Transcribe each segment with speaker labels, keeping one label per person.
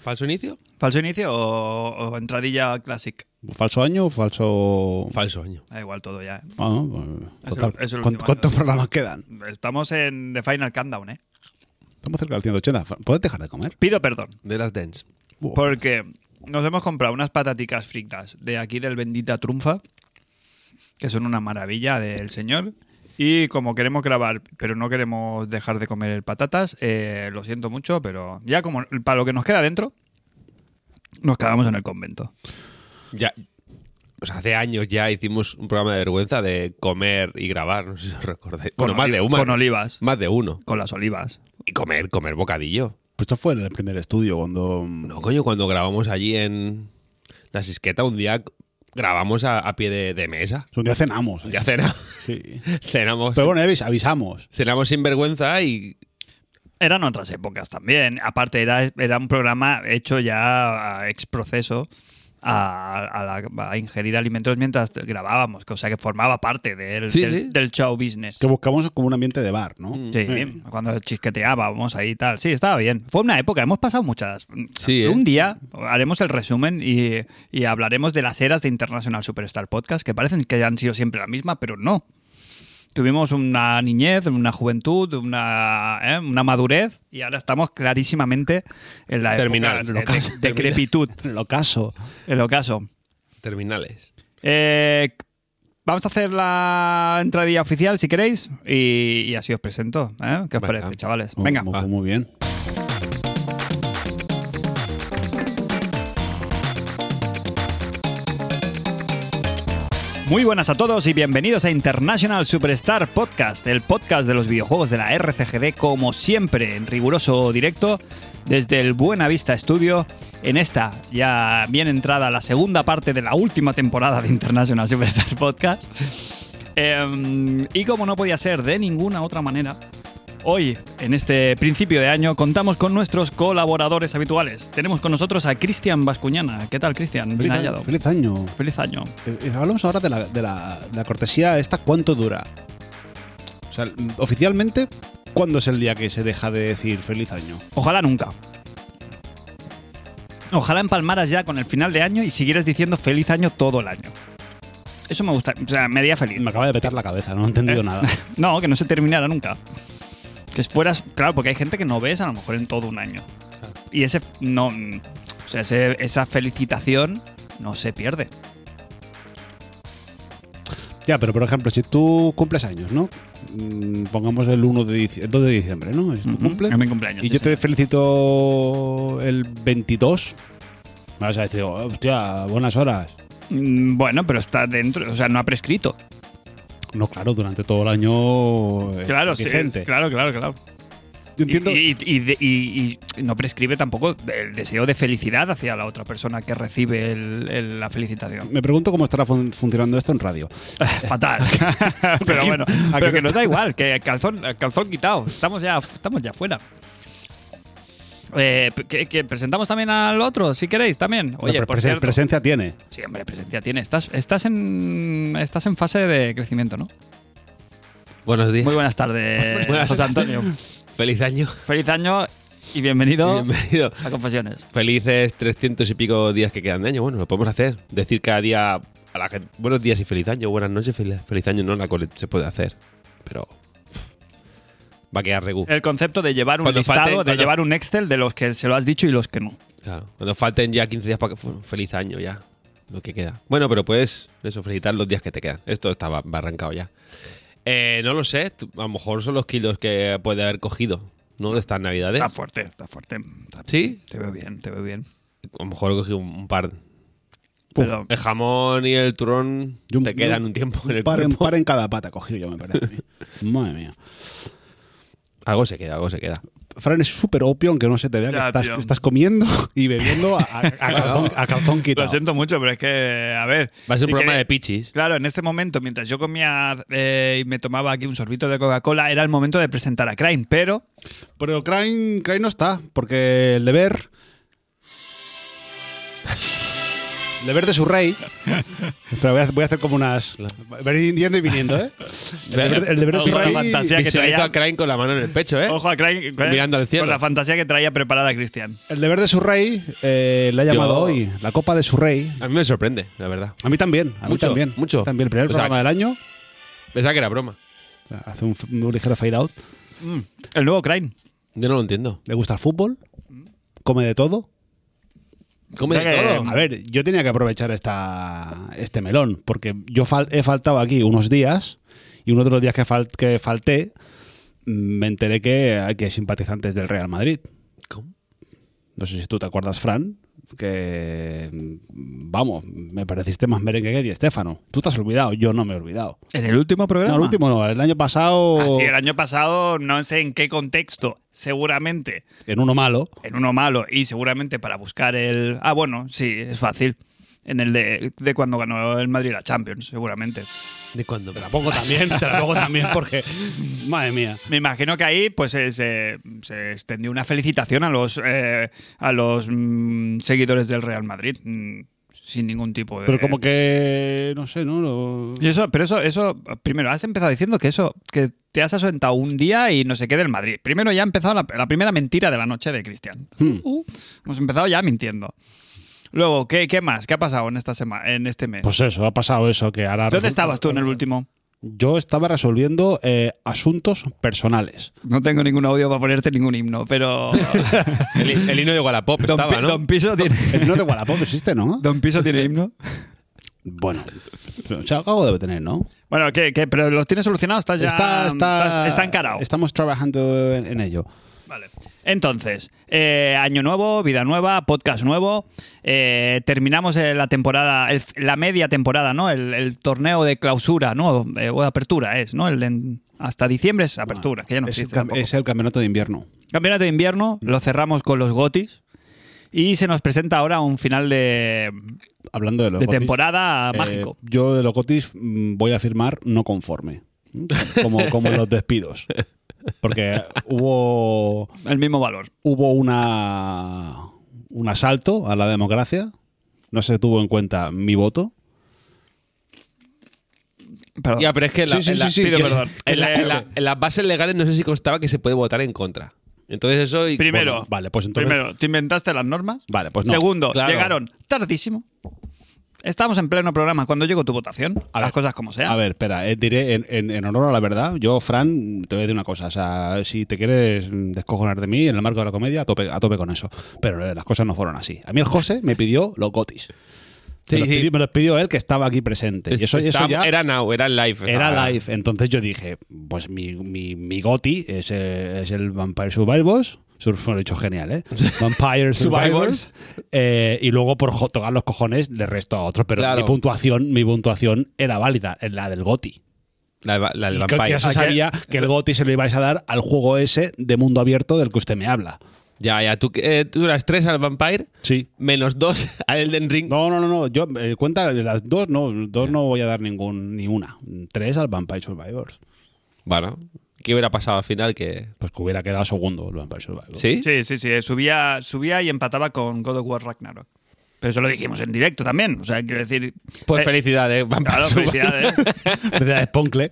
Speaker 1: ¿Falso inicio?
Speaker 2: ¿Falso inicio o, o entradilla classic?
Speaker 3: ¿Falso año o falso.?
Speaker 1: Falso año.
Speaker 2: Da igual todo ya. ¿eh?
Speaker 3: Ah, bueno,
Speaker 2: Es
Speaker 3: total.
Speaker 2: el- es el
Speaker 3: ¿Cuán-
Speaker 2: último
Speaker 3: ¿Cuántos
Speaker 2: año.
Speaker 3: programas quedan?
Speaker 2: Estamos en The Final Countdown, ¿eh?
Speaker 3: Estamos cerca del 180. Fra- ¿Puedes dejar de comer?
Speaker 2: Pido perdón.
Speaker 1: De las Dance.
Speaker 3: Buah.
Speaker 2: Porque nos hemos comprado unas pataticas fritas de aquí del Bendita Trunfa, que son una maravilla del señor. Y como queremos grabar, pero no queremos dejar de comer patatas, eh, lo siento mucho, pero ya como para lo que nos queda dentro, nos quedamos en el convento.
Speaker 1: Ya. O sea, hace años ya hicimos un programa de vergüenza de comer y grabar, no sé si os recordáis.
Speaker 2: Con
Speaker 1: bueno, más
Speaker 2: oli-
Speaker 1: de uno.
Speaker 2: Con olivas,
Speaker 1: Más de uno.
Speaker 2: con las olivas.
Speaker 1: Y comer, comer bocadillo.
Speaker 3: Pues esto fue en el primer estudio cuando.
Speaker 1: No, coño, cuando grabamos allí en La Sisqueta, un día grabamos a, a pie de, de mesa.
Speaker 3: Un día cenamos. ¿eh?
Speaker 1: Ya cena,
Speaker 3: Sí.
Speaker 1: cenamos.
Speaker 3: Pero bueno, avis- avisamos.
Speaker 1: Cenamos sin vergüenza y
Speaker 2: Eran otras épocas también. Aparte, era, era un programa hecho ya a ex proceso a, a la- a ingerir alimentos mientras grabábamos, que, o sea que formaba parte del,
Speaker 1: Sí,
Speaker 2: del,
Speaker 1: sí.
Speaker 2: del show business.
Speaker 3: Que buscamos como un ambiente de bar, ¿no?
Speaker 2: Sí, cuando chisqueteábamos ahí y tal. Sí, estaba bien. Fue una época, hemos pasado muchas.
Speaker 1: Sí, ¿eh?
Speaker 2: Un día haremos el resumen y, y hablaremos de las eras de International Superstar Podcast, que parecen que han sido siempre la misma, pero no. Tuvimos una niñez, una juventud, una, ¿eh? una madurez y ahora estamos clarísimamente en la
Speaker 1: Terminal,
Speaker 2: época de- de,
Speaker 1: locas.
Speaker 2: decrepitud,
Speaker 3: En el ocaso.
Speaker 2: el ocaso.
Speaker 1: terminales.
Speaker 2: Eh, vamos a hacer la entradilla oficial, si queréis, y, y así os presento. ¿eh? ¿Qué os
Speaker 1: Venga.
Speaker 2: parece, chavales?
Speaker 3: Muy-
Speaker 2: Venga.
Speaker 3: Muy,
Speaker 1: va.
Speaker 3: muy bien.
Speaker 2: Muy buenas a todos y bienvenidos a International Superstar Podcast, el podcast de los videojuegos de la RCGD, como siempre, en riguroso directo desde el Buena Vista Studio. En esta, ya bien entrada la segunda parte de la última temporada de International Superstar Podcast. Em, y como no podía ser de ninguna otra manera, hoy, en este principio de año, contamos con nuestros colaboradores habituales. Tenemos con nosotros a Cristian Bascuñana. ¿Qué tal, Cristian?
Speaker 3: Feliz,
Speaker 2: Bien
Speaker 3: año-
Speaker 2: hallado.
Speaker 3: feliz año.
Speaker 2: Feliz año.
Speaker 3: Eh, eh, hablamos ahora de la, de la- de la cortesía esta. ¿Cuánto dura? O sea, mm, oficialmente, ¿cuándo es el día que se deja de decir feliz año?
Speaker 2: Ojalá nunca. Ojalá empalmaras ya con el final de año y siguieras diciendo feliz año todo el año. Eso me gusta, o sea, me haría feliz.
Speaker 3: Me acaba de petar la cabeza, no he entendido nada.
Speaker 2: No, que no se terminara nunca. Que fueras, claro, porque hay gente que no ves a lo mejor en todo un año. Y ese no, o sea, ese- esa felicitación no se pierde.
Speaker 3: Ya, pero por ejemplo, si tú cumples años, ¿no? Mm, Pongamos el 1 de dic- el 2 de diciembre, ¿no? Es tu
Speaker 2: Ujú,
Speaker 3: cumple.
Speaker 2: en mi cumpleaños.
Speaker 3: Y
Speaker 2: sí,
Speaker 3: yo
Speaker 2: sí.
Speaker 3: te felicito el 22. Me vas a decir, "Oh, hostia, buenas horas.
Speaker 2: Mm, Bueno, pero está dentro, o sea, no ha prescrito.
Speaker 3: No, claro, durante todo el año. es
Speaker 2: Claro, sí,
Speaker 3: vigente.
Speaker 2: claro, claro, claro.
Speaker 3: Yo entiendo.
Speaker 2: Y, y- y de- y- y no prescribe tampoco el deseo de felicidad hacia la otra persona que recibe el- el- la felicitación.
Speaker 3: Me pregunto cómo estará fun- funcionando esto en radio.
Speaker 2: Fatal. pero bueno,
Speaker 3: Aquí- aquí
Speaker 2: pero que
Speaker 3: no
Speaker 2: nos da igual, que calzón, calzón quitado. Estamos ya, estamos ya fuera. Eh, que, que presentamos también al otro, si queréis, también. Oye,
Speaker 3: Pero
Speaker 2: por
Speaker 3: presen-
Speaker 2: cierto.
Speaker 3: presencia tiene.
Speaker 2: Sí, hombre, presencia tiene. Estás, estás, en, estás en fase de crecimiento, ¿no?
Speaker 1: Buenos días.
Speaker 2: Muy buenas tardes,
Speaker 1: Buenas.
Speaker 2: José Antonio.
Speaker 1: Feliz año.
Speaker 2: Feliz año y bienvenido
Speaker 1: Bienvenido.
Speaker 2: a Confesiones.
Speaker 1: Felices 300 y pico días que quedan de año. Bueno, lo podemos hacer. Decir cada día a la gente buenos días y feliz año, buenas noches, feliz, feliz año. No, la cole se puede hacer. Pero pff, va a quedar regu.
Speaker 2: El concepto de llevar un
Speaker 1: Cuando
Speaker 2: listado,
Speaker 1: falten-
Speaker 2: de
Speaker 1: cuando-
Speaker 2: llevar un Excel de los que se lo has dicho y los que no.
Speaker 1: Claro. Cuando falten ya 15 días para que fu- feliz año ya. Lo que queda. Bueno, pero puedes eso, felicitar los días que te quedan. Esto estaba arrancado ya. Eh, no lo sé. tú- A lo mejor son los kilos que puede haber cogido, ¿no? De estas navidades.
Speaker 2: Está fuerte, está fuerte. Está-
Speaker 1: Sí.
Speaker 2: Te veo bien, te veo bien.
Speaker 1: A lo mejor he cogido un un par.
Speaker 2: Pero-
Speaker 1: El jamón y el turrón
Speaker 3: Yo un-
Speaker 1: te quedan
Speaker 3: yo-
Speaker 1: un tiempo en el
Speaker 3: Par en,
Speaker 1: cuerpo.
Speaker 3: par en cada pata cogido yo, me parece. a mí. Madre mía.
Speaker 1: Algo se queda, algo se queda.
Speaker 3: Fran, es súper opio, aunque no se te vea
Speaker 2: Ya,
Speaker 3: que estás,
Speaker 2: tío.
Speaker 3: que estás comiendo y bebiendo a, a- a calzón, a calzón quitado.
Speaker 2: Lo siento mucho, pero es que, a ver.
Speaker 1: Va a ser un
Speaker 2: si
Speaker 1: programa
Speaker 2: queréis-
Speaker 1: de pichis.
Speaker 2: Claro, en este momento, mientras yo comía eh, y me tomaba aquí un sorbito de Coca-Cola, era el momento de presentar a Crane, pero
Speaker 3: Pero Crane, Crane no está, porque el deber. Deber de su rey. Pero voy a, voy a hacer como unas. Voy yendo y viniendo, ¿eh? El deber, el deber de su
Speaker 2: Otra
Speaker 3: rey.
Speaker 2: fantasía que
Speaker 1: Visualizo
Speaker 2: traía-
Speaker 1: a Crane con la mano en el pecho, ¿eh?
Speaker 2: Ojo a Craig con-
Speaker 1: Mirando al cielo.
Speaker 2: Con la fantasía que traía preparada Cristian.
Speaker 3: El deber de su rey eh, le ha llamado
Speaker 1: Yo-
Speaker 3: hoy la copa de su rey.
Speaker 1: A mí me sorprende, la verdad.
Speaker 3: A mí también, a mí
Speaker 1: Mucho,
Speaker 3: también.
Speaker 1: mucho.
Speaker 3: También el primer
Speaker 1: O sea,
Speaker 3: programa del año.
Speaker 1: Pensaba que era broma.
Speaker 3: Hace un, un ligero fade out.
Speaker 2: Mm. El nuevo Crane.
Speaker 1: Yo no lo entiendo.
Speaker 3: Le gusta el fútbol. Come de todo.
Speaker 1: Come de
Speaker 2: Ya que-
Speaker 1: todo.
Speaker 3: A ver, yo tenía que aprovechar esta, este melón, porque yo fal- he faltado aquí unos días y uno de los días que, fal- que falté mm, me enteré que aquí hay simpatizantes del Real Madrid.
Speaker 1: ¿Cómo?
Speaker 3: No sé si tú te acuerdas, Fran, que mm, vamos, me pareciste más merengue que Di Estefano. Tú te has olvidado, yo no me he olvidado.
Speaker 2: En el último programa.
Speaker 3: No, el último no, el año pasado,
Speaker 2: Así, el año pasado, no sé en qué contexto, seguramente
Speaker 3: en uno malo,
Speaker 2: en uno malo y seguramente para buscar el... Ah, bueno, sí, es fácil. En el de, de cuando ganó el Madrid la Champions, seguramente.
Speaker 1: ¿De cuándo?
Speaker 3: te la pongo también, te la pongo también, porque, madre mía.
Speaker 2: Me imagino que ahí pues eh, se, se extendió una felicitación a los, eh, a los mm, seguidores del Real Madrid, mm, sin ningún tipo de...
Speaker 3: Pero como que, no sé, ¿no? Lo-
Speaker 2: Y eso, pero eso, eso, primero, has empezado diciendo que eso, que te has asentado un día y no sé qué del Madrid. Primero ya ha empezado la, la primera mentira de la noche de Cristian.
Speaker 1: Hmm.
Speaker 2: Uh, hemos empezado ya mintiendo. Luego, ¿qué, qué más? ¿Qué ha pasado en esta semana, en este mes?
Speaker 3: Pues eso, ha pasado eso, que ahora...
Speaker 2: ¿Dónde
Speaker 3: resulta-
Speaker 2: estabas tú en el
Speaker 1: eh,
Speaker 2: último?
Speaker 3: Yo estaba resolviendo eh, asuntos personales.
Speaker 2: No tengo ningún audio para ponerte ningún himno, pero
Speaker 1: El, el himno de Wallapop
Speaker 2: Don,
Speaker 1: estaba,
Speaker 2: Pi-
Speaker 1: ¿no?
Speaker 2: Don Piso tiene,
Speaker 3: El himno de Wallapop existe, ¿no?
Speaker 2: Don Piso tiene himno.
Speaker 3: Bueno, o sea, algo debe tener, ¿no?
Speaker 2: Bueno, ¿qué, qué? ¿Pero los tienes solucionados? ¿Estás ya estás- está encarado?
Speaker 3: Estamos trabajando en, en ello.
Speaker 2: Vale. Entonces, eh, año nuevo, vida nueva, podcast nuevo. eh, terminamos eh, la temporada, el- la media temporada, ¿no? El, el torneo de clausura, ¿no? Eh, o de apertura es, ¿no? El de en- hasta diciembre es apertura, que ya no
Speaker 3: Ah, es, el
Speaker 2: existe.
Speaker 3: cam-
Speaker 2: tampoco.
Speaker 3: es Mm. el campeonato de invierno.
Speaker 2: Campeonato de invierno, lo cerramos con los gotis. Y se nos presenta ahora un final de,
Speaker 3: Hablando de los
Speaker 2: de
Speaker 3: gotis,
Speaker 2: temporada
Speaker 3: eh,
Speaker 2: mágico.
Speaker 3: Yo de los gotis mm, voy a firmar no conforme. ¿Mm? Como, como los despidos. Porque hubo,
Speaker 2: El mismo valor.
Speaker 3: hubo una, un asalto a la democracia. No se tuvo en cuenta mi voto.
Speaker 2: Perdón.
Speaker 1: Ya, pero es que en la-
Speaker 3: Sí, sí,
Speaker 1: en la-
Speaker 3: sí, sí,
Speaker 1: pido
Speaker 3: que-
Speaker 1: perdón.
Speaker 2: que
Speaker 1: En la-
Speaker 2: se
Speaker 1: en la-
Speaker 2: escuche.
Speaker 1: en las bases legales no sé si constaba que se puede votar en contra. Entonces eso... y-
Speaker 2: Primero,
Speaker 3: Bueno, vale, pues entonces-
Speaker 2: primero, te inventaste las normas.
Speaker 3: Vale, pues no.
Speaker 2: Segundo,
Speaker 1: Claro.
Speaker 2: llegaron tardísimo. Estamos en pleno programa cuando llegó tu votación.
Speaker 3: A
Speaker 2: las
Speaker 3: ver,
Speaker 2: cosas como sean.
Speaker 3: A ver, espera, eh, diré en, en- en honor a la verdad, yo, Fran, te voy a decir una cosa. O sea, si te quieres mm, descojonar de mí en el marco de la comedia, a tope, a tope con eso. Pero eh, las cosas no fueron así. A mí el José me pidió los gotis.
Speaker 1: Sí,
Speaker 3: me, los
Speaker 1: sí.
Speaker 3: pidió, me los pidió él que estaba aquí presente. Y eso, eso
Speaker 1: Estaba-
Speaker 3: ya
Speaker 1: Era now, era live.
Speaker 3: era
Speaker 1: Ah.
Speaker 3: live. Entonces yo dije, pues mi, mi, mi goti es, eh, es el Vampire Survivors. Sur- Lo he hecho genial, ¿eh? Vampire Survivors. Eh, y luego por jo- tocar los cojones le resto a otros. Pero
Speaker 1: Claro.
Speaker 3: mi puntuación, mi puntuación era válida, la del goti.
Speaker 1: La, la- la del
Speaker 3: Y creo que
Speaker 1: Vampire. Ah,
Speaker 3: ya se sabía que el goti se lo ibais a dar al juego ese de mundo abierto del que usted me habla.
Speaker 1: Ya, ya. Tú, eh, tú eras tres al Vampire,
Speaker 3: Sí.
Speaker 1: menos dos a Elden Ring.
Speaker 3: No, no, no, no. Yo eh, cuenta de las dos, no, dos no voy a dar ningún, ni una. Tres al Vampire Survivors.
Speaker 1: Bueno, ¿qué hubiera pasado al final? Que...
Speaker 3: Pues que hubiera quedado segundo el Vampire Survivors.
Speaker 1: ¿Sí?
Speaker 2: Sí, sí, sí. Subía, subía y empataba con God of War Ragnarok. Pero eso lo dijimos en directo también. O sea, quiero decir.
Speaker 1: Pues
Speaker 2: eh,
Speaker 1: felicidades, Vampire.
Speaker 2: Claro,
Speaker 1: Survivor.
Speaker 2: felicidades.
Speaker 3: Verdad, es Poncle.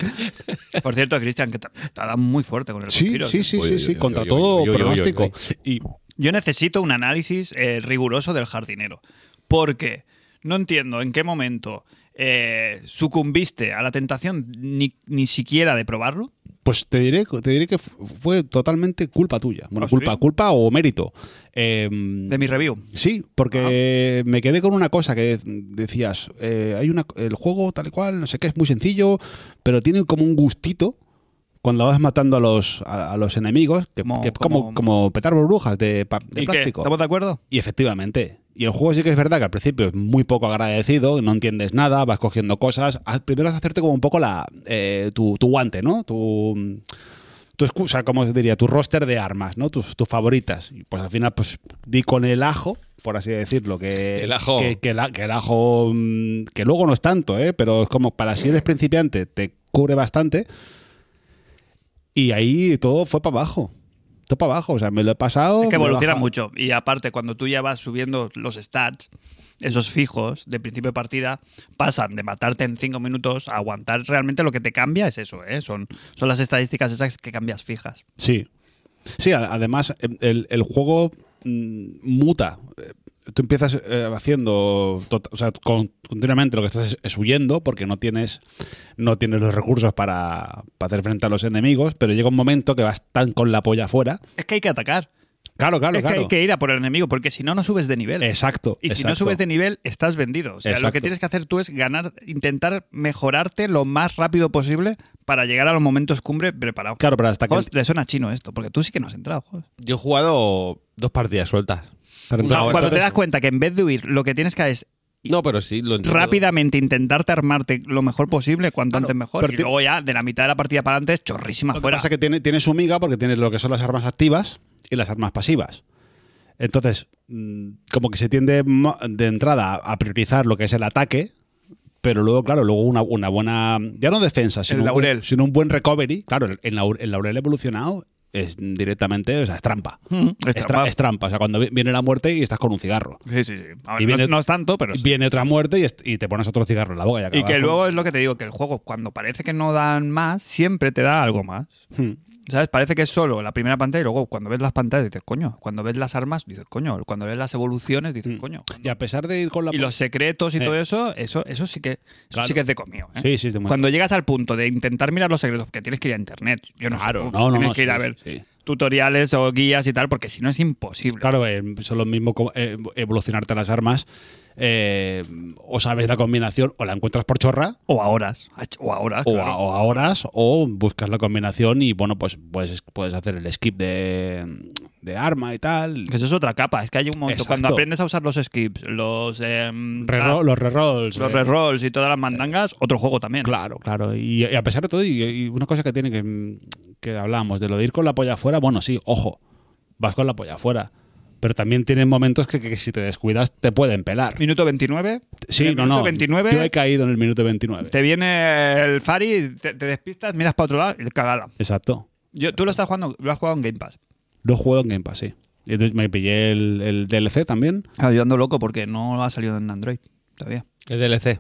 Speaker 2: Por cierto, Cristian, que te, te ha dado muy fuerte con el
Speaker 3: Sí,
Speaker 2: vampiro.
Speaker 3: sí, sí,
Speaker 1: Uy,
Speaker 3: sí,
Speaker 1: uy,
Speaker 3: sí,
Speaker 1: uy,
Speaker 3: contra
Speaker 1: uy, uy,
Speaker 3: todo
Speaker 1: uy, uy, uy, uy,
Speaker 3: pronóstico. Y
Speaker 2: Yo necesito un análisis eh, riguroso del jardinero, porque no entiendo en qué momento eh, sucumbiste a la tentación ni, ni siquiera de probarlo.
Speaker 3: pues te diré, te diré que fu- fue totalmente culpa tuya. Bueno,
Speaker 2: ¿Ah, sí?
Speaker 3: culpa, culpa o mérito. Eh,
Speaker 2: De Ah. mi review.
Speaker 3: Sí, porque me quedé con una cosa que decías, eh, hay una, el juego tal y cual, no sé qué, es muy sencillo, pero tiene como un gustito cuando vas matando a los, a, a los enemigos, que,
Speaker 2: Como-
Speaker 3: que es como,
Speaker 2: como-
Speaker 3: como, petar burbujas de, pa- de
Speaker 2: ¿Y qué?
Speaker 3: plástico.
Speaker 2: ¿Estamos de acuerdo?
Speaker 3: Y efectivamente. Y el juego sí que es verdad que al principio es muy poco agradecido, no entiendes nada, vas cogiendo cosas. Al- Primero has de hacerte como un poco la eh, tu, tu guante, ¿no? Tu, tu excusa, como se diría, tu roster de armas, ¿no? Tus, tus favoritas. Y pues al final, pues di con el ajo, por así decirlo, que
Speaker 1: El ajo.
Speaker 3: Que, que la- que el ajo, mm, que luego no es tanto, ¿eh? Pero es como para si eres principiante, te cubre bastante. Y ahí todo fue para abajo. todo para abajo. O sea, me lo he pasado.
Speaker 2: Es que
Speaker 3: me lo he
Speaker 2: evoluciona
Speaker 3: bajado.
Speaker 2: mucho. Y aparte, cuando tú ya vas subiendo los stats, esos fijos de principio de partida, pasan de matarte en 5 minutos a aguantar. Realmente lo que te cambia es eso, ¿eh? Son, son las estadísticas esas que cambias fijas.
Speaker 3: Sí. Sí, a- además em, el, el juego mm, muta. Eh, Tú empiezas eh, haciendo tot- o sea, con- continuamente lo que estás es, es huyendo porque no tienes, no tienes los recursos para, para hacer frente a los enemigos, pero llega un momento que vas tan con la polla afuera.
Speaker 2: Es que hay que atacar.
Speaker 3: Claro, claro,
Speaker 2: es que
Speaker 3: claro.
Speaker 2: hay que ir a por el enemigo, porque si no, no subes de nivel.
Speaker 3: Exacto.
Speaker 2: Y si no
Speaker 3: exacto.
Speaker 2: subes de nivel, estás vendido. O sea, lo
Speaker 3: Exacto.
Speaker 2: que tienes que hacer tú es ganar, intentar mejorarte lo más rápido posible para llegar a los momentos cumbre preparado.
Speaker 3: Claro, pero hasta que.
Speaker 2: Jos, le suena chino esto, porque tú sí que no has entrado, Jos.
Speaker 1: Yo he jugado dos partidas sueltas.
Speaker 3: pero
Speaker 1: No,
Speaker 3: entonces-
Speaker 2: Cuando te
Speaker 3: entonces-
Speaker 2: das cuenta que en vez de huir, lo que tienes que hacer es
Speaker 1: No, pero sí, lo entiendo.
Speaker 2: rápidamente intentarte armarte lo mejor posible, cuanto
Speaker 3: Claro,
Speaker 2: antes mejor.
Speaker 3: Ah, pero
Speaker 2: Y
Speaker 3: ti-
Speaker 2: luego ya, de la mitad de la partida para adelante, es chorrísima
Speaker 3: Lo que
Speaker 2: fuera.
Speaker 3: pasa es que tiene, tiene su miga porque tienes lo que son las armas activas y las armas pasivas. Entonces, mm, como que se tiende mo- de entrada a priorizar lo que es el ataque, pero luego, claro, luego una, una buena, ya no defensa, sino, un-
Speaker 2: laurel.
Speaker 3: sino un buen recovery. Claro, el, el laur- el laurel evolucionado es directamente, o sea, es trampa.
Speaker 2: Mm,
Speaker 3: Es,
Speaker 2: es
Speaker 3: tra-
Speaker 2: trampa.
Speaker 3: es trampa. O sea, cuando vi- viene la muerte y estás con un cigarro.
Speaker 2: Sí, sí, sí. A ver,
Speaker 3: Y viene-
Speaker 2: no, no es tanto, pero sí.
Speaker 3: Viene otra muerte y, est- y te pones otro cigarro en la boca. Y,
Speaker 2: Y
Speaker 3: acabas
Speaker 2: que
Speaker 3: con-
Speaker 2: luego es lo que te digo, que el juego, cuando parece que no dan más, siempre te da algo más.
Speaker 3: Hmm.
Speaker 2: ¿Sabes? Parece que es solo la primera pantalla y luego cuando ves las pantallas dices, coño. Cuando ves las armas, dices, coño. Cuando ves las evoluciones,
Speaker 3: Mm.
Speaker 2: dices, coño.
Speaker 3: Y a pesar de ir con la...
Speaker 2: Y los secretos y
Speaker 3: Eh.
Speaker 2: todo eso, eso, eso sí que eso
Speaker 3: Claro.
Speaker 2: sí que es de comido. ¿eh?
Speaker 3: Sí, sí, es de muy-
Speaker 2: Cuando llegas al punto de intentar mirar los secretos, que tienes que ir a internet. Yo no sé
Speaker 3: Claro,
Speaker 2: tú,
Speaker 3: no, no,
Speaker 2: Tienes
Speaker 3: no,
Speaker 2: que ir
Speaker 3: sí,
Speaker 2: a ver
Speaker 3: sí.
Speaker 2: tutoriales o guías y tal, porque si no es imposible.
Speaker 3: Claro, eh, son los mismos co- eh, evolucionarte las armas. eh, o sabes la combinación, o la encuentras por chorra,
Speaker 2: O a horas. O a horas.
Speaker 3: o,
Speaker 2: Ah, claro.
Speaker 3: a, o a horas, o buscas la combinación y bueno, pues puedes, puedes hacer el skip de, de arma y tal.
Speaker 2: Que Pues eso es otra capa. Es que hay un momento.
Speaker 3: Exacto.
Speaker 2: Cuando aprendes a usar los skips, los. em,
Speaker 3: Rerro- los rerolls.
Speaker 2: Los
Speaker 3: eh,
Speaker 2: rerolls y todas las mandangas, otro juego también.
Speaker 3: Claro, claro. Y, y a pesar de todo, y, y una cosa que tiene que, que hablamos, de lo de ir con la polla afuera, bueno, sí, ojo, vas con la polla afuera. Pero también tienen momentos que, que si te descuidas te pueden pelar.
Speaker 2: Minuto 29.
Speaker 3: Sí,
Speaker 2: el
Speaker 3: no,
Speaker 2: minuto
Speaker 3: no.
Speaker 2: 29.
Speaker 3: Yo he caído en el minuto 29.
Speaker 2: Te viene el Fari, te, te despistas, miras para otro lado y cagada.
Speaker 3: Exacto.
Speaker 2: Yo, tú lo estás jugando, lo has jugado en Game Pass.
Speaker 3: Lo he jugado en Game Pass, sí. Y entonces me pillé el, el DLC también.
Speaker 2: Ah, yo ando loco porque no ha salido en Android todavía.
Speaker 1: El DLC.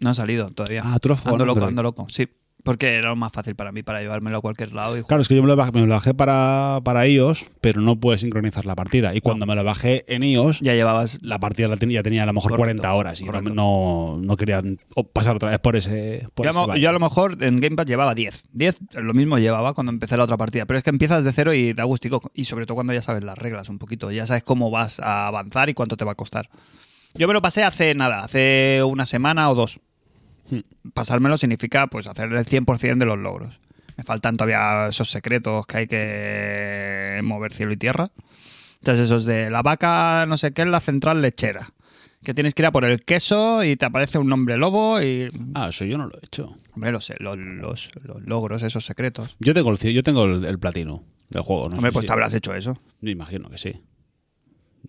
Speaker 2: No ha salido todavía.
Speaker 3: Ah, tú lo has jugado
Speaker 2: Ando
Speaker 3: en
Speaker 2: loco,
Speaker 3: Android.
Speaker 2: ando loco, sí. Porque era lo más fácil para mí, para llevármelo a cualquier lado y jugar.
Speaker 3: Claro, es que yo me lo baj- me lo bajé, para, para iOS, pero no pude sincronizar la partida. Y cuando me lo bajé en iOS,
Speaker 2: Ya llevabas.
Speaker 3: la partida la tenía, ya tenía a lo mejor
Speaker 2: Correcto,
Speaker 3: 40 horas y no,
Speaker 2: correcto.
Speaker 3: no, no quería o- pasar otra vez por ese. Por
Speaker 2: Yo, a
Speaker 3: ese
Speaker 2: mo-
Speaker 3: valle.
Speaker 2: yo a lo mejor en Game Pass llevaba 10. 10 lo mismo llevaba cuando empecé la otra partida. Pero es que empiezas de cero y da gustico. Y sobre todo cuando ya sabes las reglas un poquito. Ya sabes cómo vas a avanzar y cuánto te va a costar. Yo me lo pasé hace nada, hace una semana o dos. Pasármelo significa pues hacer el 100% de los logros. Me faltan todavía esos secretos que hay que mover cielo y tierra. Entonces esos de la vaca, no sé qué, en la central lechera. Que tienes que ir a por el queso y te aparece un hombre lobo y
Speaker 3: Ah, eso yo no lo he hecho.
Speaker 2: Hombre, los, los, los- los logros, esos secretos.
Speaker 3: Yo tengo el, ci- yo tengo el, el platino del juego. No
Speaker 2: Hombre,
Speaker 3: sé
Speaker 2: pues
Speaker 3: si-
Speaker 2: te habrás hecho eso.
Speaker 3: Me imagino que sí.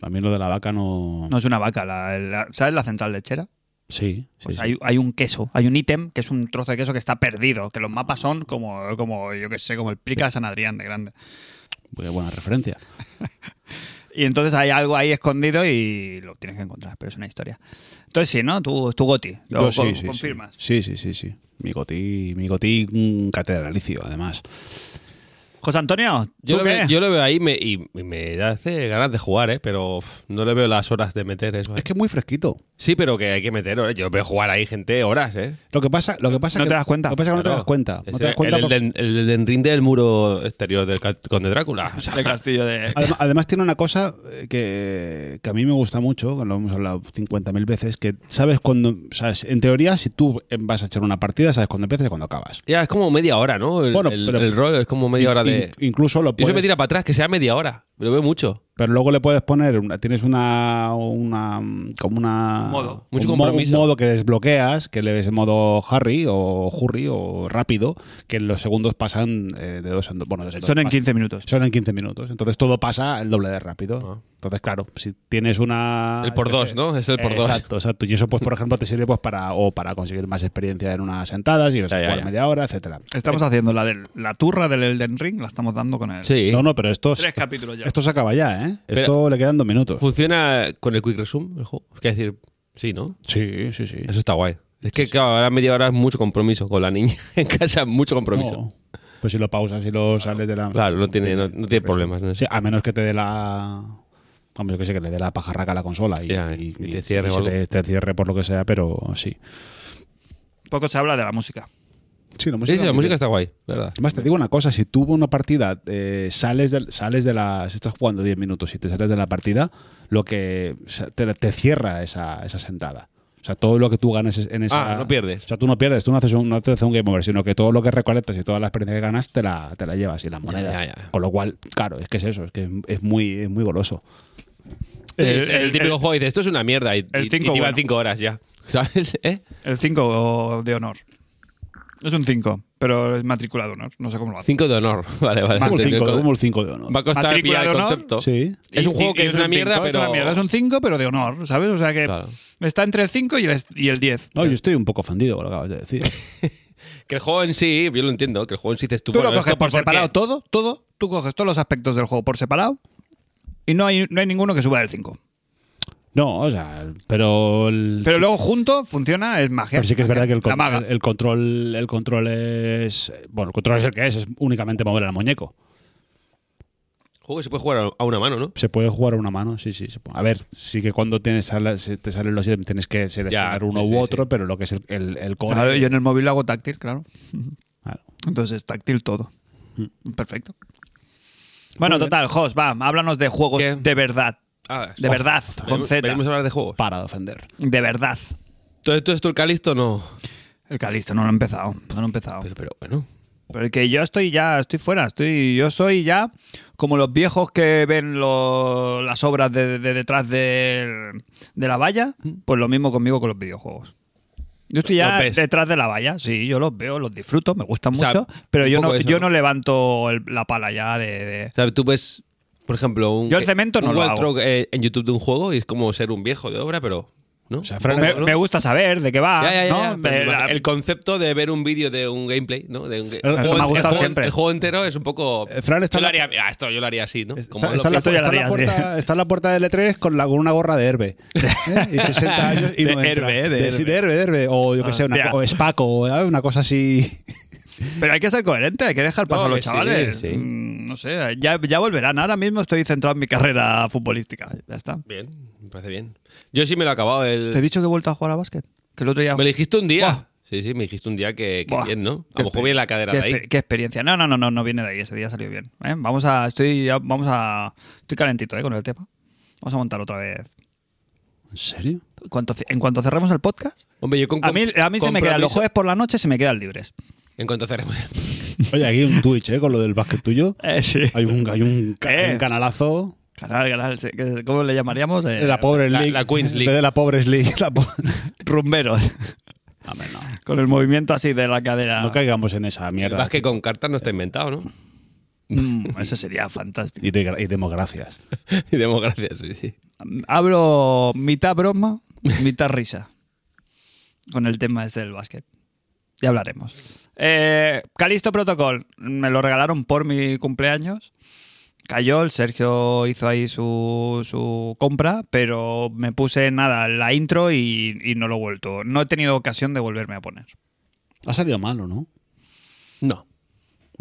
Speaker 3: A mí lo de la vaca no.
Speaker 2: No es una vaca. la- la- ¿Sabes la central lechera?
Speaker 3: Sí, sí,
Speaker 2: Pues
Speaker 3: sí.
Speaker 2: hay, hay un queso, hay un ítem que es un trozo de queso que está perdido, que los mapas son como, como yo que sé, como el Prica de San Adrián de grande.
Speaker 3: Pues Buena referencia.
Speaker 2: Y entonces hay algo ahí escondido y lo tienes que encontrar, pero es una historia. Entonces sí, ¿no? Tú, tú Goti, lo
Speaker 3: Yo sí,
Speaker 2: co-
Speaker 3: sí, sí.
Speaker 2: confirmas.
Speaker 3: Sí, sí, sí, sí. Mi gotí, mi gotí mm, catedralicio, además.
Speaker 2: José Antonio, ¿tú
Speaker 1: Yo lo,
Speaker 2: qué?
Speaker 1: veo, yo lo veo ahí me- y, y me hace ganas de jugar, ¿eh? pero uf, no le veo las horas de meter eso. ¿eh?
Speaker 3: Es que es muy fresquito.
Speaker 1: Sí, pero que hay que meter horas. Yo veo jugar ahí gente horas, ¿eh?
Speaker 3: Lo que pasa, lo que pasa
Speaker 2: No
Speaker 3: que-
Speaker 2: te das cuenta.
Speaker 3: Lo que pasa es que no te
Speaker 1: Claro.
Speaker 3: das cuenta. No
Speaker 1: Ese-
Speaker 3: te das cuenta
Speaker 1: el,
Speaker 3: porque-
Speaker 1: del- el del rinde del muro exterior del cat- conde Drácula. O sea,
Speaker 2: De Castillo de...
Speaker 3: Adem- Además tiene una cosa eh, que, que a mí me gusta mucho, que lo hemos hablado 50.000 veces, que sabes cuando, o sea, en teoría si tú vas a echar una partida, sabes cuándo empiezas y cuándo acabas.
Speaker 1: ya, es como media hora, ¿no? El,
Speaker 3: Bueno,
Speaker 1: el-
Speaker 3: pero-
Speaker 1: el rol es como media hora de...
Speaker 3: In- incluso lo
Speaker 1: Y eso
Speaker 3: puedes-
Speaker 1: me tira para atrás, que sea media hora. Lo veo mucho.
Speaker 3: Pero luego le puedes poner, una- tienes una, una como una
Speaker 2: Modo.
Speaker 1: Mucho
Speaker 3: un mo-
Speaker 1: compromiso.
Speaker 3: un modo que desbloqueas, que le ves en modo Harry o Hurry o rápido, que los segundos pasan eh, de dos en dos, bueno, de dos
Speaker 2: Son en
Speaker 3: pas-
Speaker 2: 15 minutos.
Speaker 3: son en 15 minutos, entonces todo pasa el doble de rápido.
Speaker 1: Ah.
Speaker 3: Entonces, claro, si tienes una
Speaker 1: El por
Speaker 3: yo qué
Speaker 1: dos,
Speaker 3: sé.
Speaker 1: ¿no? Es el por dos.
Speaker 3: Exacto, exacto. Y eso pues por ejemplo te sirve pues para o para conseguir más experiencia en unas sentadas y vas a
Speaker 1: Ya, ya,
Speaker 3: jugar
Speaker 1: ya.
Speaker 3: media hora, etcétera.
Speaker 2: Estamos haciendo la, del, la turra del Elden Ring, la estamos dando con él.
Speaker 1: Sí.
Speaker 3: No, no, pero esto
Speaker 2: Tres capítulos ya.
Speaker 3: Esto se acaba ya, ¿eh?
Speaker 1: Pero-
Speaker 3: esto le quedan dos minutos.
Speaker 1: Funciona con el Quick Resume el juego. Es que decir, sí, ¿no?
Speaker 3: Sí, sí, sí.
Speaker 1: Eso está guay. Es que, claro, ahora media hora es mucho compromiso con la niña en casa, mucho compromiso.
Speaker 3: No. Pues si lo pausas y lo sales de la.
Speaker 1: Claro, no tiene, no, no tiene problemas. ¿no?
Speaker 3: Sí, a menos que te dé la. Hombre, yo que sé, que le dé la pajarraca a la consola y,
Speaker 1: Ya,
Speaker 3: y-
Speaker 1: y te
Speaker 3: y-
Speaker 1: cierre
Speaker 3: y
Speaker 1: o
Speaker 3: se
Speaker 1: algo.
Speaker 3: te, te cierre por lo que sea, pero sí.
Speaker 2: Poco se habla de la música.
Speaker 3: Sí, la
Speaker 1: Sí, sí, la música está guay, ¿verdad?
Speaker 3: Además, te digo una cosa: si tú una partida eh, sales, de, sales de la. Si estás jugando 10 minutos y te sales de la partida, lo que. o sea, te, te cierra esa, esa sentada. O sea, todo lo que tú ganes en esa.
Speaker 1: Ah, no pierdes.
Speaker 3: O sea, tú no pierdes, tú no haces un, no haces un game over, sino que todo lo que recolectas y toda la experiencia que ganas te la, te la llevas y las monedas.
Speaker 1: ya, ya.
Speaker 3: Con lo cual, claro, es que es eso, es que es, es muy, es muy goloso.
Speaker 1: El, el
Speaker 2: El- el-
Speaker 1: típico
Speaker 2: el-
Speaker 1: juego dice, esto es una mierda. Y,
Speaker 2: El
Speaker 1: y-
Speaker 2: cinco,
Speaker 1: y te iba
Speaker 2: bueno.
Speaker 1: cinco horas ya. ¿Sabes? ¿Eh?
Speaker 2: El 5 de honor. Es un 5, pero es matrícula de honor. No sé cómo lo hace.
Speaker 1: Cinco de honor. Vale, vale.
Speaker 3: Como el
Speaker 1: Entendido.
Speaker 3: 5 como el cinco de honor.
Speaker 1: Va a costar
Speaker 2: Matrícula
Speaker 1: pillar el
Speaker 2: de honor.
Speaker 1: concepto.
Speaker 3: Sí.
Speaker 1: Es un
Speaker 2: Y-
Speaker 1: juego
Speaker 2: y-
Speaker 1: que
Speaker 2: y
Speaker 1: es una
Speaker 2: un
Speaker 1: mierda,
Speaker 2: cinco,
Speaker 1: pero...
Speaker 2: Es una mierda, es un 5, pero de honor, ¿sabes? O sea que
Speaker 1: Claro.
Speaker 2: está entre el 5 y el- y el 10.
Speaker 3: No, yo estoy un poco ofendido con lo que acabas de decir.
Speaker 1: Que el juego en sí, yo lo entiendo, que el juego en sí dices tú...
Speaker 2: Tú
Speaker 1: bueno,
Speaker 2: lo coges
Speaker 1: esto,
Speaker 2: por
Speaker 1: ¿por qué?
Speaker 2: separado todo, todo. Tú coges todos los aspectos del juego por separado y no hay, no hay ninguno que suba del 5.
Speaker 3: No, o sea, pero. el-
Speaker 2: Pero
Speaker 3: sí,
Speaker 2: luego junto funciona, es magia.
Speaker 3: pero sí que es verdad que el,
Speaker 2: La
Speaker 3: con-
Speaker 2: maga.
Speaker 3: el, el control el control es bueno el control es el que es es únicamente mover al muñeco
Speaker 1: Juego que se puede jugar a- a una mano, ¿no?
Speaker 3: se puede jugar a una mano sí sí se puede. a ver sí que cuando tienes a la- si te salen los ítems tienes que seleccionar
Speaker 1: Ya,
Speaker 3: uno
Speaker 1: sí,
Speaker 3: u
Speaker 1: sí,
Speaker 3: otro
Speaker 1: sí.
Speaker 3: pero lo que es el, el, el core
Speaker 2: Claro, yo en el móvil lo hago táctil, claro.
Speaker 3: Claro.
Speaker 2: Entonces, táctil todo.
Speaker 3: Mm.
Speaker 2: Perfecto. Bueno, total, Jos, va, háblanos de juegos
Speaker 1: ¿Qué?
Speaker 2: de verdad.
Speaker 1: Ah,
Speaker 2: De verdad, con
Speaker 1: venimos-
Speaker 2: Z.
Speaker 1: Venimos a hablar de juegos.
Speaker 3: para defender.
Speaker 2: De verdad.
Speaker 1: Entonces, ¿tú, tú el Calisto no?
Speaker 2: El Calisto, no lo he empezado. No lo he empezado.
Speaker 1: Pero, pero bueno.
Speaker 2: Pero el que yo estoy ya, estoy fuera, estoy, yo soy ya como los viejos que ven lo- las obras de, de detrás del- de la valla, pues lo mismo conmigo con los videojuegos. Yo estoy ya
Speaker 1: Los ves.
Speaker 2: detrás de la valla, sí, yo los veo, los disfruto, me gustan
Speaker 1: O sea,
Speaker 2: mucho, pero yo
Speaker 1: un
Speaker 2: no,
Speaker 1: poco eso,
Speaker 2: yo
Speaker 1: ¿no?
Speaker 2: no levanto el- la pala ya de... de-
Speaker 1: O sea, tú ves, por ejemplo, un.
Speaker 2: Yo el cemento
Speaker 1: un
Speaker 2: no lo
Speaker 1: World
Speaker 2: hago.
Speaker 1: Truck, eh, en YouTube de un juego y es como ser un viejo de obra, pero. ¿No?
Speaker 3: sea, Fran,
Speaker 1: Un
Speaker 2: me,
Speaker 1: poco, ¿no?
Speaker 2: me gusta saber de qué va,
Speaker 1: Ya, ya, ya,
Speaker 2: ¿no?
Speaker 1: ya, pero
Speaker 2: De la-
Speaker 1: El concepto de ver un vídeo de un gameplay, ¿no? De un ga-
Speaker 3: Eso
Speaker 1: el
Speaker 3: me
Speaker 1: juego-
Speaker 3: ha
Speaker 1: el
Speaker 2: gustado
Speaker 1: juego-
Speaker 2: siempre.
Speaker 1: El juego entero es un poco.
Speaker 3: Eh, Fran está
Speaker 1: yo lo
Speaker 3: en la-
Speaker 1: haría, ah, esto yo lo haría así, ¿no? Como lo
Speaker 3: Está, está
Speaker 1: que-
Speaker 3: la,
Speaker 2: esto ya lo
Speaker 3: está la
Speaker 2: harías,
Speaker 3: puerta, está la puerta del E3 con, la- con una gorra de Herbe. ¿eh? Y 60 años y
Speaker 2: De
Speaker 3: no entra.
Speaker 2: Herbe, de
Speaker 3: sí,
Speaker 2: Herbe.
Speaker 3: de Herbe, de Herbe. O yo qué sé, una,
Speaker 2: Hostia.
Speaker 3: co- o Spaco, ¿eh? una cosa así.
Speaker 2: Pero hay que ser coherente, hay que dejar
Speaker 1: No,
Speaker 2: pasar a los
Speaker 1: que sí,
Speaker 2: chavales.
Speaker 1: sí.
Speaker 2: Mm, No sé, ya, ya volverán. Ahora mismo estoy centrado en mi carrera futbolística. Ya está.
Speaker 1: Bien, me parece bien. Yo sí me lo he acabado.
Speaker 2: ¿Te he
Speaker 1: El...
Speaker 2: dicho que he vuelto a jugar a básquet? Que el otro día.
Speaker 1: Me lo dijiste un día.
Speaker 2: Buah.
Speaker 1: Sí, sí, me dijiste un día que, que
Speaker 2: Buah.
Speaker 1: bien, ¿no? A
Speaker 2: Qué
Speaker 1: lo mejor
Speaker 2: espe-
Speaker 1: viene la cadera
Speaker 2: qué,
Speaker 1: de ahí.
Speaker 2: espe- qué experiencia. No, no, no, no, no viene de ahí. Ese día salió bien. ¿eh? Vamos a. Estoy. ya- Vamos a. Estoy calentito ¿eh? con el tema. Vamos a montar otra vez.
Speaker 3: ¿En serio?
Speaker 2: En cuanto, ce- en cuanto cerremos el podcast,
Speaker 1: Hombre, yo con.
Speaker 2: a mí, a mí se me quedan
Speaker 1: compromiso-
Speaker 2: los jueves por la noche, se me quedan libres.
Speaker 1: En cuanto cerremos.
Speaker 3: Oye, aquí un Twitch, ¿eh? Con lo del básquet tuyo.
Speaker 2: Eh, sí.
Speaker 3: Hay un, hay un, ca-
Speaker 2: Eh.
Speaker 3: un canalazo.
Speaker 2: Canal, canal. sí, que- ¿Cómo le llamaríamos? Eh,
Speaker 3: De la pobre
Speaker 1: la-
Speaker 3: League.
Speaker 1: la Queens
Speaker 3: En
Speaker 1: League.
Speaker 3: vez de la pobre League. la po-
Speaker 2: Rumberos. Con el movimiento así de la cadera.
Speaker 3: No caigamos en esa
Speaker 1: El
Speaker 3: mierda.
Speaker 1: básquet con cartas no está inventado, ¿no?
Speaker 2: Mm, eso sería fantástico.
Speaker 3: Y, te, y demos gracias.
Speaker 1: Y demos gracias, sí, sí.
Speaker 2: Hablo mitad broma, mitad risa con el tema este del básquet. Ya hablaremos. Eh, Calisto Protocol, me lo regalaron por mi cumpleaños. Cayó, el Sergio hizo ahí su, su compra, pero me puse nada, la intro y, y no lo he vuelto. No he tenido ocasión de volverme a poner.
Speaker 3: Ha salido malo, ¿no?
Speaker 1: No.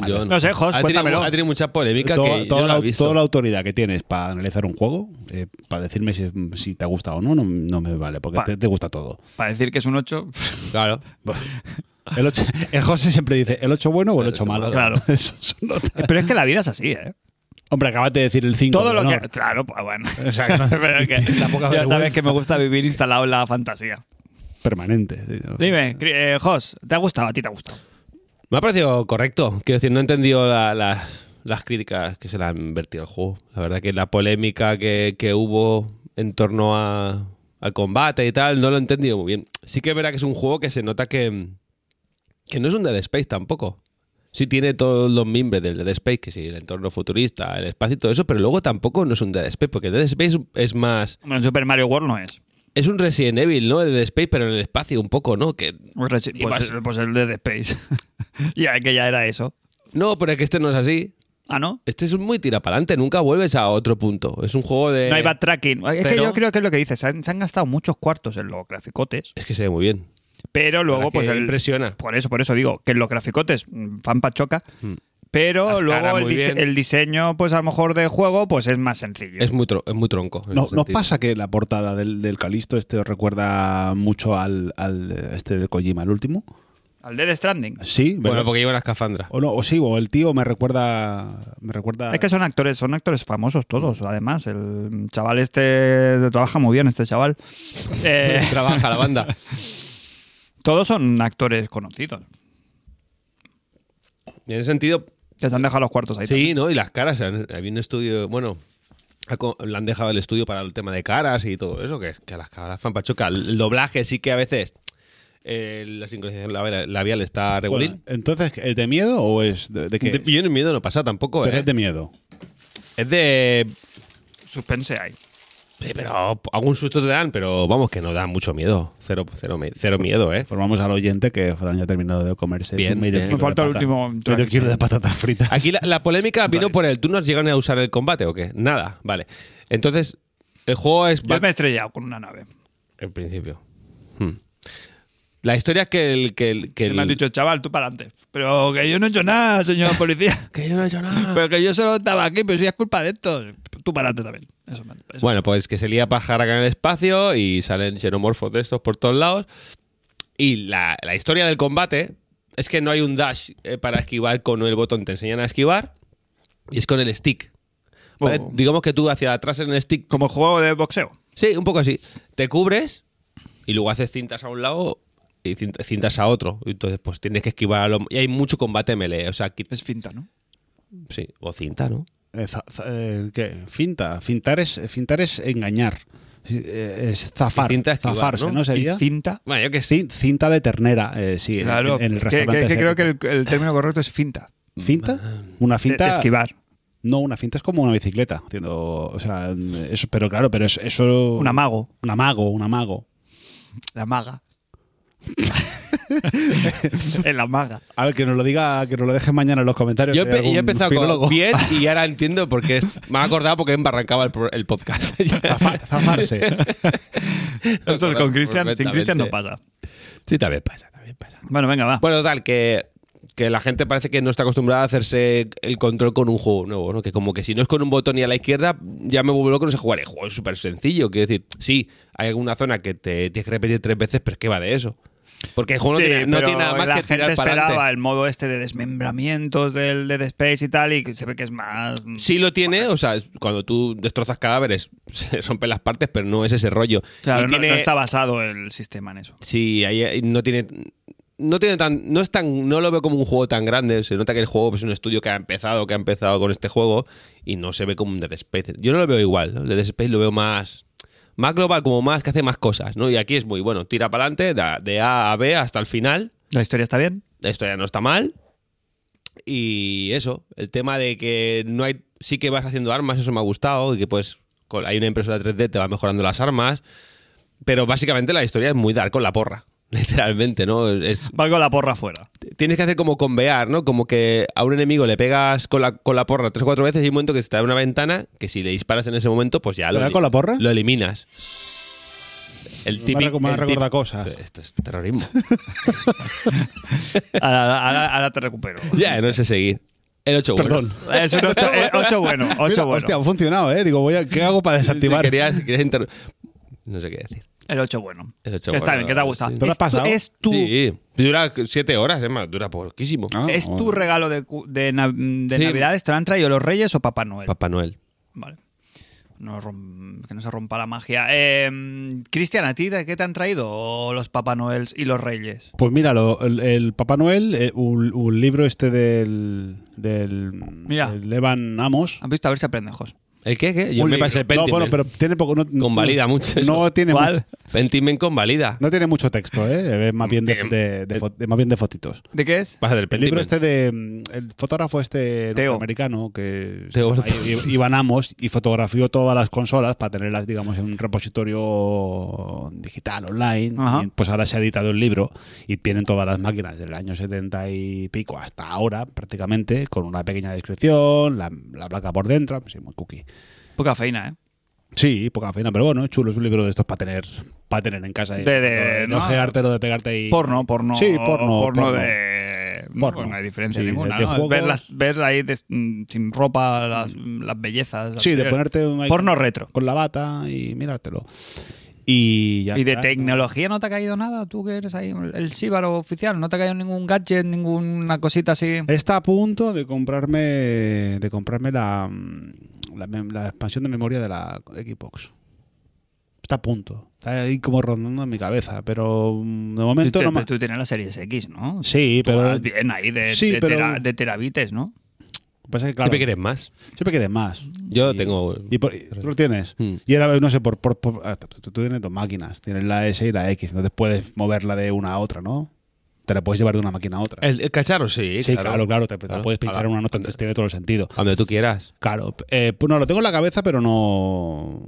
Speaker 1: Yo
Speaker 2: No sé, Jos,
Speaker 1: ha tenido,
Speaker 2: cuéntamelo.
Speaker 1: ha tenido mucha polémica
Speaker 3: Toda-
Speaker 1: que
Speaker 3: toda,
Speaker 1: yo no
Speaker 3: la,
Speaker 1: la he visto.
Speaker 3: toda la autoridad que tienes para analizar un juego, eh, para decirme si, si te ha gustado o no, no, no me vale, porque
Speaker 2: Pa-
Speaker 3: te, te gusta todo.
Speaker 2: Para decir que es un 8,
Speaker 1: Claro.
Speaker 3: El, ocho- el José siempre dice, ¿el 8 bueno o el
Speaker 1: El
Speaker 3: 8
Speaker 1: ocho
Speaker 2: malo.
Speaker 3: malo?
Speaker 2: Claro.
Speaker 3: Eso son notas.
Speaker 2: pero es que la vida es así, ¿eh?
Speaker 3: Hombre, acabas de decir el 5.
Speaker 2: Todo lo que. Claro, pues bueno.
Speaker 3: O sea, que no-
Speaker 2: Pero es que
Speaker 3: la poca
Speaker 2: ya sabes
Speaker 3: vergüenza.
Speaker 2: que me gusta vivir instalado en la fantasía.
Speaker 3: Permanente. sí, ¿no?
Speaker 2: Dime, Cri- eh, Jos, ¿te ha gustado? ¿A ti te ha gustado?
Speaker 1: Me ha parecido correcto. Quiero decir, no he entendido la- la- las críticas que se le han vertido al juego. La verdad que la polémica que, que hubo en torno a- al combate y tal, no lo he entendido muy bien. Sí que verá que es un juego que se nota que, que no es un Dead Space tampoco. Sí tiene todos los mimbres del Dead Space, que sí, el entorno futurista, el espacio y todo eso, pero luego tampoco no es un Dead Space, porque Dead Space es más...
Speaker 2: Hombre, en Super Mario World no es.
Speaker 1: Es un Resident Evil, ¿no? El Dead Space, pero en el espacio un poco, ¿no? Que
Speaker 2: Pues, Resi-
Speaker 1: Y
Speaker 2: pues-
Speaker 1: vas-
Speaker 2: pues el de Dead Space. ya que ya era eso.
Speaker 1: No, pero es que este no es así.
Speaker 2: Ah, ¿no?
Speaker 1: Este es muy tira para adelante, nunca vuelves a otro punto. Es un juego de...
Speaker 2: no hay backtracking. Es que
Speaker 1: Eh, pero-
Speaker 2: yo creo que es lo que dices. Se han, se han gastado muchos cuartos en los graficotes.
Speaker 1: Es que se ve muy bien.
Speaker 2: Pero luego,
Speaker 1: verdad
Speaker 2: pues
Speaker 1: que
Speaker 2: el-
Speaker 1: impresiona.
Speaker 2: Por eso, por eso digo, que en los graficotes, mm, fan pachoca. Pero
Speaker 1: Las
Speaker 2: luego
Speaker 1: caras
Speaker 2: el,
Speaker 1: muy
Speaker 2: dise-
Speaker 1: bien.
Speaker 2: el diseño, pues a lo mejor de juego, pues es más sencillo.
Speaker 1: Es muy, tro- es muy tronco. en
Speaker 3: No,
Speaker 1: ese
Speaker 3: ¿No os
Speaker 1: sentido.
Speaker 3: pasa que la portada del, del Calisto este os recuerda mucho al, al este de Kojima, el último?
Speaker 2: Al Dead Stranding.
Speaker 3: Sí, ¿verdad?
Speaker 1: Bueno, porque lleva una escafandra.
Speaker 3: o no, o sí, o el tío me recuerda. Me recuerda.
Speaker 2: Es que son actores, son actores famosos todos, además. El chaval este trabaja muy bien, este chaval. Eh,
Speaker 1: Trabaja la banda.
Speaker 2: todos son actores conocidos.
Speaker 1: Y en ese sentido,
Speaker 2: Que se han dejado los cuartos ahí.
Speaker 1: sí, ¿no? Y las caras. han- Había un estudio, bueno, ha co- le han dejado el estudio para el tema de caras y todo eso, que, que a las caras fan pachoca. El, el doblaje sí que a veces eh, la sincronización labial, labial está regular.
Speaker 3: Bueno, entonces, ¿es de miedo o es de, de qué?
Speaker 1: Yo no miedo no pasa tampoco,
Speaker 3: Pero
Speaker 1: ¿eh?
Speaker 3: es de miedo.
Speaker 1: Es de
Speaker 2: también. Suspense hay.
Speaker 1: Sí, pero algún susto te dan, pero vamos, que no da mucho miedo. Cero, cero, mi- cero miedo, ¿eh?
Speaker 3: Informamos al oyente que Fran ya ha terminado de comerse.
Speaker 1: Bien,
Speaker 3: su medio
Speaker 1: bien.
Speaker 3: kilo
Speaker 2: Me falta
Speaker 3: de
Speaker 2: el
Speaker 3: patata-
Speaker 2: último
Speaker 3: Medio
Speaker 2: track.
Speaker 3: kilo de patatas fritas.
Speaker 1: Aquí la, la polémica vino por el. ¿Tú no has llegado ni a usar el combate o qué? Nada, vale. Entonces, el juego es.
Speaker 2: Yo me he estrellado con una nave.
Speaker 1: En principio. Hmm. La historia es que el. Que el, que
Speaker 2: Y
Speaker 1: el-
Speaker 2: Me han dicho, chaval, tú para adelante. Pero que yo no he hecho nada, señor policía.
Speaker 1: Que yo no he hecho nada.
Speaker 2: Pero que yo solo estaba aquí, pero si es culpa de estos. Tú para adelante también. Eso, me- eso.
Speaker 1: Bueno, pues que se lía pájara acá en el espacio y salen xenomorfos de estos por todos lados. Y la, la historia del combate es que no hay un dash eh, para esquivar con el botón. Te enseñan a esquivar y es con el stick. ¿vale?
Speaker 2: Oh.
Speaker 1: Digamos que tú hacia atrás en el stick.
Speaker 2: Como juego de boxeo.
Speaker 1: Sí, un poco así. Te cubres y luego haces cintas a un lado y cin- cintas a otro. Y Entonces, pues tienes que esquivar a lo... Y hay mucho combate melee. O sea, aquí-
Speaker 2: Es finta, ¿no?
Speaker 1: sí, o cinta, ¿no?
Speaker 3: Eh, za- za- eh, ¿Qué? Finta. Fintar es, fintar es engañar. Eh, Es zafar.
Speaker 1: Y cinta esquivar,
Speaker 3: zafarse,
Speaker 1: ¿no?
Speaker 3: ¿no? Sería.
Speaker 2: Es finta.
Speaker 1: Bueno, yo que sí.
Speaker 3: Cin- Cinta de ternera, eh, sí, en-
Speaker 2: Claro,
Speaker 3: en, el
Speaker 2: que- que,
Speaker 3: restaurante.
Speaker 2: que creo que
Speaker 3: asiático.
Speaker 2: el, el término correcto es finta.
Speaker 3: ¿Finta? Una finta.
Speaker 2: De- de esquivar.
Speaker 3: No, una finta es como una bicicleta. Haciendo, o sea, eso, pero claro, pero es- eso.
Speaker 2: Un amago.
Speaker 3: Un amago, un amago.
Speaker 2: La maga. en la maga.
Speaker 3: A ver, que nos lo diga, que nos lo dejen mañana en los comentarios.
Speaker 1: Yo,
Speaker 3: de
Speaker 1: empe-
Speaker 3: algún
Speaker 1: yo he empezado
Speaker 3: filólogo.
Speaker 1: con bien y ahora entiendo por qué. es- me ha acordado porque embarrancaba el, pro- el podcast.
Speaker 3: Zafa- zafarse.
Speaker 2: Esto es con Cristian. Sin
Speaker 1: Perfectamente.
Speaker 2: Cristian no pasa.
Speaker 1: Sí, también pasa, también pasa.
Speaker 2: Bueno, venga, va.
Speaker 1: Bueno, total, que, que la gente parece que no está acostumbrada a hacerse el control con un juego nuevo, ¿no? Que como que si no es con un botón y a la izquierda, ya me vuelvo loco, no sé jugar. El juego es súper sencillo. Quiero decir, sí, hay alguna zona que te tienes que repetir tres veces, pero es que va de eso. Porque el juego
Speaker 2: Sí,
Speaker 1: no, tiene, no
Speaker 2: pero
Speaker 1: tiene nada más
Speaker 2: la
Speaker 1: que
Speaker 2: gente
Speaker 1: tirar para
Speaker 2: esperaba
Speaker 1: adelante.
Speaker 2: el modo este de desmembramientos del Dead Space y tal, y que se ve que es más.
Speaker 1: Sí lo tiene, o sea, es- cuando tú destrozas cadáveres, se rompen las partes, pero no es ese rollo.
Speaker 2: Claro,
Speaker 1: Y
Speaker 2: no-
Speaker 1: tiene-
Speaker 2: no está basado el sistema en eso.
Speaker 1: Sí, ahí ahí no tiene. No tiene tan. No es tan. No lo veo como un juego tan grande. Se nota que el juego es un estudio que ha empezado, que ha empezado con este juego. Y no se ve como un Dead Space. Yo no lo veo igual. ¿no? El Dead Space lo veo más. Más global, como más, que hace más cosas, ¿no? Y aquí es muy bueno. Tira para adelante, da- de A a B hasta el final.
Speaker 2: La historia está bien.
Speaker 1: La historia no está mal. Y eso, el tema de que no hay. Sí que vas haciendo armas, eso me ha gustado. Y que pues con- hay una impresora 3D, te va mejorando las armas. Pero básicamente la historia es muy dar con la porra. Literalmente, ¿no? Es,
Speaker 2: Valgo la porra fuera.
Speaker 1: tienes que hacer como convear, ¿no? Como que a un enemigo le pegas con la, con la porra tres o cuatro veces y hay un momento que se te abre una ventana que si le disparas en ese momento, pues ya
Speaker 3: ¿Le
Speaker 1: lo,
Speaker 3: da
Speaker 1: eli-
Speaker 3: con la porra?
Speaker 1: lo eliminas. El
Speaker 3: Me ha
Speaker 1: típico.
Speaker 3: reco- me ha
Speaker 1: el
Speaker 3: recordado
Speaker 1: típico-
Speaker 3: cosas.
Speaker 1: Esto es terrorismo.
Speaker 2: Ahora, ahora- ahora te recupero.
Speaker 1: ya, no sé seguir. El 8
Speaker 3: Perdón.
Speaker 2: Es un 8, bueno. ocho bueno.
Speaker 3: Mira, Hostia, ha funcionado, ¿eh? Digo, voy a, ¿qué hago para desactivar?
Speaker 1: Si querías- si querías interru- No sé qué decir.
Speaker 2: El 8 bueno.
Speaker 1: El ocho
Speaker 2: que está
Speaker 1: bueno,
Speaker 2: bien, que te ha gustado.
Speaker 1: sí.
Speaker 3: ¿Te lo has
Speaker 2: Es tu-
Speaker 3: pasado?
Speaker 2: Es tu,
Speaker 1: Sí, dura siete horas, es más, dura poquísimo.
Speaker 3: Ah,
Speaker 2: es
Speaker 3: bueno.
Speaker 2: tu regalo de, cu- de, na- de
Speaker 1: Sí.
Speaker 2: Navidades. ¿Te lo han traído los Reyes o Papá Noel?
Speaker 1: Papá Noel.
Speaker 2: vale. No rom- que no se rompa la magia. Eh, Cristian, ¿a ti de qué te han traído los Papá Noels y los Reyes?
Speaker 3: Pues mira, lo- el, el Papá Noel, eh, un, un libro este del, del,
Speaker 2: Mira.
Speaker 3: del Evan Amos.
Speaker 2: ¿Han visto a ver si pendejos?
Speaker 1: ¿El qué? qué? Yo
Speaker 2: Un
Speaker 1: me
Speaker 2: libro.
Speaker 1: pasé el
Speaker 3: No,
Speaker 1: Pentiment.
Speaker 3: bueno, pero tiene poco. No,
Speaker 1: ¿eh? Convalida mucho eso.
Speaker 3: No tiene,
Speaker 2: ¿Cuál?
Speaker 3: mucho,
Speaker 1: Pentiment convalida.
Speaker 3: no tiene mucho texto, ¿eh? Es más bien de,
Speaker 1: Bien.
Speaker 3: de-
Speaker 2: eh,
Speaker 3: de fo- de- más bien de fotitos.
Speaker 2: ¿De qué es?
Speaker 1: Pasa del
Speaker 3: El libro
Speaker 1: Pentiment.
Speaker 3: este de. mm, El fotógrafo este
Speaker 2: Teo.
Speaker 3: norteamericano que.
Speaker 1: Teo.
Speaker 3: ahí, I- Iván Amos y fotografió todas las consolas para tenerlas, digamos, en un repositorio digital, online.
Speaker 2: Ajá.
Speaker 3: Y, pues ahora se ha editado el libro y tienen todas las máquinas del año 70 y pico hasta ahora, prácticamente, con una pequeña descripción, la, la placa por dentro, sí, muy cookie.
Speaker 2: Poca feina, ¿eh?
Speaker 3: Sí, poca feina, pero bueno, es chulo, es un libro de estos para tener, para tener en casa. y-
Speaker 2: De- de-
Speaker 3: no,
Speaker 2: no.
Speaker 3: ojeártelo, de pegarte y.
Speaker 2: Porno, porno.
Speaker 3: Sí, porno, porno.
Speaker 2: de. no,
Speaker 3: Porno.
Speaker 2: pues No hay diferencia
Speaker 3: Sí, de-
Speaker 2: ninguna.
Speaker 3: de
Speaker 2: ¿no?
Speaker 3: juegos.
Speaker 2: Ver, las- ver ahí des- mm, sin ropa las, las bellezas. las
Speaker 3: Sí, de
Speaker 2: mujeres.
Speaker 3: ponerte un-
Speaker 2: Porno retro.
Speaker 3: con la bata y mirártelo. Y ya
Speaker 2: ¿Y de
Speaker 3: está, ¿no?
Speaker 2: tecnología no te ha caído nada? ¿Tú que eres ahí el síbaro oficial? ¿No te ha caído ningún gadget, ninguna cosita así?
Speaker 3: Está a punto de comprarme de comprarme la, mm, la, mem- la expansión de memoria de la Xbox. Está a punto. Está ahí como rondando en mi cabeza, pero mm, de
Speaker 2: Tú,
Speaker 3: momento
Speaker 2: te- pues
Speaker 3: no me...
Speaker 2: tú tienes la Series X, ¿no?
Speaker 3: Sí,
Speaker 2: Tú
Speaker 3: pero
Speaker 2: vas bien ahí de,
Speaker 3: Sí,
Speaker 2: de
Speaker 3: pero-
Speaker 2: tera- de terabites, ¿no?
Speaker 3: pasa que, claro,
Speaker 1: Siempre
Speaker 3: siempre
Speaker 1: quieres más.
Speaker 3: quieres más.
Speaker 1: Yo
Speaker 3: Y-
Speaker 1: tengo.
Speaker 3: Y por- y tú lo tienes.
Speaker 1: Hmm.
Speaker 3: Y ahora, no sé, por, por, por- ah, tú tú tienes dos máquinas. Tienes la S y la X. Entonces puedes moverla de una a otra, ¿no? Te la puedes llevar de una máquina a otra.
Speaker 1: El, el cacharro, sí.
Speaker 3: Sí, claro, claro, te, te
Speaker 1: Claro.
Speaker 3: puedes pinchar
Speaker 1: Ahora,
Speaker 3: en una nota, entonces tiene todo el sentido.
Speaker 1: A donde tú quieras.
Speaker 3: Claro, eh, pues no, lo tengo en la cabeza, pero no.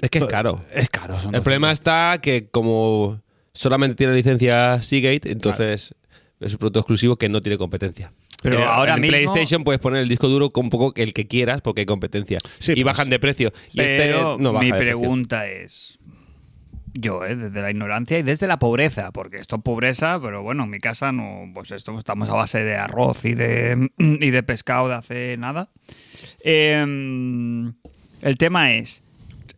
Speaker 1: Es que es caro.
Speaker 3: Es caro. son
Speaker 1: El
Speaker 3: dos-
Speaker 1: problema está que, como solamente tiene licencia Seagate, entonces es un producto exclusivo que no tiene competencia.
Speaker 2: Pero
Speaker 1: Eh,
Speaker 2: ahora
Speaker 1: en
Speaker 2: mismo-
Speaker 1: PlayStation puedes poner el disco duro con un poco el que quieras porque hay competencia.
Speaker 3: Sí, pues.
Speaker 1: y
Speaker 3: pero-
Speaker 1: bajan de precio. Y
Speaker 2: Pero
Speaker 1: este no baja
Speaker 2: mi
Speaker 1: de precio.
Speaker 2: pregunta es, yo, eh, desde la ignorancia y desde la pobreza, porque esto es pobreza, pero bueno, en mi casa no, pues esto estamos a base de arroz y de, y de pescado de hace nada. Eh, el tema es,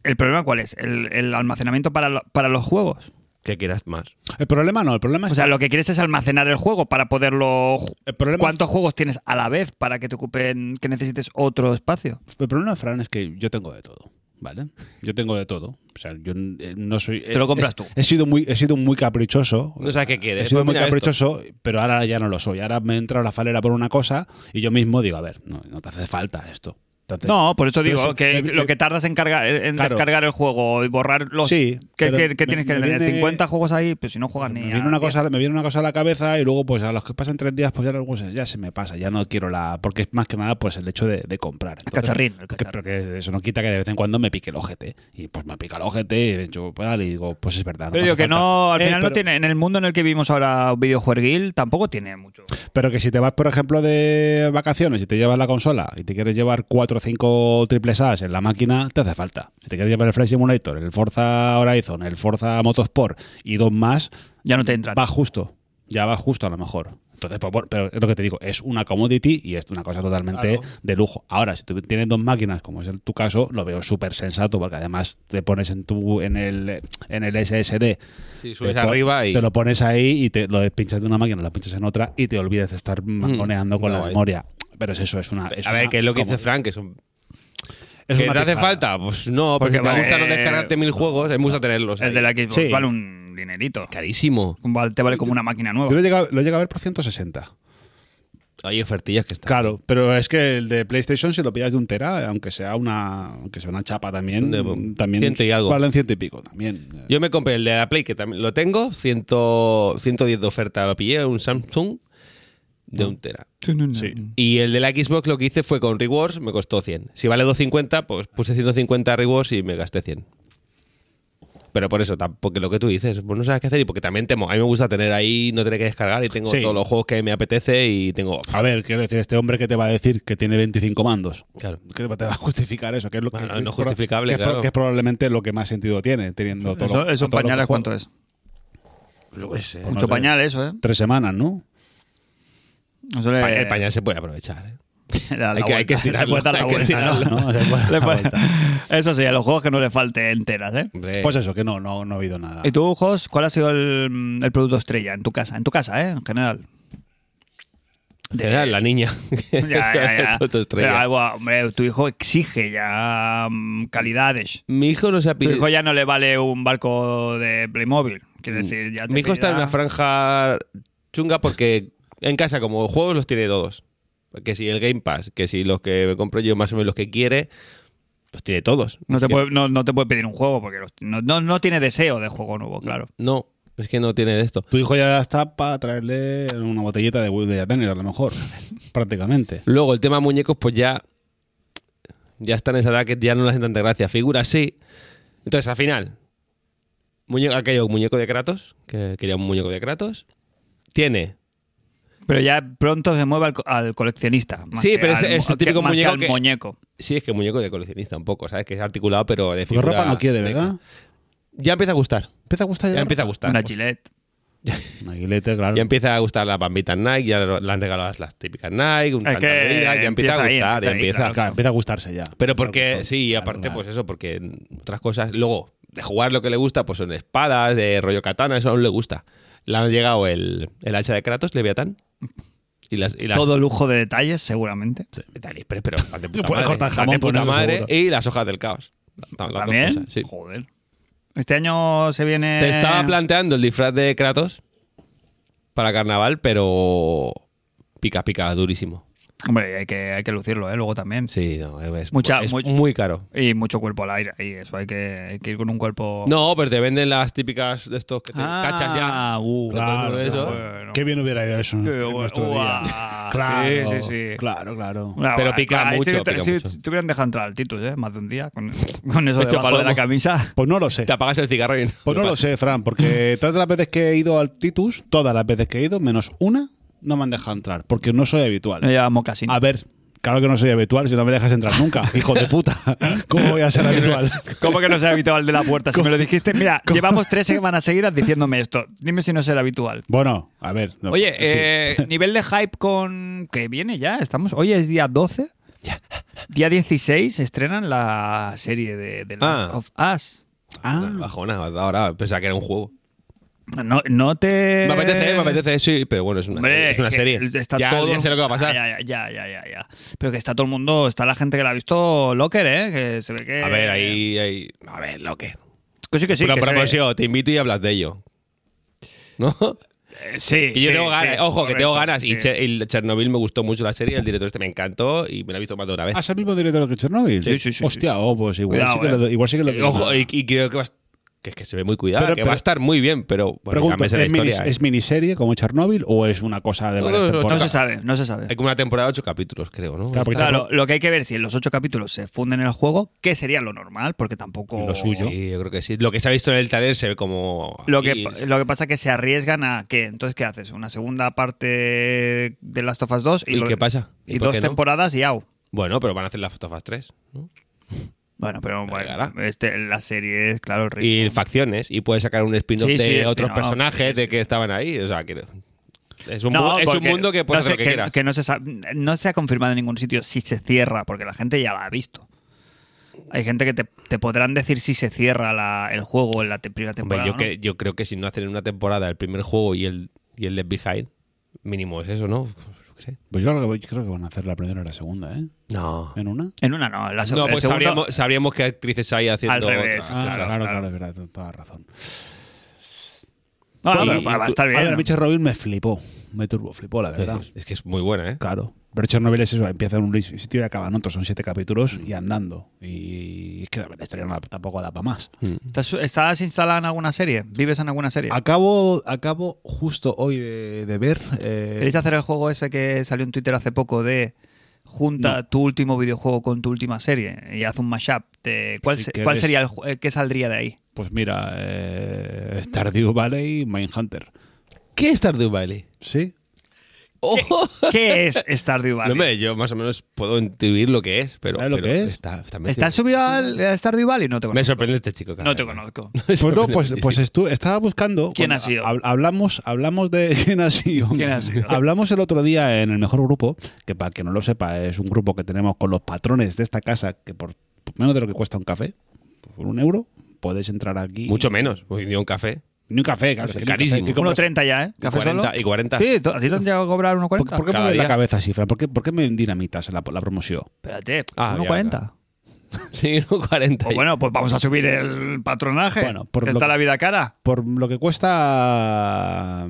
Speaker 2: ¿el problema cuál es? ¿El, el almacenamiento para, lo- para los juegos?
Speaker 1: Que quieras más.
Speaker 3: El problema no, el problema es.
Speaker 2: O sea, lo que quieres es almacenar el juego para poderlo... ju-
Speaker 3: el problema,
Speaker 2: ¿Cuántos juegos tienes a la vez para que te ocupen, que necesites otro espacio?
Speaker 3: el problema, Fran, es que yo tengo de todo. ¿Vale? Yo tengo de todo. O sea, yo eh, no soy.
Speaker 2: Te lo compras
Speaker 3: he-
Speaker 2: tú.
Speaker 3: He sido muy, he sido muy caprichoso.
Speaker 1: No sabes qué quieres.
Speaker 3: He sido
Speaker 1: Pues
Speaker 3: muy
Speaker 1: mira esto.
Speaker 3: caprichoso, pero ahora ya no lo soy. Ahora me entra la falera por una cosa y yo mismo digo, a ver, no, no te hace falta esto. Entonces-
Speaker 2: No, por eso digo
Speaker 3: Este. Pero sí,
Speaker 2: que
Speaker 3: me-
Speaker 2: lo que tardas en, cargar, en
Speaker 3: Claro.
Speaker 2: descargar el juego y borrar los.
Speaker 3: Sí,
Speaker 2: ¿Qué,
Speaker 3: pero
Speaker 2: qué- qué
Speaker 3: me-
Speaker 2: tienes que
Speaker 3: me
Speaker 2: tener?
Speaker 3: viene-
Speaker 2: ¿50 juegos ahí? Pues si no juegas
Speaker 3: me
Speaker 2: ni.
Speaker 3: viene
Speaker 2: a
Speaker 3: una
Speaker 2: 10.
Speaker 3: cosa me viene una cosa a la cabeza y luego pues a los que pasan tres días pues ya, luego se- ya se me pasa ya no quiero la porque es más que nada pues el hecho de, de comprar Entonces,
Speaker 2: cacharrín, el
Speaker 3: que-
Speaker 2: cacharrín.
Speaker 3: pero que eso no quita que de vez en cuando me pique el ojete y pues me pica el ojete y yo pues dale, y digo pues es verdad no
Speaker 2: Pero
Speaker 3: me
Speaker 2: digo
Speaker 3: hace
Speaker 2: que
Speaker 3: falta.
Speaker 2: no, al
Speaker 3: Eh,
Speaker 2: final no
Speaker 3: pero-
Speaker 2: tiene. En el mundo en el que vivimos ahora, videojueguil, tampoco tiene mucho.
Speaker 3: pero que si te vas por ejemplo de vacaciones y te llevas la consola y te quieres llevar cuatro o cinco triples A's en la máquina te hace falta si te quieres llevar el Flight Simulator el Forza Horizon el Forza Motorsport y dos más
Speaker 2: Ya no te entran.
Speaker 3: va justo. Ya va justo a lo mejor. Entonces, pues, bueno, pero es lo que te digo, es una commodity y es una cosa totalmente
Speaker 1: Claro.
Speaker 3: de lujo. Ahora, si tú tienes dos máquinas, como es el, tu caso, lo veo súper sensato, porque además te pones en tu en el, en el SSD,
Speaker 1: Sí, subes
Speaker 3: te, pon-
Speaker 1: arriba y.
Speaker 3: te lo pones ahí y te lo despinchas de una máquina, lo pinchas en otra y te olvidas de estar mangoneando con la
Speaker 1: guay.
Speaker 3: memoria. Pero es eso, es una.
Speaker 1: Mm. a ver, ¿qué es lo que dice Frank? Que, son- ¿Que te hace falta? Pues no, porque
Speaker 2: Porque
Speaker 1: te
Speaker 2: vale,
Speaker 1: gusta no
Speaker 2: eh,
Speaker 1: descargarte mil juegos, me gusta tenerlos.
Speaker 2: el
Speaker 1: ahí.
Speaker 2: de la Xbox
Speaker 3: Sí.
Speaker 2: vale un dinerito.
Speaker 1: Carísimo.
Speaker 2: Vale- Te vale como una máquina
Speaker 3: Yo lo
Speaker 2: nueva.
Speaker 3: he llegado, lo he llegado a ver por 160.
Speaker 1: Hay ofertillas que están.
Speaker 3: Claro, pero es que el de PlayStation, si lo pillas de un tera, aunque sea una, aunque sea una chapa también,
Speaker 1: De-
Speaker 3: también
Speaker 1: ciento y algo.
Speaker 3: valen ciento y pico también.
Speaker 1: Yo me compré el de la Play, que también lo tengo, 100 110 de oferta. Lo pillé, un Samsung de un tera.
Speaker 3: Sí.
Speaker 1: Y el de la Xbox lo que hice fue con rewards, me costó 100. Si vale 250, pues puse 150 rewards y me gasté 100. Pero por eso, tam- porque lo que tú dices, pues no sabes qué hacer y porque también temo. A mí me gusta tener ahí, no tener que descargar y tengo
Speaker 3: Sí.
Speaker 1: todos los juegos que me apetece y tengo. ah,
Speaker 3: A ver, quiero decir, este hombre que te va a decir que tiene 25 mandos.
Speaker 1: Claro.
Speaker 3: ¿Qué te va a justificar eso? Que es lo que-
Speaker 1: Bueno, no
Speaker 3: que es
Speaker 1: justificable,
Speaker 3: que es pro-
Speaker 1: claro.
Speaker 3: Que es probablemente lo que más sentido tiene, teniendo todo
Speaker 2: Eso, eso
Speaker 3: lo-
Speaker 2: en
Speaker 3: todo lo que
Speaker 2: pañales,
Speaker 3: juego.
Speaker 2: ¿cuánto es?
Speaker 3: Pues no
Speaker 2: Mucho
Speaker 3: sé,
Speaker 2: pañal, eso, ¿eh?
Speaker 3: Tres semanas, ¿no?
Speaker 2: Eso le-
Speaker 1: Pa- El pañal se puede aprovechar. ¿eh? hay
Speaker 2: le da la
Speaker 1: que- hay que
Speaker 2: vuelta, le
Speaker 1: estirarlo,
Speaker 2: puedes dar la
Speaker 1: hay que
Speaker 2: vuelta, ¿no?
Speaker 1: estirarlo,
Speaker 3: ¿no? O sea, le puedes dar
Speaker 2: Le
Speaker 3: la
Speaker 2: puedes-
Speaker 3: vuelta.
Speaker 2: Eso sí, a los juegos que no le falte enteras, ¿eh?
Speaker 1: Hombre,
Speaker 3: Pues eso, que no, no, no ha habido nada.
Speaker 1: Ah.
Speaker 2: ¿Y tú, Jos, cuál ha sido el, el producto estrella en tu casa? En tu casa, ¿eh? En general. de-
Speaker 1: Era la niña.
Speaker 2: Ya, ya, ya.
Speaker 1: Todo estrella.
Speaker 2: Pero algo, hombre, tu hijo exige ya mm, calidades.
Speaker 1: Mi hijo no se ha
Speaker 2: Tu
Speaker 1: pedido.
Speaker 2: hijo ya no le vale un barco de Playmobil. Quiero decir, ya te ah,
Speaker 1: Mi hijo está en
Speaker 2: pedirá-
Speaker 1: una franja chunga porque en casa, como juegos, los tiene todos. Que si el Game Pass, que si los que me compro yo, más o menos los que quiere, los tiene todos.
Speaker 2: No te,
Speaker 1: Es que
Speaker 2: puede, no, no te puede pedir un juego porque los- no, no, no tiene deseo de juego nuevo, claro.
Speaker 1: No, es que no tiene de esto.
Speaker 3: Tu hijo ya está para traerle una botellita de Will de Atenas, a lo mejor. prácticamente.
Speaker 1: Luego, el tema muñecos, pues ya. Ya está en esa edad que ya no le hacen tanta gracia. Figuras sí. Entonces, al final. Muñeco, aquello, muñeco de Kratos. Que quería un muñeco de Kratos. Tiene.
Speaker 2: Pero ya pronto se mueve al, co- al coleccionista. más
Speaker 1: Sí,
Speaker 2: que
Speaker 1: pero es-
Speaker 2: al
Speaker 1: es
Speaker 2: mo-
Speaker 1: el típico
Speaker 2: que- más que
Speaker 1: muñeco
Speaker 2: al
Speaker 1: que-
Speaker 2: muñeco.
Speaker 1: Sí, es que muñeco de coleccionista un poco, ¿sabes? Que es articulado, pero de
Speaker 3: Porque
Speaker 1: figura.
Speaker 3: ropa no quiere,
Speaker 1: de-
Speaker 3: ¿verdad?
Speaker 1: Ya empieza a gustar.
Speaker 3: Empieza a gustar
Speaker 1: Ya
Speaker 3: la
Speaker 1: empieza a gustar.
Speaker 2: Una chileta.
Speaker 3: ropa. Una guilete, claro.
Speaker 1: Ya empieza a gustar las bambitas Nike, ya le han regalado las- las típicas Nike, un
Speaker 2: Es que
Speaker 1: Cantabria, ya empieza,
Speaker 2: empieza
Speaker 1: a
Speaker 2: ahí,
Speaker 1: gustar, ya
Speaker 2: empieza ahí,
Speaker 1: empieza.
Speaker 2: claro.
Speaker 3: Claro, empieza a gustarse ya.
Speaker 1: Pero
Speaker 3: Empieza a
Speaker 1: porque,
Speaker 3: gustar.
Speaker 1: sí,
Speaker 3: Claro,
Speaker 1: aparte,
Speaker 3: claro.
Speaker 1: pues eso, porque otras cosas. Luego, de jugar lo que le gusta, pues son espadas, de rollo katana, eso aún le gusta. Le han llegado el, el hacha de Kratos, Leviatán. Y las, y las
Speaker 2: Todo lujo de detalles, seguramente.
Speaker 1: de AliExpress, pero las de puta
Speaker 3: Puedes
Speaker 1: madre,
Speaker 3: cortar
Speaker 1: las
Speaker 3: jamón,
Speaker 1: de puta
Speaker 3: ponerlo
Speaker 1: madre
Speaker 3: seguro.
Speaker 1: y las hojas del caos. Las dos
Speaker 2: También.
Speaker 1: cosas, sí.
Speaker 2: Joder. Este año se viene.
Speaker 1: Se estaba planteando el disfraz de Kratos para carnaval, pero pica, pica durísimo.
Speaker 2: Hombre, hay que, hay que lucirlo, ¿eh? Luego también.
Speaker 1: Sí, no, es,
Speaker 2: Mucha-
Speaker 1: es
Speaker 2: muy-
Speaker 1: muy caro.
Speaker 2: Y mucho cuerpo al aire. Y eso hay que, hay que ir con un cuerpo.
Speaker 1: No, pero te venden las típicas de estos que te
Speaker 2: Ah,
Speaker 1: cachas ya.
Speaker 2: uh,
Speaker 1: todo
Speaker 3: Claro,
Speaker 1: eso. ¿eh?
Speaker 3: claro. Qué bien hubiera ido eso en
Speaker 2: Qué
Speaker 3: nuestro
Speaker 2: bueno.
Speaker 3: día.
Speaker 2: Uah.
Speaker 3: Claro,
Speaker 2: Sí, sí, sí.
Speaker 3: claro, claro.
Speaker 2: Claro,
Speaker 1: Pero pica
Speaker 2: claro, ahí
Speaker 1: mucho,
Speaker 2: sí que te-
Speaker 1: pica
Speaker 2: sí,
Speaker 1: mucho.
Speaker 2: Si te hubieran dejado entrar al Titus, ¿eh? Más de un día. Con, con eso
Speaker 1: Hecho
Speaker 2: debajo de
Speaker 1: palomo.
Speaker 2: la camisa.
Speaker 3: Pues no lo sé.
Speaker 1: Te apagas el cigarro y
Speaker 3: Pues no lo sé, Fran,
Speaker 2: Mm.
Speaker 3: porque todas las veces que he ido al Titus, todas las veces que he ido, menos una, no me han dejado entrar, porque no soy
Speaker 2: No
Speaker 3: habitual.
Speaker 2: llevamos casi.
Speaker 3: A ver, claro que no soy habitual, si no me dejas entrar nunca, hijo de puta. ¿Cómo voy a ser habitual?
Speaker 2: ¿Cómo que no sea habitual de la puerta? Si me lo dijiste, mira, llevamos tres semanas seguidas diciéndome esto. Dime si no será habitual.
Speaker 3: Bueno, a ver. no,
Speaker 2: Oye,
Speaker 3: en fin.
Speaker 2: eh, nivel de hype con. que viene ya, estamos. Hoy es día 12. Día 16 estrenan la serie de The Last
Speaker 1: Ah.
Speaker 2: of Us.
Speaker 3: Ah,
Speaker 1: Bajona, ahora pensaba que era un juego.
Speaker 2: No, no te.
Speaker 1: Me apetece, me apetece, sí, pero bueno, es una,
Speaker 2: Eh. Hombre,
Speaker 1: es una
Speaker 2: que
Speaker 1: serie.
Speaker 2: Está
Speaker 1: ya,
Speaker 2: todo...
Speaker 1: ya sé lo que va a pasar.
Speaker 2: Ya, ya, ya, ya, ya. Pero que está todo el mundo, está la gente que la ha visto Locker, ¿eh? Que se ve que.
Speaker 1: A ver, ahí, ahí. A ver, lo que.
Speaker 2: Que sí, que sí.
Speaker 1: Pro-
Speaker 2: que se ve.
Speaker 1: promoción, te invito y hablas de ello. ¿No?
Speaker 2: Eh, Sí.
Speaker 1: Y yo
Speaker 2: sí,
Speaker 1: tengo ganas,
Speaker 2: sí,
Speaker 1: ojo, que tengo
Speaker 2: correcto,
Speaker 1: ganas. Y
Speaker 2: sí.
Speaker 1: Che- y Chernobyl me gustó mucho la serie, el director este me encantó y me la he visto más de una vez.
Speaker 3: ¿ah, ¿es el mismo director que Chernobyl?
Speaker 2: Sí, sí, sí,
Speaker 3: Hostia, oh, pues igual
Speaker 2: Cuidado, eh.
Speaker 3: sí que lo, igual sí que lo-
Speaker 1: Y Eh, Ojo, y, y creo que, va a est- que es que se ve muy cuidada,
Speaker 3: Pero-
Speaker 1: que
Speaker 3: pero-
Speaker 1: va a estar muy bien, pero bueno,
Speaker 3: Pregunto,
Speaker 1: también
Speaker 3: ¿es,
Speaker 1: sé la
Speaker 3: mini-
Speaker 1: historia. ¿eh?
Speaker 3: es miniserie como Chernobyl o es una cosa de
Speaker 1: No,
Speaker 3: varias
Speaker 1: no, no,
Speaker 2: No
Speaker 3: temporadas?
Speaker 2: se sabe, no se sabe.
Speaker 1: Hay como una temporada de ocho capítulos, creo, ¿no?
Speaker 3: Claro, porque
Speaker 2: Claro, lo que hay que ver si en los ocho capítulos se funden en el juego, que sería lo normal, porque tampoco.
Speaker 3: Lo suyo.
Speaker 1: Sí, yo creo que sí. Lo que se ha visto en el taller se ve como.
Speaker 2: Lo que,
Speaker 1: y-
Speaker 2: lo que pasa es que se arriesgan a que entonces qué haces una segunda parte de Last of Us 2 y,
Speaker 1: ¿Y
Speaker 2: lo-
Speaker 1: qué pasa?
Speaker 2: y
Speaker 1: ¿Y por
Speaker 2: dos
Speaker 1: qué no?
Speaker 2: temporadas y au
Speaker 1: Bueno, pero van a hacer la Fotofast 3. ¿no?
Speaker 2: bueno pero bueno,
Speaker 1: llegará.
Speaker 2: este, la serie es claro el ritmo
Speaker 1: Y facciones. Y puedes sacar un spin-off
Speaker 2: Sí,
Speaker 1: de
Speaker 2: sí,
Speaker 1: otros
Speaker 2: spin-off,
Speaker 1: personajes
Speaker 2: sí,
Speaker 1: de que estaban ahí. O sea, que. Es un,
Speaker 2: No,
Speaker 1: mu- es un
Speaker 2: porque-
Speaker 1: mundo que puedes
Speaker 2: no sé,
Speaker 1: hacer lo que, quieras.
Speaker 2: no, se sa- no se ha confirmado en ningún sitio si se cierra, porque la gente ya la ha visto. Hay gente que te, te podrán decir si se cierra la- el juego en la te- primera
Speaker 1: Hombre,
Speaker 2: temporada.
Speaker 1: yo,
Speaker 2: ¿no?
Speaker 1: que- yo creo que si no hacen en una temporada el primer juego y el, y el Left Behind, mínimo es eso, ¿no? Yo qué sé.
Speaker 3: Pues yo creo que, yo creo que van a hacer la primera y la segunda, ¿eh?
Speaker 1: No.
Speaker 3: ¿En una?
Speaker 2: En una no, en la
Speaker 1: No,
Speaker 2: segunda.
Speaker 1: pues sabríamos, sabríamos qué actrices hay haciendo.
Speaker 2: Al revés,
Speaker 1: otra.
Speaker 3: Ah,
Speaker 2: claro,
Speaker 3: claro, claro,
Speaker 2: claro.
Speaker 3: es verdad, t- toda razón.
Speaker 2: No, no,
Speaker 1: Y-
Speaker 2: Ah, pero va a estar bien.
Speaker 3: A ver,
Speaker 2: ¿no?
Speaker 3: a mí Chernobyl me flipó, me turbo flipó, la verdad.
Speaker 1: Es que es muy buena, ¿eh?
Speaker 3: Claro. Pero Chernobyl es eso, empieza en un sitio y acaba en otro, son siete capítulos y andando. Y es que la historia no- tampoco da para más.
Speaker 2: ¿Estás, estás instalada en alguna serie? ¿Vives en alguna
Speaker 1: Ah, eh.
Speaker 2: serie?
Speaker 3: Acabo, acabo justo hoy de, de ver. eh,
Speaker 2: ¿Queréis hacer el juego ese que salió en Twitter hace poco de junta tu último videojuego con tu última serie y haz un mashup? De, ¿Cuál,
Speaker 3: Si
Speaker 2: se-
Speaker 3: quieres.
Speaker 2: cuál sería el ju- eh, qué saldría de ahí?
Speaker 3: pues mira, eh, Stardew Valley y Mindhunter.
Speaker 1: ¿Qué es Stardew Valley?
Speaker 3: Sí.
Speaker 1: Ojo.
Speaker 2: ¿Qué es Stardew Valley?
Speaker 1: No, Oh, hombre, yo más o menos puedo intuir lo que es, pero,
Speaker 3: ¿Sabes lo
Speaker 1: pero
Speaker 3: que es?
Speaker 1: está, está metido.
Speaker 2: ¿Estás subido al a Stardew Valley? No te
Speaker 1: Me
Speaker 2: conozco.
Speaker 1: sorprende este chico. cada
Speaker 2: No
Speaker 1: vez
Speaker 2: te
Speaker 1: más.
Speaker 2: conozco.
Speaker 1: Me
Speaker 3: Pues no,
Speaker 1: sorprende
Speaker 3: pues,
Speaker 1: este
Speaker 3: pues
Speaker 1: chico.
Speaker 3: estu- estaba buscando.
Speaker 2: ¿Quién
Speaker 3: cuando
Speaker 2: ha sido?
Speaker 3: hab- Hablamos, hablamos de quién ha sido.
Speaker 2: ¿Quién ha sido?
Speaker 3: Hablamos el otro día en el mejor grupo, que para el que no lo sepa, es un grupo que tenemos con los patrones de esta casa, que por menos de lo que cuesta un café, por un euro, podéis entrar aquí.
Speaker 1: Mucho menos. Hoy día un café.
Speaker 3: Ni un café, claro.
Speaker 1: Es
Speaker 3: que ni un
Speaker 1: carísimo.
Speaker 3: café, que compras-
Speaker 2: 1.30 ya, ¿eh?
Speaker 1: Y
Speaker 2: ¿Café
Speaker 1: 40,
Speaker 2: solo?
Speaker 1: y 40.
Speaker 2: Sí, ¿tú- ¿a ti te han llegado a cobrar
Speaker 3: ¿Por,
Speaker 2: 1.40?
Speaker 3: por qué me
Speaker 1: Cada
Speaker 3: duele la
Speaker 1: día.
Speaker 3: cabeza así, Fran? ¿Por qué, por qué me dinamitas la, la promoción?
Speaker 2: Espérate,
Speaker 1: Ah, ya,
Speaker 2: 1.40.
Speaker 1: Sí, no, 40.
Speaker 2: Pues bueno, pues vamos a subir el patronaje.
Speaker 3: Bueno, por
Speaker 2: que
Speaker 3: lo
Speaker 2: está
Speaker 3: que-
Speaker 2: la vida cara.
Speaker 3: Por lo que cuesta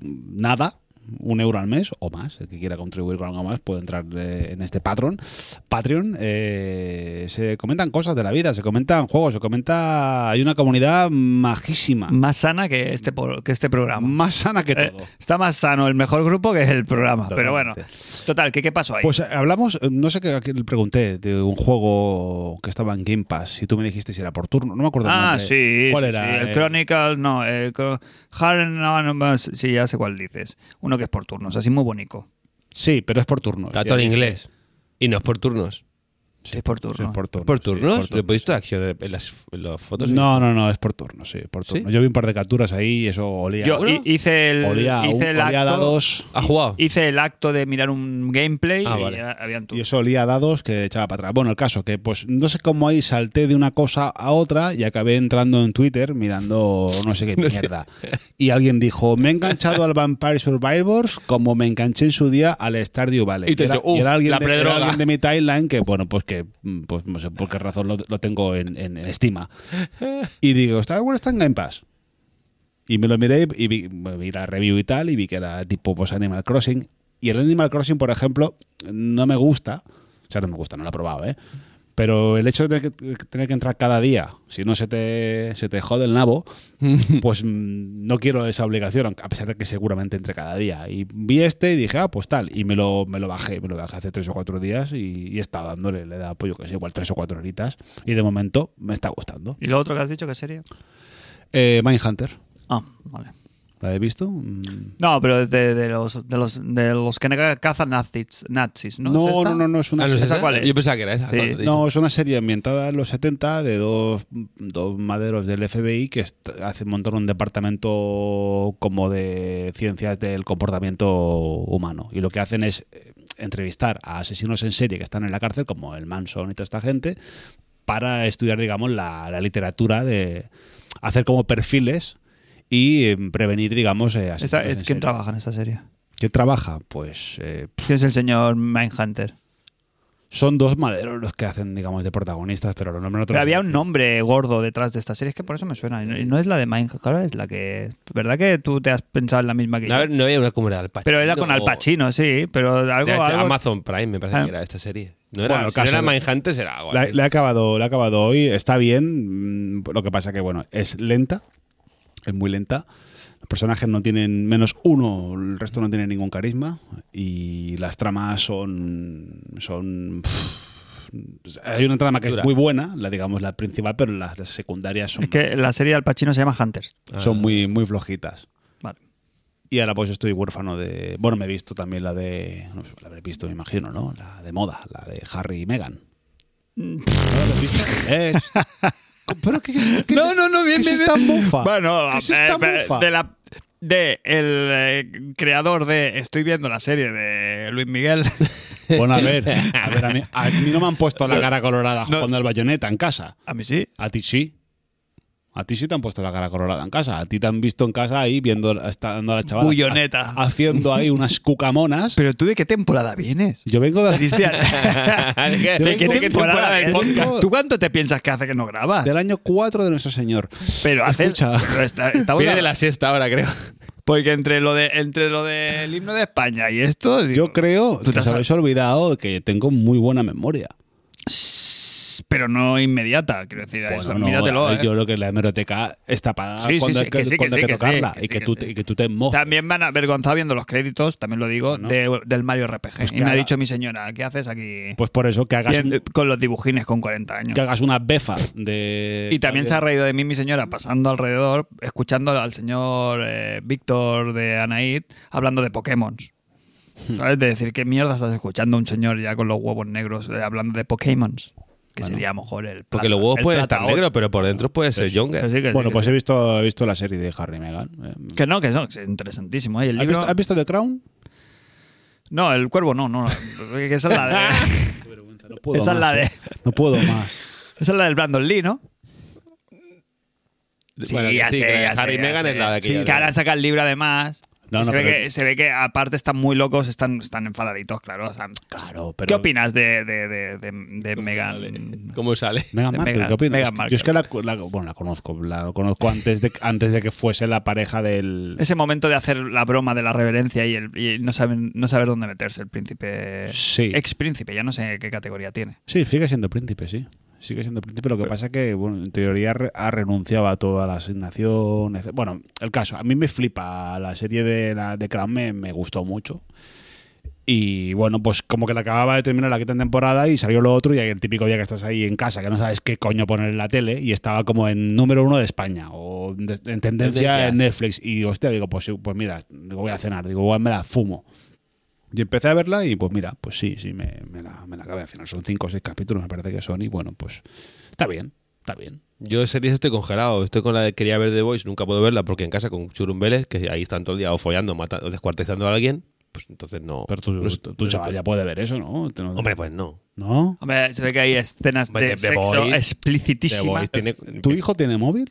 Speaker 3: mm, nada, un euro al mes o más, el que quiera contribuir con algo más puede entrar eh, en este Patreon. Patreon, eh, se comentan cosas de la vida, se comentan juegos, se comenta... Hay una comunidad majísima,
Speaker 2: Más sana que este, por- que este programa.
Speaker 3: más sana que
Speaker 2: Eh,
Speaker 3: todo.
Speaker 2: está más sano el mejor grupo que el programa. Pero bueno,
Speaker 3: Totalmente.
Speaker 2: total, ¿qué, qué pasó ahí?
Speaker 3: Pues eh, hablamos, eh, no sé qué a quién le pregunté, de un juego que estaba en Game Pass y tú me dijiste si era por turno, no me acuerdo. el
Speaker 2: ah,
Speaker 3: nombre.
Speaker 2: sí.
Speaker 3: ¿Cuál
Speaker 2: sí,
Speaker 3: era?
Speaker 2: sí, El
Speaker 3: Eh,
Speaker 2: Chronicle, no. El Cro- Hard- no, no, no, sí, ya sé cuál dices. Uno que es por turnos, así muy bonito.
Speaker 3: Sí, pero es por turno.
Speaker 1: Está todo en inglés. Y no es por turnos.
Speaker 2: Sí, es por
Speaker 3: Sí,
Speaker 2: turno.
Speaker 3: es por turno.
Speaker 1: ¿Por
Speaker 3: sí,
Speaker 1: turnos?
Speaker 3: por
Speaker 1: ¿Le podéis toda acción en las, en las fotos?
Speaker 3: No, no, no, es por turno, sí, por turno.
Speaker 1: ¿Sí?
Speaker 3: Yo vi un par de capturas ahí y eso olía.
Speaker 2: Yo
Speaker 1: ¿Seguro?
Speaker 2: hi- hice el,
Speaker 3: olía a un-
Speaker 2: hice el
Speaker 3: olía a
Speaker 2: acto,
Speaker 3: dados
Speaker 1: ¿Ha jugado?
Speaker 2: hice el acto de mirar un gameplay
Speaker 1: Ah,
Speaker 2: y
Speaker 1: vale.
Speaker 2: ya habían
Speaker 3: y
Speaker 2: turnos.
Speaker 3: eso olía a dados que echaba para atrás. Bueno, el caso que pues no sé cómo ahí salté de una cosa a otra y acabé entrando en Twitter mirando no sé qué mierda. Y alguien dijo, me he enganchado al Vampire Survivors como me enganché en su día al Stardew Valley.
Speaker 1: Y te he dicho, "Uf,
Speaker 3: alguien,
Speaker 1: la
Speaker 3: de, era
Speaker 1: predroga".
Speaker 3: alguien de mi timeline que, bueno, pues que mm, pues no sé por qué razón lo, lo tengo en, en estima. Y digo, ¿está bueno? Está en Game Pass. Y me lo miré y vi, vi la review y tal, y vi que era tipo pues, Animal Crossing. Y el Animal Crossing, por ejemplo, no me gusta. O sea, no me gusta, no lo he probado, ¿eh? Pero el hecho de tener que, tener que entrar cada día, si no se te, se te jode el nabo, pues mm, no quiero esa obligación, aunque- a pesar de que seguramente entre cada día. Y vi este y dije, ah, pues tal. Y me lo, me lo bajé, me lo bajé hace tres o cuatro días y, y he estado dándole, le he dado, pues yo que sé, igual tres o cuatro horitas. Y de momento me está gustando.
Speaker 2: ¿Y lo otro que has dicho, qué sería?
Speaker 3: Eh, Mindhunter,
Speaker 2: Ah, vale.
Speaker 3: ¿la habéis visto? Mm.
Speaker 2: No, pero de, de los, de, los, de los que nega- cazan nazis, nazis ¿no?
Speaker 3: No,
Speaker 2: ¿Es
Speaker 3: no,
Speaker 2: esta?
Speaker 3: no, no, es una
Speaker 1: Ah, no,
Speaker 3: serie,
Speaker 1: ¿es
Speaker 2: ¿Esa
Speaker 1: esa?
Speaker 2: cuál es?
Speaker 1: Yo pensaba que era esa.
Speaker 2: Sí.
Speaker 1: cuando te
Speaker 3: no, es una serie ambientada en los 70 de dos, dos maderos del FBI que est- hacen montar un departamento como de ciencias del comportamiento humano. Y lo que hacen es eh, entrevistar a asesinos en serie que están en la cárcel, como el Manson y toda esta gente, para estudiar, digamos, la, la literatura de hacer como perfiles y eh, prevenir, digamos, eh, asesinos.
Speaker 2: Esta- es,
Speaker 3: en
Speaker 2: ¿Quién
Speaker 3: serie.
Speaker 2: trabaja en esta serie?
Speaker 3: ¿Quién trabaja? Pues eh,
Speaker 2: ¿Quién es el señor Mindhunter?
Speaker 3: Son dos maderos los que hacen, digamos, de protagonistas, pero los nombres no te
Speaker 2: Pero
Speaker 3: los
Speaker 2: había
Speaker 3: sé
Speaker 2: un
Speaker 3: decir.
Speaker 2: nombre gordo detrás de esta serie, es que por eso me suena. Y no, y no es la de Mindhunter, es la que... ¿Verdad que tú te has pensado en la misma que
Speaker 1: digo. A
Speaker 2: yo?
Speaker 1: ver, no había una como era Al Pacino.
Speaker 2: Pero era con Al
Speaker 1: o-
Speaker 2: Pacino, sí, pero algo...
Speaker 1: de este,
Speaker 2: algo-
Speaker 1: Amazon Prime, me parece
Speaker 2: Ah.
Speaker 1: que era esta serie. No era,
Speaker 3: Bueno, el
Speaker 1: si no
Speaker 3: caso
Speaker 1: era
Speaker 3: de-
Speaker 1: Mindhunter, era algo
Speaker 3: La,
Speaker 1: así.
Speaker 3: la he acabado, la he acabado hoy, está bien. mm, Lo que pasa que, bueno, es lenta, es muy lenta. Los personajes no tienen menos uno, el resto no tiene ningún carisma. Y las tramas son. son. pff, hay una trama que
Speaker 1: Dura.
Speaker 3: es muy buena, la digamos la principal, pero las, las secundarias son,
Speaker 2: Es que Ah. la serie de Al Pacino se llama Hunters.
Speaker 3: son muy, muy flojitas.
Speaker 2: Vale.
Speaker 3: Y ahora pues estoy huérfano de... Bueno, me he visto también la de... No sé, la habré visto, me imagino, ¿no? La de moda, la de Harry y Meghan.
Speaker 2: Mm.
Speaker 3: ¿No la habrás visto? Es- ¿Pero qué, es- qué
Speaker 2: No,
Speaker 3: es-
Speaker 2: no, no, bien,
Speaker 3: qué
Speaker 2: bien,
Speaker 3: es esta
Speaker 2: bien.
Speaker 3: mofa?
Speaker 2: Bueno,
Speaker 3: ¿Qué es
Speaker 2: eh,
Speaker 3: esta
Speaker 2: pe-
Speaker 3: mofa?
Speaker 2: de la de el eh, creador de estoy viendo la serie de Luis Miguel.
Speaker 3: Bueno, a ver, a ver, a mí, a mí no me han puesto la cara colorada
Speaker 2: No.
Speaker 3: jugando al bayoneta en casa.
Speaker 2: A mí sí.
Speaker 3: A ti sí. A ti sí te han puesto la cara colorada en casa. A ti te han visto en casa ahí viendo, estando a la chavala.
Speaker 2: Bulloneta.
Speaker 3: ha- haciendo ahí unas cucamonas.
Speaker 2: Pero tú de qué temporada vienes?
Speaker 3: Yo vengo de la,
Speaker 2: Cristian.
Speaker 1: ¿De qué-
Speaker 2: ¿De qué
Speaker 3: vengo-
Speaker 2: temporada
Speaker 3: yo
Speaker 2: del
Speaker 3: vengo-
Speaker 2: podcast? ¿Tú cuánto te piensas que hace que no grabas?
Speaker 3: del año 4 de Nuestro Señor.
Speaker 2: Pero hace
Speaker 3: Escucha.
Speaker 2: pero está- estamos
Speaker 1: Viene de
Speaker 2: grabando.
Speaker 1: la siesta ahora, creo.
Speaker 2: porque entre lo de entre lo del himno de España y esto
Speaker 3: Yo
Speaker 2: digo,
Speaker 3: creo
Speaker 2: tú
Speaker 3: que
Speaker 2: te
Speaker 3: os
Speaker 2: has-
Speaker 3: habéis olvidado que tengo muy buena memoria.
Speaker 2: pero no inmediata, quiero decir,
Speaker 3: Bueno,
Speaker 2: eso,
Speaker 3: Pues no,
Speaker 2: míratelo. eh.
Speaker 3: Yo creo que la hemeroteca está pagada
Speaker 2: Sí, sí,
Speaker 3: cuando,
Speaker 2: sí,
Speaker 3: hay
Speaker 2: que sí, que
Speaker 3: cuando hay
Speaker 2: sí,
Speaker 3: que
Speaker 2: que sí,
Speaker 3: tocarla
Speaker 2: que
Speaker 3: y,
Speaker 2: sí,
Speaker 3: que
Speaker 2: que
Speaker 3: tú,
Speaker 2: sí.
Speaker 3: y que tú te mojas.
Speaker 2: También van avergonzados viendo los créditos, también lo digo,
Speaker 3: Bueno.
Speaker 2: de- del Mario RPG.
Speaker 3: Pues
Speaker 2: y
Speaker 3: que
Speaker 2: me ha
Speaker 3: haga-
Speaker 2: dicho mi señora, ¿qué haces aquí?
Speaker 3: Pues por eso que hagas,
Speaker 2: Bien, eh,
Speaker 3: un-
Speaker 2: con los dibujines con 40 años.
Speaker 3: que hagas una befa de.
Speaker 2: Y también se ha reído de mí mi señora pasando alrededor, escuchando al señor eh, Víctor de Anaid hablando de Pokémon.
Speaker 1: Hmm.
Speaker 2: ¿Sabes? De decir, ¿qué mierda estás escuchando un señor ya con los huevos negros eh, hablando de Pokémon? Que sería a lo mejor el
Speaker 1: Porque
Speaker 2: plata-
Speaker 1: los huevos
Speaker 2: el
Speaker 1: pueden estar
Speaker 2: plata-
Speaker 1: negros, pero por dentro puede ser
Speaker 2: Que
Speaker 1: younger.
Speaker 2: sí, que sí,
Speaker 3: Bueno,
Speaker 2: que
Speaker 3: pues
Speaker 2: sí.
Speaker 3: he visto, he visto la serie de Harry y Meghan. Eh,
Speaker 2: Que no, que no, que es interesantísimo. ¿eh? Y el
Speaker 3: ¿Has
Speaker 2: libro-
Speaker 3: visto, has visto The Crown?
Speaker 2: No, el cuervo no, no. no. Que esa es la de...
Speaker 3: No puedo
Speaker 2: Esa es
Speaker 3: más,
Speaker 2: la de-
Speaker 3: eh. No puedo más.
Speaker 2: Esa es la del Brandon Lee, ¿no?
Speaker 1: bueno,
Speaker 2: ya
Speaker 1: sí,
Speaker 2: sé,
Speaker 1: que la de
Speaker 2: ya sé,
Speaker 1: Harry y
Speaker 2: ya
Speaker 1: Meghan
Speaker 2: sé.
Speaker 1: es la de aquella.
Speaker 2: Sí, que ahora saca el libro además. Y
Speaker 3: No, no,
Speaker 2: se, ve
Speaker 3: pero-
Speaker 2: que, se ve que aparte están muy locos, están, están enfadaditos, claro. o sea,
Speaker 3: Claro, pero.
Speaker 2: ¿Qué opinas de, de, de, de, de Megan?
Speaker 1: ¿Cómo sale?
Speaker 3: Meghan
Speaker 2: De
Speaker 3: Markle,
Speaker 2: Meghan-
Speaker 3: ¿qué opinas?
Speaker 2: Meghan
Speaker 3: Yo es que la, la- bueno, la conozco, la conozco antes de, antes de que fuese la pareja del...
Speaker 2: Ese momento de hacer la broma de la reverencia y, el, y no, saben, no saber dónde meterse el príncipe.
Speaker 3: Sí.
Speaker 2: Ex príncipe, ya no sé qué categoría tiene.
Speaker 3: Sí, sigue siendo príncipe, sí. Sigue siendo príncipe, lo que pasa que, bueno, en teoría re- ha renunciado a toda la asignación. etc. Bueno, el caso, a mí me flipa la serie de, la, de Crown, me, me gustó mucho. Y bueno, pues como que la acababa de terminar la quinta temporada y salió lo otro y el típico día que estás ahí en casa, que no sabes qué coño poner en la tele y estaba como en número uno de España o de- en tendencia
Speaker 1: Tendencias.
Speaker 3: en Netflix. Y hostia, digo, pues, sí, pues mira, digo, voy a cenar, digo, igual me la fumo. Y empecé a verla y pues mira, pues sí, sí, me, me la, me la acabé. Al final son cinco o seis capítulos, me parece que son, y bueno, pues está bien, está bien.
Speaker 1: Yo de series estoy congelado. Estoy con la de quería ver The Voice, nunca puedo verla porque en casa con Churumbeles, que ahí están todo el día o follando, mata- o descuartizando a alguien, pues entonces
Speaker 2: Oh,
Speaker 1: no.
Speaker 3: Pero tu,
Speaker 1: no
Speaker 2: pues,
Speaker 1: es-
Speaker 3: tu-
Speaker 1: no
Speaker 3: tu
Speaker 1: se
Speaker 3: chaval
Speaker 1: puede.
Speaker 3: ya puede ver eso, ¿no? Te- no-
Speaker 1: Hombre, pues no.
Speaker 3: ¿No?
Speaker 2: Hombre, se ve que hay escenas
Speaker 1: Hombre,
Speaker 2: de
Speaker 1: The
Speaker 2: sexo
Speaker 1: Boys. The
Speaker 2: explicitísimas.
Speaker 1: Voice tiene-
Speaker 3: Eh, ¿Tu hijo tiene móvil?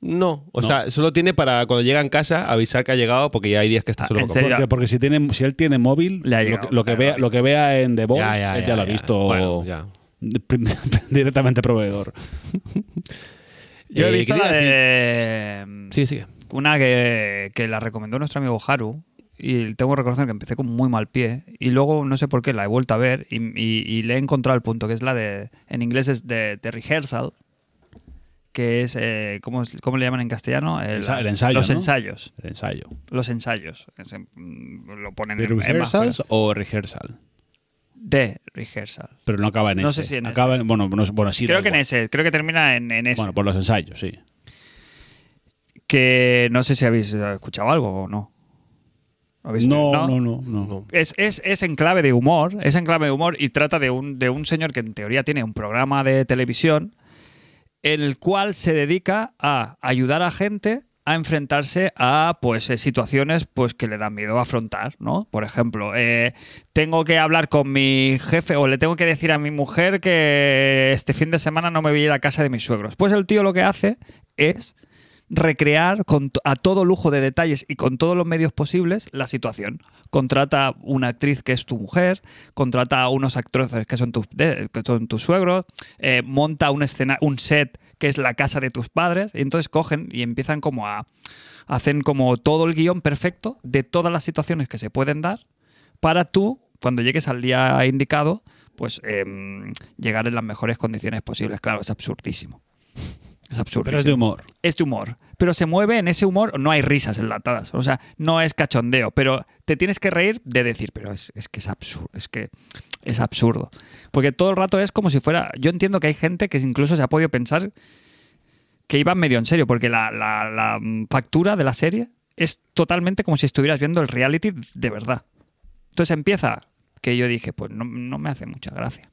Speaker 1: No, o
Speaker 3: No.
Speaker 1: sea, solo tiene para cuando llega en casa avisar que ha llegado porque ya hay días que está
Speaker 2: Ah,
Speaker 1: solo
Speaker 2: ¿en
Speaker 1: con-
Speaker 2: serio?
Speaker 3: Porque, porque si, tiene, si él tiene móvil,
Speaker 2: Le ha
Speaker 3: lo,
Speaker 2: llegado,
Speaker 3: que- lo que
Speaker 2: claro,
Speaker 3: vea, lo que vea en The Voice,
Speaker 1: Ya, ya,
Speaker 3: él ya,
Speaker 1: ya,
Speaker 3: lo ha
Speaker 1: ya.
Speaker 3: visto
Speaker 1: Bueno, ya.
Speaker 3: directamente proveedor.
Speaker 2: Yo he
Speaker 1: Eh,
Speaker 2: visto la
Speaker 1: quería
Speaker 2: de.
Speaker 1: Sí, sigue.
Speaker 2: Una que, que la recomendó nuestro amigo Haru. Y tengo que reconocer que empecé con muy mal pie. Y luego, no sé por qué, la he vuelto a ver y, y- y le he encontrado el punto, que es la de. En inglés es de, de rehearsal. Que es. eh, ¿cómo, es- cómo le llaman en castellano?
Speaker 3: Ensa- el ensayo,
Speaker 2: Los
Speaker 3: ¿no?
Speaker 2: ensayos.
Speaker 3: El ensayo.
Speaker 2: Los ensayos. Es en- mm, lo ponen
Speaker 3: ¿De
Speaker 2: en- en
Speaker 3: rehearsals
Speaker 2: mayúsculas.
Speaker 3: o rehearsal?
Speaker 2: De rehearsal.
Speaker 3: Pero no acaba en
Speaker 2: No
Speaker 3: ese.
Speaker 2: sé si en
Speaker 3: acaba en- bueno, no sé- bueno, sí. da
Speaker 2: creo que en
Speaker 3: igual.
Speaker 2: ese. Creo que termina en, en ese.
Speaker 3: Bueno, pues por los ensayos, sí.
Speaker 2: que no sé si habéis escuchado algo o no. ¿Habéis-
Speaker 3: No, no, no, no.
Speaker 1: No.
Speaker 2: Es, es, es en clave de humor, es en clave de humor y trata de un, de un señor que en teoría tiene un programa de televisión en el cual se dedica a ayudar a gente a enfrentarse a pues eh, situaciones pues que le dan miedo afrontar, ¿no? Por ejemplo, eh, tengo que hablar con mi jefe o le tengo que decir a mi mujer que este fin de semana no me voy a ir a casa de mis suegros. Pues el tío lo que hace es recrear con to- a todo lujo de detalles y con todos los medios posibles la situación. Contrata una actriz que es tu mujer, contrata a unos actores que son tus, de- que son tus suegros, eh, monta un, escena, un set que es la casa de tus padres, y entonces cogen y empiezan como a... Hacen como todo el guión perfecto de todas las situaciones que se pueden dar para tú, cuando llegues al día indicado, pues em, llegar en las mejores condiciones posibles. Claro, es absurdísimo. Es absurdo
Speaker 3: Pero es de humor.
Speaker 2: es de este humor, pero se mueve en ese humor, no hay risas enlatadas, o sea, no es cachondeo, pero te tienes que reír de decir, pero es, es que es absurdo, es que es absurdo. Porque todo el rato es como si fuera, yo entiendo que hay gente que incluso se ha podido pensar que iba medio en serio, porque la, la- la, mm, factura de la serie es totalmente como si estuvieras viendo el reality de verdad. Entonces empieza que yo dije, pues no, no me hace mucha gracia.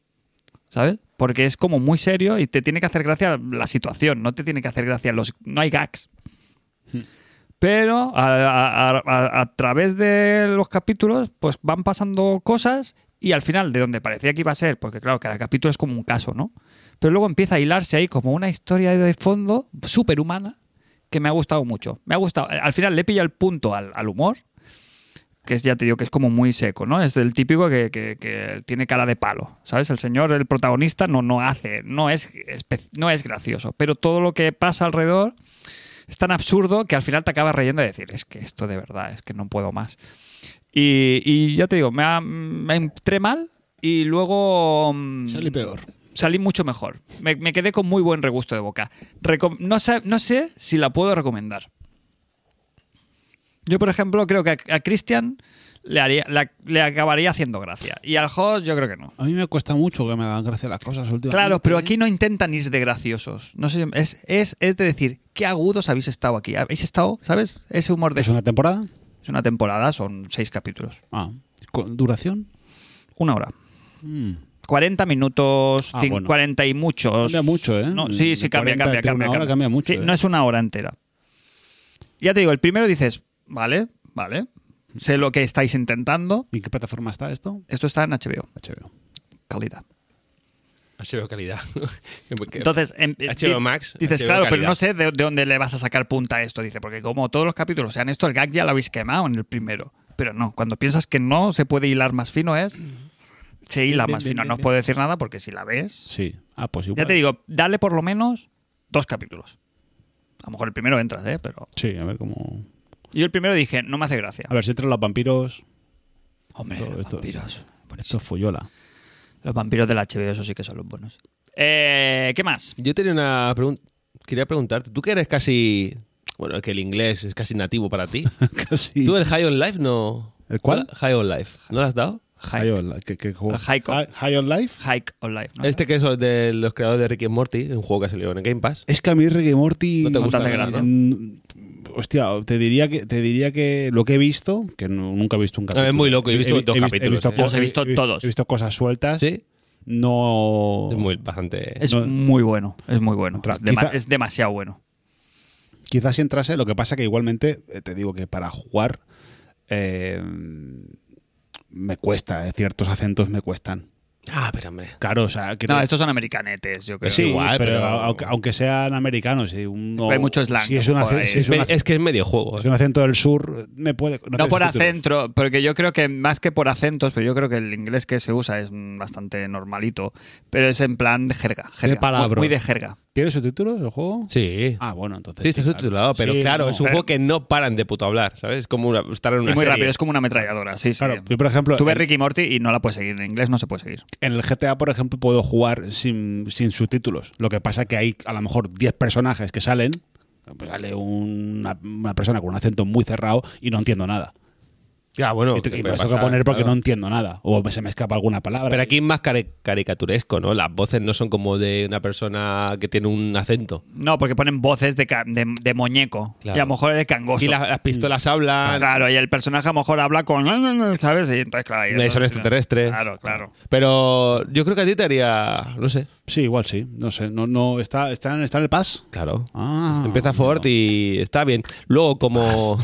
Speaker 2: ¿Sabes? Porque es como muy serio y te tiene que hacer gracia la situación, no te tiene que hacer gracia los... No hay gags. Pero a, a- a- a- a través de los capítulos, pues van pasando cosas y al final, de donde parecía que iba a ser, porque claro, cada capítulo es como un caso, ¿no? Pero luego empieza a hilarse ahí como una historia de fondo superhumana que me ha gustado mucho. Me ha gustado. Al final le pilla el punto al, al humor, que es, ya te digo que es como muy seco, ¿no? Es el típico que, que- que tiene cara de palo, ¿sabes? El señor, el protagonista, no, no hace, no es, espe- no es gracioso, pero todo lo que pasa alrededor es tan absurdo que al final te acabas reyendo de decir, es que esto de verdad, es que no puedo más. Y, y ya te digo, me, ha- me entré mal y luego... mm, salí mucho mejor. Me, me quedé con muy buen regusto de boca. Recom- no, sé, no sé si la puedo recomendar. Yo, por ejemplo, creo que a, a Christian le, haría, la- le acabaría haciendo gracia. Y al host yo creo que no.
Speaker 3: A mí me cuesta mucho que me hagan gracia las cosas últimamente.
Speaker 2: Claro, pero aquí no intentan ir de graciosos. No sé, es, es, es de decir, qué agudos habéis estado aquí. Habéis estado, ¿sabes? Ese humor de...
Speaker 3: ¿Es una temporada?
Speaker 2: Es una temporada, son seis capítulos.
Speaker 3: Ah. ¿Con ¿Duración?
Speaker 2: Una hora.
Speaker 3: Mm.
Speaker 2: 40 minutos,
Speaker 3: Ah,
Speaker 2: cin-
Speaker 3: bueno.
Speaker 2: 40 y muchos.
Speaker 3: Cambia mucho, ¿eh?
Speaker 2: No, sí, sí,
Speaker 3: De
Speaker 2: cambia,
Speaker 3: 40
Speaker 2: cambia,
Speaker 3: a una
Speaker 2: cambia.
Speaker 3: hora cambia mucho,
Speaker 2: Sí,
Speaker 3: ¿eh?
Speaker 2: No es una hora entera. Ya te digo, el primero dices, vale, vale, sé lo que estáis intentando.
Speaker 3: ¿Y en qué plataforma está esto?
Speaker 2: Esto está en HBO,
Speaker 3: HBO.
Speaker 2: calidad.
Speaker 1: HBO calidad. Que-
Speaker 2: Entonces, em-
Speaker 1: HBO
Speaker 2: di-
Speaker 1: Max,
Speaker 2: dices,
Speaker 1: HBO
Speaker 2: claro, pero
Speaker 1: calidad.
Speaker 2: no sé de, de dónde le vas a sacar punta a esto. Dice, porque como todos los capítulos sean esto, el gag ya lo habéis quemado en el primero. Pero no, cuando piensas que no se puede hilar más fino es, se hila
Speaker 1: bien,
Speaker 2: más
Speaker 1: bien,
Speaker 2: fino.
Speaker 1: bien,
Speaker 2: No os
Speaker 1: bien.
Speaker 2: puedo decir nada porque si la ves,
Speaker 3: Sí. Ah, pues igual.
Speaker 2: ya te digo, dale por lo menos dos capítulos. A lo mejor el primero entras, ¿eh? Pero
Speaker 3: Sí, a ver cómo.
Speaker 2: yo el primero dije, no me hace gracia.
Speaker 3: A ver si entran los vampiros.
Speaker 2: Hombre,
Speaker 3: Todo
Speaker 2: los
Speaker 3: esto-
Speaker 2: vampiros.
Speaker 3: Esto es Fuyola.
Speaker 2: Los vampiros del HBO, esos sí que son los buenos. Eh, ¿Qué más?
Speaker 1: Yo tenía una pregunta. Quería preguntarte, tú que eres casi. Bueno, que el inglés es casi nativo para ti.
Speaker 3: Casi.
Speaker 1: ¿Tú el High on Life no.
Speaker 3: ¿El cuál?
Speaker 1: High on Life. ¿No lo has dado?
Speaker 3: High on Life. ¿Qué- qué juego?
Speaker 2: El High Cop.
Speaker 3: Hi- High on Life.
Speaker 2: Hike on Life. ¿no?
Speaker 1: Este que es de los creadores de Ricky and Morty, un juego que salió en el Game Pass.
Speaker 3: Es que a mí Ricky Morty.
Speaker 1: No te
Speaker 2: gusta,
Speaker 3: Mm,
Speaker 2: ¿verdad?
Speaker 3: Hostia, te diría que te diría que lo que he visto, que no- nunca he visto un capítulo.
Speaker 1: es muy loco, he visto dos capítulos, ¿eh?
Speaker 3: co-
Speaker 2: Los he visto todos.
Speaker 3: He visto cosas sueltas.
Speaker 1: Sí,
Speaker 3: No.
Speaker 1: es muy bastante.
Speaker 2: Es
Speaker 3: No.
Speaker 2: muy bueno, es muy bueno.
Speaker 3: Otra,
Speaker 2: es, dema-
Speaker 3: quizá-
Speaker 2: es demasiado bueno.
Speaker 3: Quizás si entrase, lo que pasa que igualmente, eh, te digo que para jugar eh, me cuesta, eh, ciertos acentos me cuestan.
Speaker 1: Ah, pero hombre.
Speaker 3: Claro, o sea, quiero-
Speaker 2: No, estos son americanetes, yo creo.
Speaker 3: sí,
Speaker 1: igual,
Speaker 3: pero,
Speaker 1: pero-
Speaker 3: Aunque, aunque sean americanos, si uno-
Speaker 2: Hay mucho slang,
Speaker 3: Si es un,
Speaker 2: por
Speaker 3: acen-
Speaker 2: ahí.
Speaker 3: si es
Speaker 1: Es,
Speaker 3: un
Speaker 1: me-
Speaker 3: acen-
Speaker 1: es que es medio juego. ¿eh?
Speaker 3: si es un acento del sur, me puede.
Speaker 2: No
Speaker 3: hace
Speaker 2: por
Speaker 3: subtítulos.
Speaker 2: acento, porque yo creo que más que por acentos, pero yo creo que el inglés que se usa es mm, bastante normalito, pero es en plan de jerga. jerga,
Speaker 3: palabras.
Speaker 2: Muy de jerga.
Speaker 3: ¿Tiene subtítulos el juego?
Speaker 1: Sí.
Speaker 3: Ah, bueno, entonces.
Speaker 1: Sí, está
Speaker 3: claro.
Speaker 1: subtitulado, pero
Speaker 3: Sí,
Speaker 1: claro,
Speaker 3: no.
Speaker 1: es un
Speaker 3: Pero-
Speaker 1: juego que no paran de puto hablar, ¿sabes? Es como una- estar en
Speaker 2: Y
Speaker 1: una
Speaker 2: muy
Speaker 1: serie.
Speaker 2: rápido, es como una ametralladora, sí, sí.
Speaker 3: Claro, yo por ejemplo,
Speaker 2: Tú ves
Speaker 3: en-
Speaker 2: Ricky Morty y no la puedes seguir, en inglés no se puede seguir.
Speaker 3: En el GTA, por ejemplo, puedo jugar sin, sin subtítulos. Lo que pasa que hay a lo mejor 10 personajes que salen. pues sale una, una persona con un acento muy cerrado y no entiendo nada.
Speaker 1: Ya, bueno.
Speaker 3: y te-
Speaker 1: te
Speaker 3: y me
Speaker 1: puede
Speaker 3: lo tengo que
Speaker 1: pasar,
Speaker 3: poner porque
Speaker 1: claro.
Speaker 3: no entiendo nada. O se me escapa alguna palabra.
Speaker 1: Pero aquí es más cari- caricaturesco, ¿no? Las voces no son como de una persona que tiene un acento.
Speaker 2: No, porque ponen voces de, ca- de, de muñeco
Speaker 1: Claro.
Speaker 2: y a lo mejor es de cangoso.
Speaker 1: Y las, las pistolas hablan.
Speaker 2: Claro, y el personaje a lo mejor habla con. ¿Sabes? Y entonces, claro. ahí-
Speaker 1: Eh, Son extraterrestres.
Speaker 2: Claro, claro.
Speaker 1: Pero yo creo que a ti te haría. No sé.
Speaker 3: Sí, igual sí. No sé. No, no, está, está, en- está en el pass.
Speaker 1: Claro.
Speaker 3: Ah,
Speaker 1: Empieza Ford y está bien. Luego, como.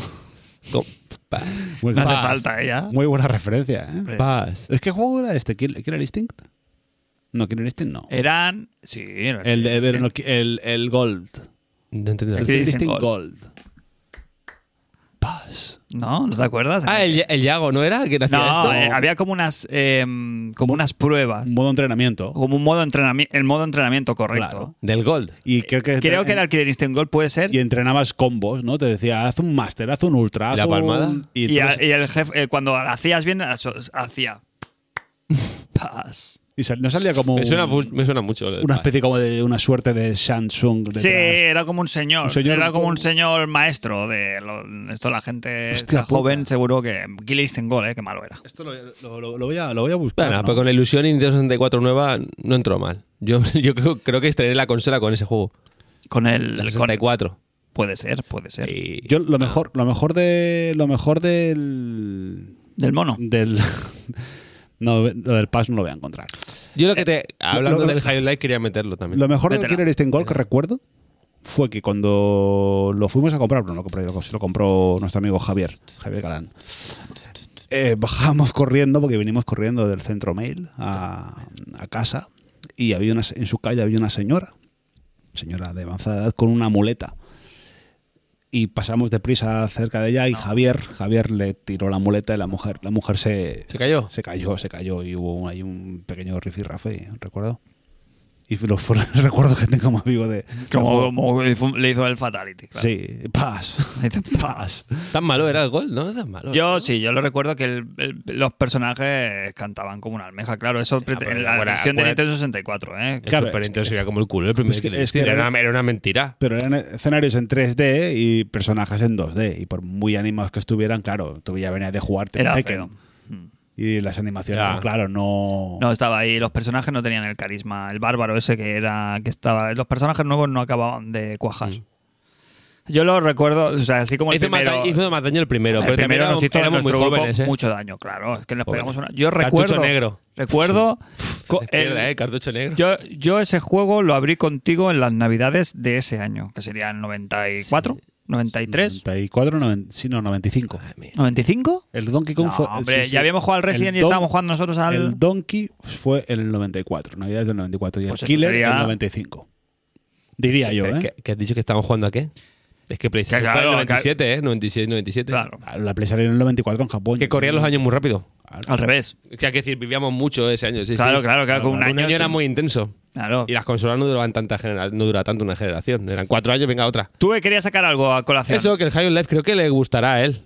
Speaker 1: como- pa-
Speaker 3: Muy,
Speaker 2: No hace
Speaker 3: buena-
Speaker 2: falta, ¿eh? ya.
Speaker 3: muy buena referencia. ¿eh?
Speaker 1: Paz.
Speaker 3: Es que juego era este, Kill- Killer Instinct. No, Killer Instinct
Speaker 2: Eh,
Speaker 3: no.
Speaker 2: Eran. Sí, eran-
Speaker 3: El, de- pero no, el, el Gold.
Speaker 1: No entendí
Speaker 3: El
Speaker 1: nada.
Speaker 3: Killer
Speaker 2: Instinct
Speaker 3: Instinct Gold. Pass.
Speaker 2: ¿No? ¿No te acuerdas?
Speaker 1: Ah, el, el Yago, ¿no era? Que hacía
Speaker 2: no,
Speaker 1: esto?
Speaker 2: eh, había como unas, eh, como unas pruebas.
Speaker 3: modo entrenamiento.
Speaker 2: Como un modo entrenamiento. El modo entrenamiento correcto.
Speaker 3: Claro.
Speaker 1: Del Gold.
Speaker 3: Y creo que,
Speaker 2: Eh, Creo que era el Killer Instinct Gold, puede ser.
Speaker 3: y entrenabas combos, ¿no? Te decía, haz un máster, haz un ultra. haz
Speaker 1: ¿La
Speaker 3: un-
Speaker 1: palmada?
Speaker 3: Y,
Speaker 2: Y, a-
Speaker 3: entonces-
Speaker 2: y el jefe, eh, cuando hacías bien, aso- hacía. Paz.
Speaker 3: y sal- no salía como
Speaker 1: Me suena,
Speaker 3: un-
Speaker 1: fu- me suena mucho. lo del
Speaker 3: una
Speaker 1: Paz.
Speaker 3: especie como de una suerte de Samsung. detrás.
Speaker 2: Sí, era como un señor,
Speaker 3: Un señor-
Speaker 2: Era como un señor maestro de lo- esto. La gente
Speaker 3: Hostia
Speaker 2: esta joven,
Speaker 3: puta.
Speaker 2: seguro que. Killer Instinct Gold, eh, qué malo era.
Speaker 3: Esto lo, lo- lo- lo voy a, lo voy a buscar.
Speaker 1: Bueno,
Speaker 3: ¿no?
Speaker 1: pues con la ilusión y Nintendo 64 nueva no entró mal. Yo, yo creo, creo que estrené la consola con ese juego.
Speaker 2: Con
Speaker 1: La
Speaker 2: el. Con,
Speaker 1: 64.
Speaker 2: puede ser, puede ser.
Speaker 1: Y-
Speaker 3: Yo lo mejor, lo mejor de. Lo mejor del.
Speaker 2: Del mono.
Speaker 3: Del. No, lo del pass no lo voy a encontrar.
Speaker 1: Yo lo que te. Hablando
Speaker 3: lo-
Speaker 1: del High Life quería meterlo también.
Speaker 3: Lo mejor del
Speaker 2: Métela.
Speaker 3: Killer Instinct Gold que recuerdo fue que cuando lo fuimos a comprar, no lo compré, yo, se lo compró nuestro amigo Javier, Javier Galán. eh, bajábamos corriendo porque vinimos corriendo del centro mail a, a casa y había una, se- en su calle había una señora, señora de avanzada edad, con una muleta. Y pasamos deprisa cerca de ella y Javier, Javier le tiró la muleta y la mujer, la mujer se,
Speaker 1: ¿Se cayó?
Speaker 3: se cayó, se cayó y hubo un- ahí un pequeño rifirrafe, recuerdo. Y lo fue el recuerdo que tengo más vivo de.
Speaker 2: Como, como le hizo- le hizo el Fatality. claro.
Speaker 3: Sí, paz.
Speaker 2: Le hizo paz.
Speaker 1: Tan malo era el gol, ¿no? Tan malo.
Speaker 2: Yo sí, yo lo recuerdo que el- el- los personajes cantaban como una almeja, claro. Eso pre-
Speaker 1: pero
Speaker 2: en la
Speaker 1: acuérdate-
Speaker 2: versión de
Speaker 1: acuérdate-
Speaker 2: Nintendo 64, ¿eh?
Speaker 1: El
Speaker 3: Claro,
Speaker 1: Super
Speaker 3: es-
Speaker 1: Nintendo sería como el culo el primer
Speaker 3: es que-
Speaker 1: Killer
Speaker 3: es que
Speaker 1: Instinct.
Speaker 3: era-
Speaker 1: era, una, era una mentira.
Speaker 3: Pero eran escenarios en 3D y personajes en 2D. Y por muy animados que estuvieran, claro, tú ya venías de jugarte
Speaker 2: Era
Speaker 3: Tekken.
Speaker 2: feo.
Speaker 3: Y las animaciones,
Speaker 1: Ya.
Speaker 3: pues, claro, no.
Speaker 2: No, estaba ahí. Los personajes no tenían el carisma. El bárbaro ese que era que estaba. Los personajes nuevos no acababan de cuajar. Yo lo recuerdo, o sea, así como el
Speaker 1: Mm. Hizo más,
Speaker 2: primero.
Speaker 1: daño, hizo más daño el primero,
Speaker 2: el
Speaker 1: pero
Speaker 2: primero
Speaker 1: también
Speaker 2: nos hizo
Speaker 1: éramos,
Speaker 2: a
Speaker 1: éramos muy
Speaker 2: nuestro grupo
Speaker 1: jóvenes, ¿eh?
Speaker 2: mucho daño, claro. Es que nos
Speaker 1: Jóvenes.
Speaker 2: pegamos una. Yo
Speaker 1: Cartucho
Speaker 2: recuerdo.
Speaker 1: negro.
Speaker 2: Recuerdo. co-
Speaker 1: Te pierdes,
Speaker 2: el-
Speaker 1: ¿eh? Cartucho negro.
Speaker 2: Yo, yo ese juego lo abrí contigo en las navidades de ese año, que sería el 94. ¿93?
Speaker 3: 94, 90, sí, no, 95.
Speaker 2: ¿95?
Speaker 3: El Donkey Kong
Speaker 2: No,
Speaker 3: fue.
Speaker 2: hombre,
Speaker 3: sí, sí.
Speaker 2: ya habíamos jugado al Resident
Speaker 3: El
Speaker 2: y
Speaker 3: Don-
Speaker 2: estábamos jugando nosotros al...
Speaker 3: El Donkey fue en el 94, Navidad del 94. Y el
Speaker 2: Pues eso
Speaker 3: Killer en
Speaker 2: sería-
Speaker 3: el 95. Diría yo, ¿eh?
Speaker 1: ¿Qué, qué has dicho que estamos jugando a qué? Es que PlayStation
Speaker 2: Que claro,
Speaker 1: fue el 97, ¿eh? 96, 97.
Speaker 2: Claro,
Speaker 3: La Play salió en el 94 en Japón.
Speaker 1: Que corrían los años muy rápido.
Speaker 2: al revés.
Speaker 1: O sea, que decir, vivíamos mucho ese año. sí, sí.
Speaker 2: Claro, claro, claro, con un año te-
Speaker 1: era muy intenso.
Speaker 2: Claro.
Speaker 1: Y las consolas no duraban tanta genera- no duraba tanto una generación. Eran cuatro años, venga otra.
Speaker 2: Tú que querías sacar algo a colación.
Speaker 1: Eso, que el High on Life creo que le gustará a él.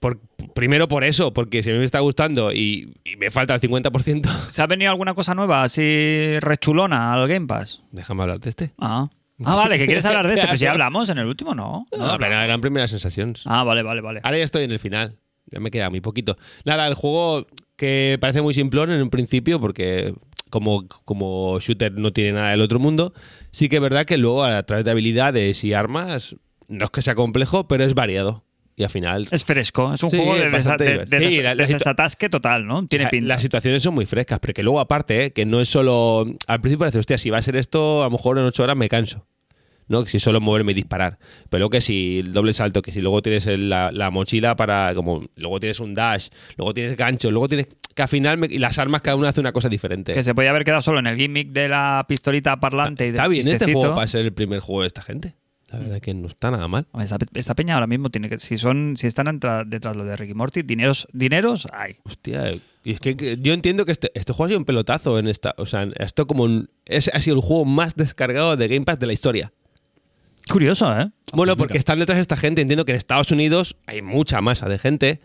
Speaker 1: Por, primero por eso, porque si a mí me está gustando y, y me falta el 50%.
Speaker 2: ¿Se ha venido alguna cosa nueva así rechulona al Game Pass?
Speaker 1: Déjame hablar de este.
Speaker 2: Ah. Ah, vale, que quieres hablar de este, pero si ya
Speaker 1: Claro.
Speaker 2: hablamos en el último, ¿no?
Speaker 1: No, pero no, eran primeras sensaciones.
Speaker 2: Ah, vale, vale, vale.
Speaker 1: Ahora ya estoy en el final. Ya me queda muy poquito. Nada, el juego que parece muy simplón en un principio, porque como, como shooter no tiene nada del otro mundo, sí que es verdad que luego a través de habilidades y armas, no es que sea complejo, pero es variado. Y al final...
Speaker 2: Es fresco, es un
Speaker 1: Sí,
Speaker 2: juego de, desa-
Speaker 1: bastante
Speaker 2: de-
Speaker 1: divertido.
Speaker 2: de
Speaker 1: Sí,
Speaker 2: desa-
Speaker 1: la- la
Speaker 2: de
Speaker 1: situ-
Speaker 2: desatasque total, ¿no? Tiene
Speaker 1: la-
Speaker 2: pinta.
Speaker 1: Las situaciones son muy frescas, porque luego aparte, ¿eh? que no es solo... Al principio parece, hostia, si va a ser esto, a lo mejor en ocho horas me canso. ¿no? Que Si solo moverme y disparar. Pero que si el doble salto, que si luego tienes el- la, la mochila para. como Luego tienes un dash, luego tienes gancho, luego tienes. Que al final. me- y las armas cada una hace una cosa diferente.
Speaker 2: Que se podía haber quedado solo en el gimmick de la pistolita parlante y del
Speaker 1: Está bien este
Speaker 2: chistecito.
Speaker 1: juego para ser el primer juego de esta gente. La verdad que no está nada mal.
Speaker 2: Hombre, Esta, esta peña ahora mismo tiene que. Si son, si están entra- detrás lo de Ricky Morty, dineros, dineros hay.
Speaker 1: Hostia, y es que, que yo entiendo que este, este juego ha sido un pelotazo en esta. O sea, en- esto como. un- es, ha sido el juego más descargado de Game Pass de la historia.
Speaker 2: Curioso, ¿eh?
Speaker 1: Bueno, porque están detrás de esta gente. Entiendo que en Estados Unidos hay mucha masa de gente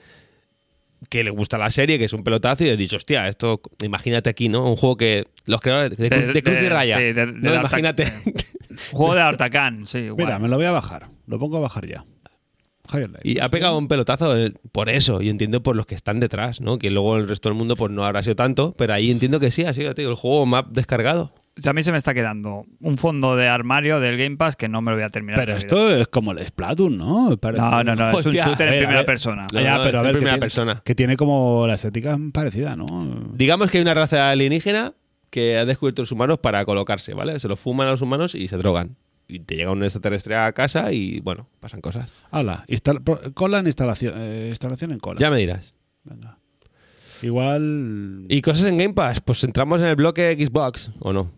Speaker 1: que le gusta la serie, que es un pelotazo, y he dicho, hostia, esto, imagínate aquí, ¿no? Un juego que los creadores de, cruz,
Speaker 2: De-
Speaker 1: de cruz
Speaker 2: de-
Speaker 1: y raya.
Speaker 2: sí, de- de
Speaker 1: ¿no?
Speaker 2: la
Speaker 1: Imagínate.
Speaker 2: Juego de Artacán, sí. guay.
Speaker 3: Mira, me lo voy a bajar. Lo pongo a bajar ya. High on Life.
Speaker 1: y ha pegado un pelotazo eh, por eso. Yo entiendo por los que están detrás, ¿no? Que luego el resto del mundo pues no habrá sido tanto, pero ahí entiendo que sí, ha sido tío, el juego más descargado.
Speaker 2: O sea, a mí se me está quedando un fondo de armario del Game Pass que no me lo voy a terminar. en
Speaker 3: Pero
Speaker 2: la
Speaker 3: esto es como el Splatoon, ¿no?
Speaker 2: vida.
Speaker 3: Parece-
Speaker 2: No, no, no, es un
Speaker 1: Hostia, eh,
Speaker 2: shooter
Speaker 3: a
Speaker 2: en
Speaker 3: ver, a
Speaker 2: primera
Speaker 3: ver.
Speaker 2: persona.
Speaker 1: No,
Speaker 3: Ah, ya,
Speaker 1: no,
Speaker 3: pero a
Speaker 1: es
Speaker 3: ver,
Speaker 1: en primera
Speaker 3: que, tiene,
Speaker 1: persona.
Speaker 3: que tiene como la estética parecida, ¿no?
Speaker 1: Digamos que hay una raza alienígena que ha descubierto los humanos para colocarse, ¿vale? Se los fuman a los humanos y se drogan. Y te llega un extraterrestre a casa y, bueno, pasan cosas.
Speaker 3: Hala, instal- pro- cola en instalación, eh, instalación en cola.
Speaker 1: Ya me dirás.
Speaker 3: Venga. Igual.
Speaker 1: ¿Y cosas en Game Pass? Pues entramos en el bloque Xbox, ¿o no?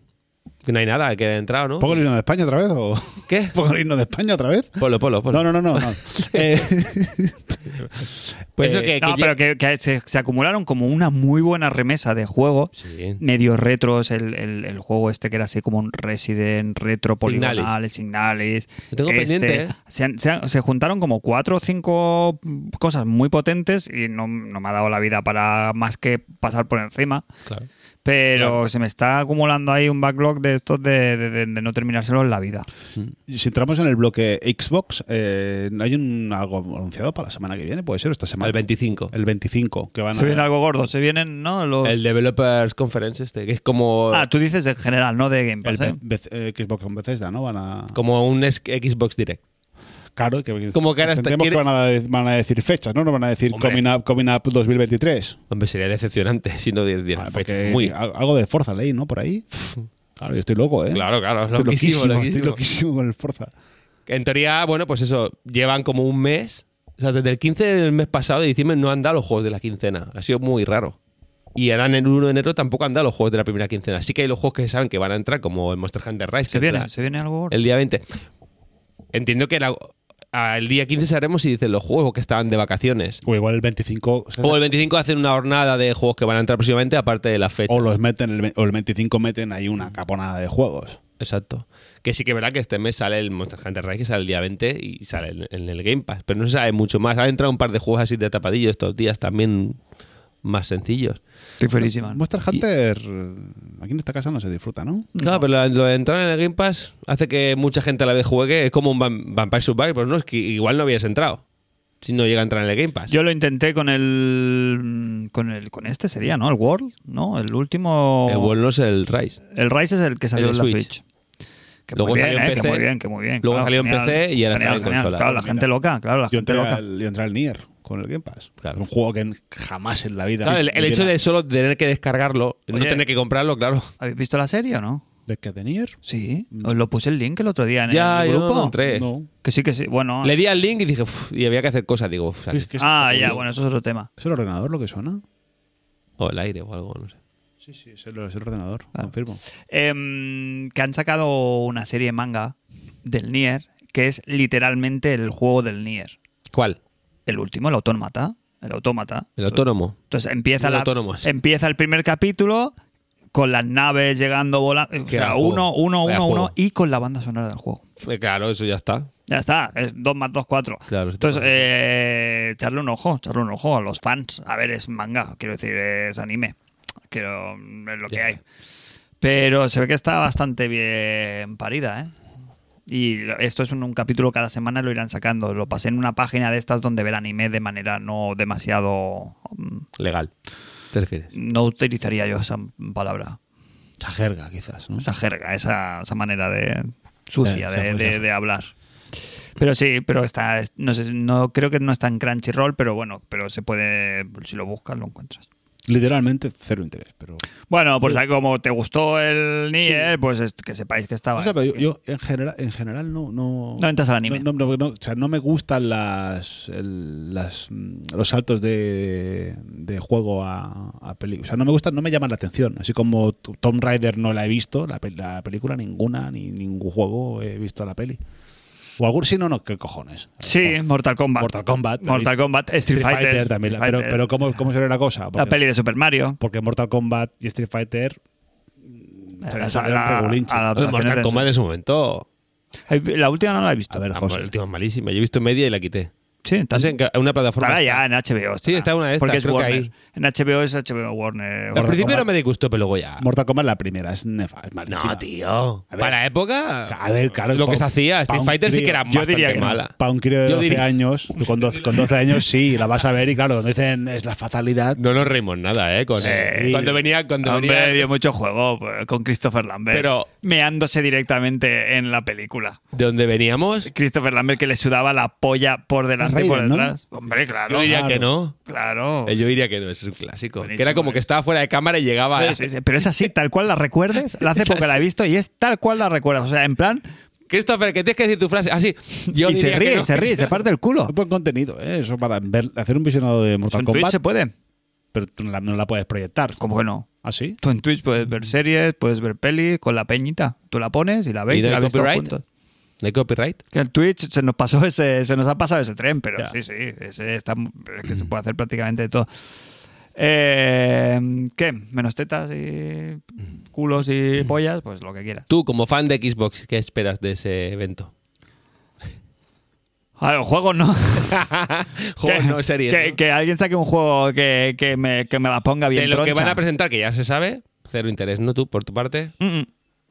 Speaker 1: Que no hay nada que haya entrado, ¿no?
Speaker 3: ¿Pongo el himno de España otra vez? ¿O
Speaker 1: ¿Qué?
Speaker 3: pongo el himno de España otra vez?
Speaker 1: Polo, polo, polo.
Speaker 3: No, no, no, no. no. Eh,
Speaker 1: Pues eso
Speaker 3: eh,
Speaker 1: que, que
Speaker 2: No,
Speaker 1: ya-
Speaker 2: pero que, que se, se acumularon como una muy buena remesa de juegos
Speaker 1: Sí.
Speaker 3: Mm.
Speaker 2: medios retros, el, el- el juego este que era así como un Resident retro
Speaker 1: Signalis.
Speaker 2: poligonal, Signalis.
Speaker 1: Lo tengo pendiente, ¿eh?
Speaker 2: se, han- se han- se juntaron como cuatro o cinco cosas muy potentes y no, no me ha dado la vida para más que pasar por encima.
Speaker 1: Claro.
Speaker 2: Pero se me está acumulando ahí un backlog de estos de, de- de- de no terminárselo en la vida.
Speaker 3: si entramos en el bloque Xbox, eh, ¿hay un, algo anunciado para la semana que viene? ¿Puede ser esta semana?
Speaker 1: Al 25.
Speaker 3: El 25, que van
Speaker 2: Se viene
Speaker 3: a.
Speaker 2: algo gordo, se vienen, ¿no? Los...
Speaker 1: eh. El Developers Conference este, que es como,
Speaker 2: Ah, tú dices en general, no de Game
Speaker 3: el
Speaker 2: Pass, ¿eh?
Speaker 3: Be- Be- eh, Xbox con Bethesda, ¿no? Van a.
Speaker 1: como un ex- Xbox Direct.
Speaker 3: Claro, que.
Speaker 1: Como que ahora está-
Speaker 3: entendemos que
Speaker 1: quiere-
Speaker 3: van a, de- van a decir fechas, ¿no? No van a decir
Speaker 1: Hombre.
Speaker 3: coming up, coming up 2023.
Speaker 1: Hombre, sería decepcionante si no diera
Speaker 3: Ah,
Speaker 1: fecha.
Speaker 3: porque
Speaker 1: Muy.
Speaker 3: al- Algo de Forza Ley, ¿no? Por ahí. Claro, yo estoy loco, ¿eh?
Speaker 1: Claro, claro.
Speaker 3: Estoy
Speaker 1: loquísimo,
Speaker 3: loquísimo,
Speaker 1: loquísimo.
Speaker 3: estoy loquísimo con el Forza.
Speaker 1: En teoría, bueno, pues eso, llevan como un mes. O sea, desde el 15 del mes pasado de diciembre no han dado los juegos de la quincena. Ha sido muy raro. Y ahora en el 1 de enero tampoco han dado los juegos de la primera quincena. Así que hay los juegos que se saben que van a entrar, como el Monster Hunter Rise,
Speaker 2: Se
Speaker 1: que
Speaker 2: viene,
Speaker 1: entra
Speaker 2: se viene algo gordo.
Speaker 1: el día 20. Entiendo que la- al día 15 sabremos si dicen los juegos que estaban de vacaciones.
Speaker 3: O igual el 25. se-
Speaker 1: O el 25 hacen una jornada de juegos que van a entrar próximamente, aparte de la fecha.
Speaker 3: O los meten, el ve- o el 25 meten ahí una caponada de juegos.
Speaker 1: Exacto. Que sí que es verdad que este mes sale el Monster Hunter Rise, que sale el día 20 y sale en, en el Game Pass. Pero no se sabe mucho más. Ha entrado un par de juegos así de tapadillo estos días también más sencillos.
Speaker 2: Estoy felísima.
Speaker 3: Monster Hunter eh, aquí en esta casa no se disfruta, ¿no?
Speaker 1: Claro, pero la- lo de entrar en el Game Pass hace que mucha gente a la vez juegue. Es como un Vam- Vampire Survivor, pero no es que igual no habías entrado. Si no llega a entrar en el Game Pass.
Speaker 2: Yo lo intenté con el con el con este sería, ¿no? El World, ¿no? El último
Speaker 1: El World no es el Rise.
Speaker 2: El Rise es el que salió
Speaker 1: El
Speaker 2: en
Speaker 1: de
Speaker 2: la
Speaker 1: Switch.
Speaker 2: Switch. Que
Speaker 1: Luego
Speaker 2: muy bien,
Speaker 1: salió en
Speaker 2: ¿eh? que
Speaker 1: PC,
Speaker 2: muy bien, que muy bien.
Speaker 1: luego salió en PC y ahora
Speaker 2: está
Speaker 1: sale en consola.
Speaker 2: Claro, la
Speaker 3: Mira.
Speaker 2: gente loca, claro, la
Speaker 3: Yo
Speaker 2: gente
Speaker 3: entré,
Speaker 2: loca.
Speaker 3: al, yo entré al Nier con el Game Pass.
Speaker 1: Claro.
Speaker 3: Un juego que jamás en la vida.
Speaker 1: Claro, el, el hecho
Speaker 3: hubiera-
Speaker 1: de solo tener que descargarlo, no
Speaker 2: Oye.
Speaker 1: tener que comprarlo, claro.
Speaker 2: ¿Habéis visto la serie o no?
Speaker 3: ¿De qué de Nier?
Speaker 2: Sí.
Speaker 3: Mm.
Speaker 2: Os lo puse el link el otro día en
Speaker 1: Ya,
Speaker 2: el
Speaker 1: yo no
Speaker 2: grupo.
Speaker 1: lo encontré.
Speaker 3: No.
Speaker 2: Que sí, que sí. Bueno.
Speaker 1: Le di al link y dije, "Uf", y había que hacer cosas. Digo, "Uf,
Speaker 3: Es que es-
Speaker 2: ah, ya, bueno, eso es otro tema.
Speaker 3: ¿Es el ordenador lo que suena?
Speaker 1: o el aire o algo, no sé.
Speaker 3: Sí, sí, es el, es el ordenador, confirmo.
Speaker 2: Em, que han sacado una serie manga del Nier, que es literalmente el juego del Nier.
Speaker 1: ¿Cuál?
Speaker 2: El último, el autómata. El autómata.
Speaker 1: El autónomo.
Speaker 2: Entonces empieza,
Speaker 1: El
Speaker 2: la-
Speaker 1: autónomo.
Speaker 2: empieza el primer capítulo con las naves llegando volando. O
Speaker 1: Qué
Speaker 2: sea,
Speaker 1: gran juego.
Speaker 2: uno, uno,
Speaker 1: Vaya
Speaker 2: uno,
Speaker 1: juego.
Speaker 2: uno y con la banda sonora del juego.
Speaker 1: Eh, Claro, eso ya está.
Speaker 2: Ya está, es 2 más 2, 4.
Speaker 1: Claro, sí te
Speaker 2: Entonces,
Speaker 1: pasa.
Speaker 2: eh, echarle un ojo, echarle un ojo a los fans. A ver, es manga, quiero decir, es anime. Quiero, es lo que
Speaker 1: Ya.
Speaker 2: hay. Pero se ve que está bastante bien parida, ¿eh? Y lo- esto es un, un capítulo cada semana, lo irán sacando. Lo pasé en una página de estas donde ve el anime de manera no demasiado. mm,
Speaker 1: Legal. ¿Te refieres?
Speaker 2: No utilizaría yo esa palabra,
Speaker 3: Esa jerga, quizás, ¿no?
Speaker 2: esa jerga, esa, esa manera de sucia
Speaker 3: Ya, ya,
Speaker 2: de,
Speaker 3: ya.
Speaker 2: de- de hablar. Pero sí, pero está, no sé, no creo que no está en Crunchyroll, pero bueno, pero se puede, si lo buscas lo encuentras.
Speaker 3: Literalmente cero interés, pero...
Speaker 2: Bueno, pues ahí como te gustó el Nier, pues es- que sepáis que estaba.
Speaker 3: O sea, pero yo, yo en general, en general no, no...
Speaker 2: No entras al anime.
Speaker 3: No, no, no, no, o sea, no me gustan las, el- las, mm, los saltos de, de juego a, a película. O sea, no me gustan, no me llaman la atención. Así como tu- Tomb Raider no la he visto, la, pe- la película ninguna, ni ningún juego he visto la peli. O algún sí, no, no, qué cojones.
Speaker 2: sí, Mortal Kombat.
Speaker 3: Mortal Kombat.
Speaker 2: Mortal Kombat, Street, Fighter.
Speaker 3: también.
Speaker 2: Street
Speaker 3: pero,
Speaker 2: Fighter.
Speaker 3: pero ¿cómo, cómo será la cosa?
Speaker 2: la
Speaker 3: Porque,
Speaker 2: peli de Super Mario.
Speaker 3: porque Mortal Kombat y Street Fighter mm, se-
Speaker 2: Las
Speaker 3: se quedan
Speaker 2: a-
Speaker 3: regulinches.
Speaker 2: a-
Speaker 1: Oye, Mortal Kombat en su momento.
Speaker 2: La última no la he visto.
Speaker 3: A ver,
Speaker 1: Ah,
Speaker 3: José.
Speaker 1: La última es malísima. Yo he visto media y la quité.
Speaker 2: sí,
Speaker 1: No sé,
Speaker 2: entonces.
Speaker 1: en ca- en una plataforma.
Speaker 2: Estará
Speaker 1: está.
Speaker 2: Mm. ya en HBO.
Speaker 1: Sí, está una de estas,
Speaker 2: Porque es
Speaker 1: creo que
Speaker 2: Warner.
Speaker 1: ahí.
Speaker 2: En HBO es HBO Warner.
Speaker 1: Al
Speaker 3: Mortal
Speaker 1: principio
Speaker 3: Kombat.
Speaker 1: no me disgustó, pero luego ya.
Speaker 3: Mortal Kombat la primera es nefa, es
Speaker 1: No,
Speaker 3: malísima.
Speaker 1: tío.
Speaker 3: A ver.
Speaker 1: Para la época.
Speaker 3: A ver, claro,
Speaker 1: Lo que
Speaker 3: pa-
Speaker 1: se hacía.
Speaker 3: pa
Speaker 1: Street
Speaker 3: un
Speaker 1: Fighter sí
Speaker 3: crío-
Speaker 1: que era
Speaker 3: yo
Speaker 1: bastante
Speaker 2: diría que no.
Speaker 1: mala.
Speaker 3: Para un crío de
Speaker 1: Yo
Speaker 3: 12
Speaker 1: diría-
Speaker 3: años, tú con 12, con 12 años sí, la vas a ver y claro, cuando dicen es la fatalidad.
Speaker 1: No nos reímos nada, ¿eh? Con
Speaker 3: Sí.
Speaker 1: Cuando venía. Cuando
Speaker 2: Hombre,
Speaker 1: venía
Speaker 2: dio mucho juego pues, con Christopher Lambert.
Speaker 1: Pero-
Speaker 2: meándose directamente en la película.
Speaker 1: de donde veníamos,
Speaker 2: Christopher Lambert que le sudaba la polla por delante y por
Speaker 3: Raiden, ¿no?
Speaker 2: detrás. Hombre, claro.
Speaker 1: yo diría
Speaker 3: claro.
Speaker 1: que no.
Speaker 2: Claro.
Speaker 1: Eh, Yo diría que no, ese es un clásico.
Speaker 2: Buenísimo,
Speaker 1: que era como que
Speaker 2: eh.
Speaker 1: estaba fuera de cámara y llegaba.
Speaker 2: Sí, sí, sí. Pero es así, tal cual la recuerdes. La hace poco la he visto y es tal cual la recuerdas. O sea, en plan.
Speaker 1: Christopher, que tienes que decir tu frase así. Yo
Speaker 2: y se
Speaker 1: diría que
Speaker 2: ríe,
Speaker 1: no.
Speaker 2: se ríe, se parte el culo. Pues
Speaker 3: Muy buen contenido, ¿eh? Eso para ver- hacer un visionado de Mortal
Speaker 2: En Twitch
Speaker 3: Kombat,
Speaker 2: se puede.
Speaker 3: pero tú no la, no la puedes proyectar. ¿Ah,
Speaker 2: ¿Cómo que no?
Speaker 3: ¿Así?
Speaker 2: Tú en Twitch puedes ver series, puedes ver pelis con la peñita. Tú la pones y la ves
Speaker 1: ¿Y
Speaker 2: y,
Speaker 1: no hay
Speaker 2: la ves todos
Speaker 1: copyright?
Speaker 2: juntos.
Speaker 1: ¿No hay copyright?
Speaker 2: Que el Twitch se nos pasó ese, se nos ha pasado ese tren, pero
Speaker 3: Ya.
Speaker 2: sí, sí, ese está, es que
Speaker 1: Mm.
Speaker 2: se puede hacer prácticamente de todo. Eh, ¿Qué? Menos tetas y
Speaker 1: Mm.
Speaker 2: culos y pollas, pues lo que quieras.
Speaker 1: Tú, como fan de Xbox, ¿qué esperas de ese evento?
Speaker 2: A ver, juegos Ah, no.
Speaker 1: Juegos,
Speaker 2: que,
Speaker 1: no series.
Speaker 2: Que,
Speaker 1: ¿no?
Speaker 2: que alguien saque un juego que, que me, que me la ponga bien
Speaker 1: de lo que
Speaker 2: troncha.
Speaker 1: van a presentar, que ya se sabe, cero interés, ¿no? Tú, por tu parte,
Speaker 2: Mm, mm,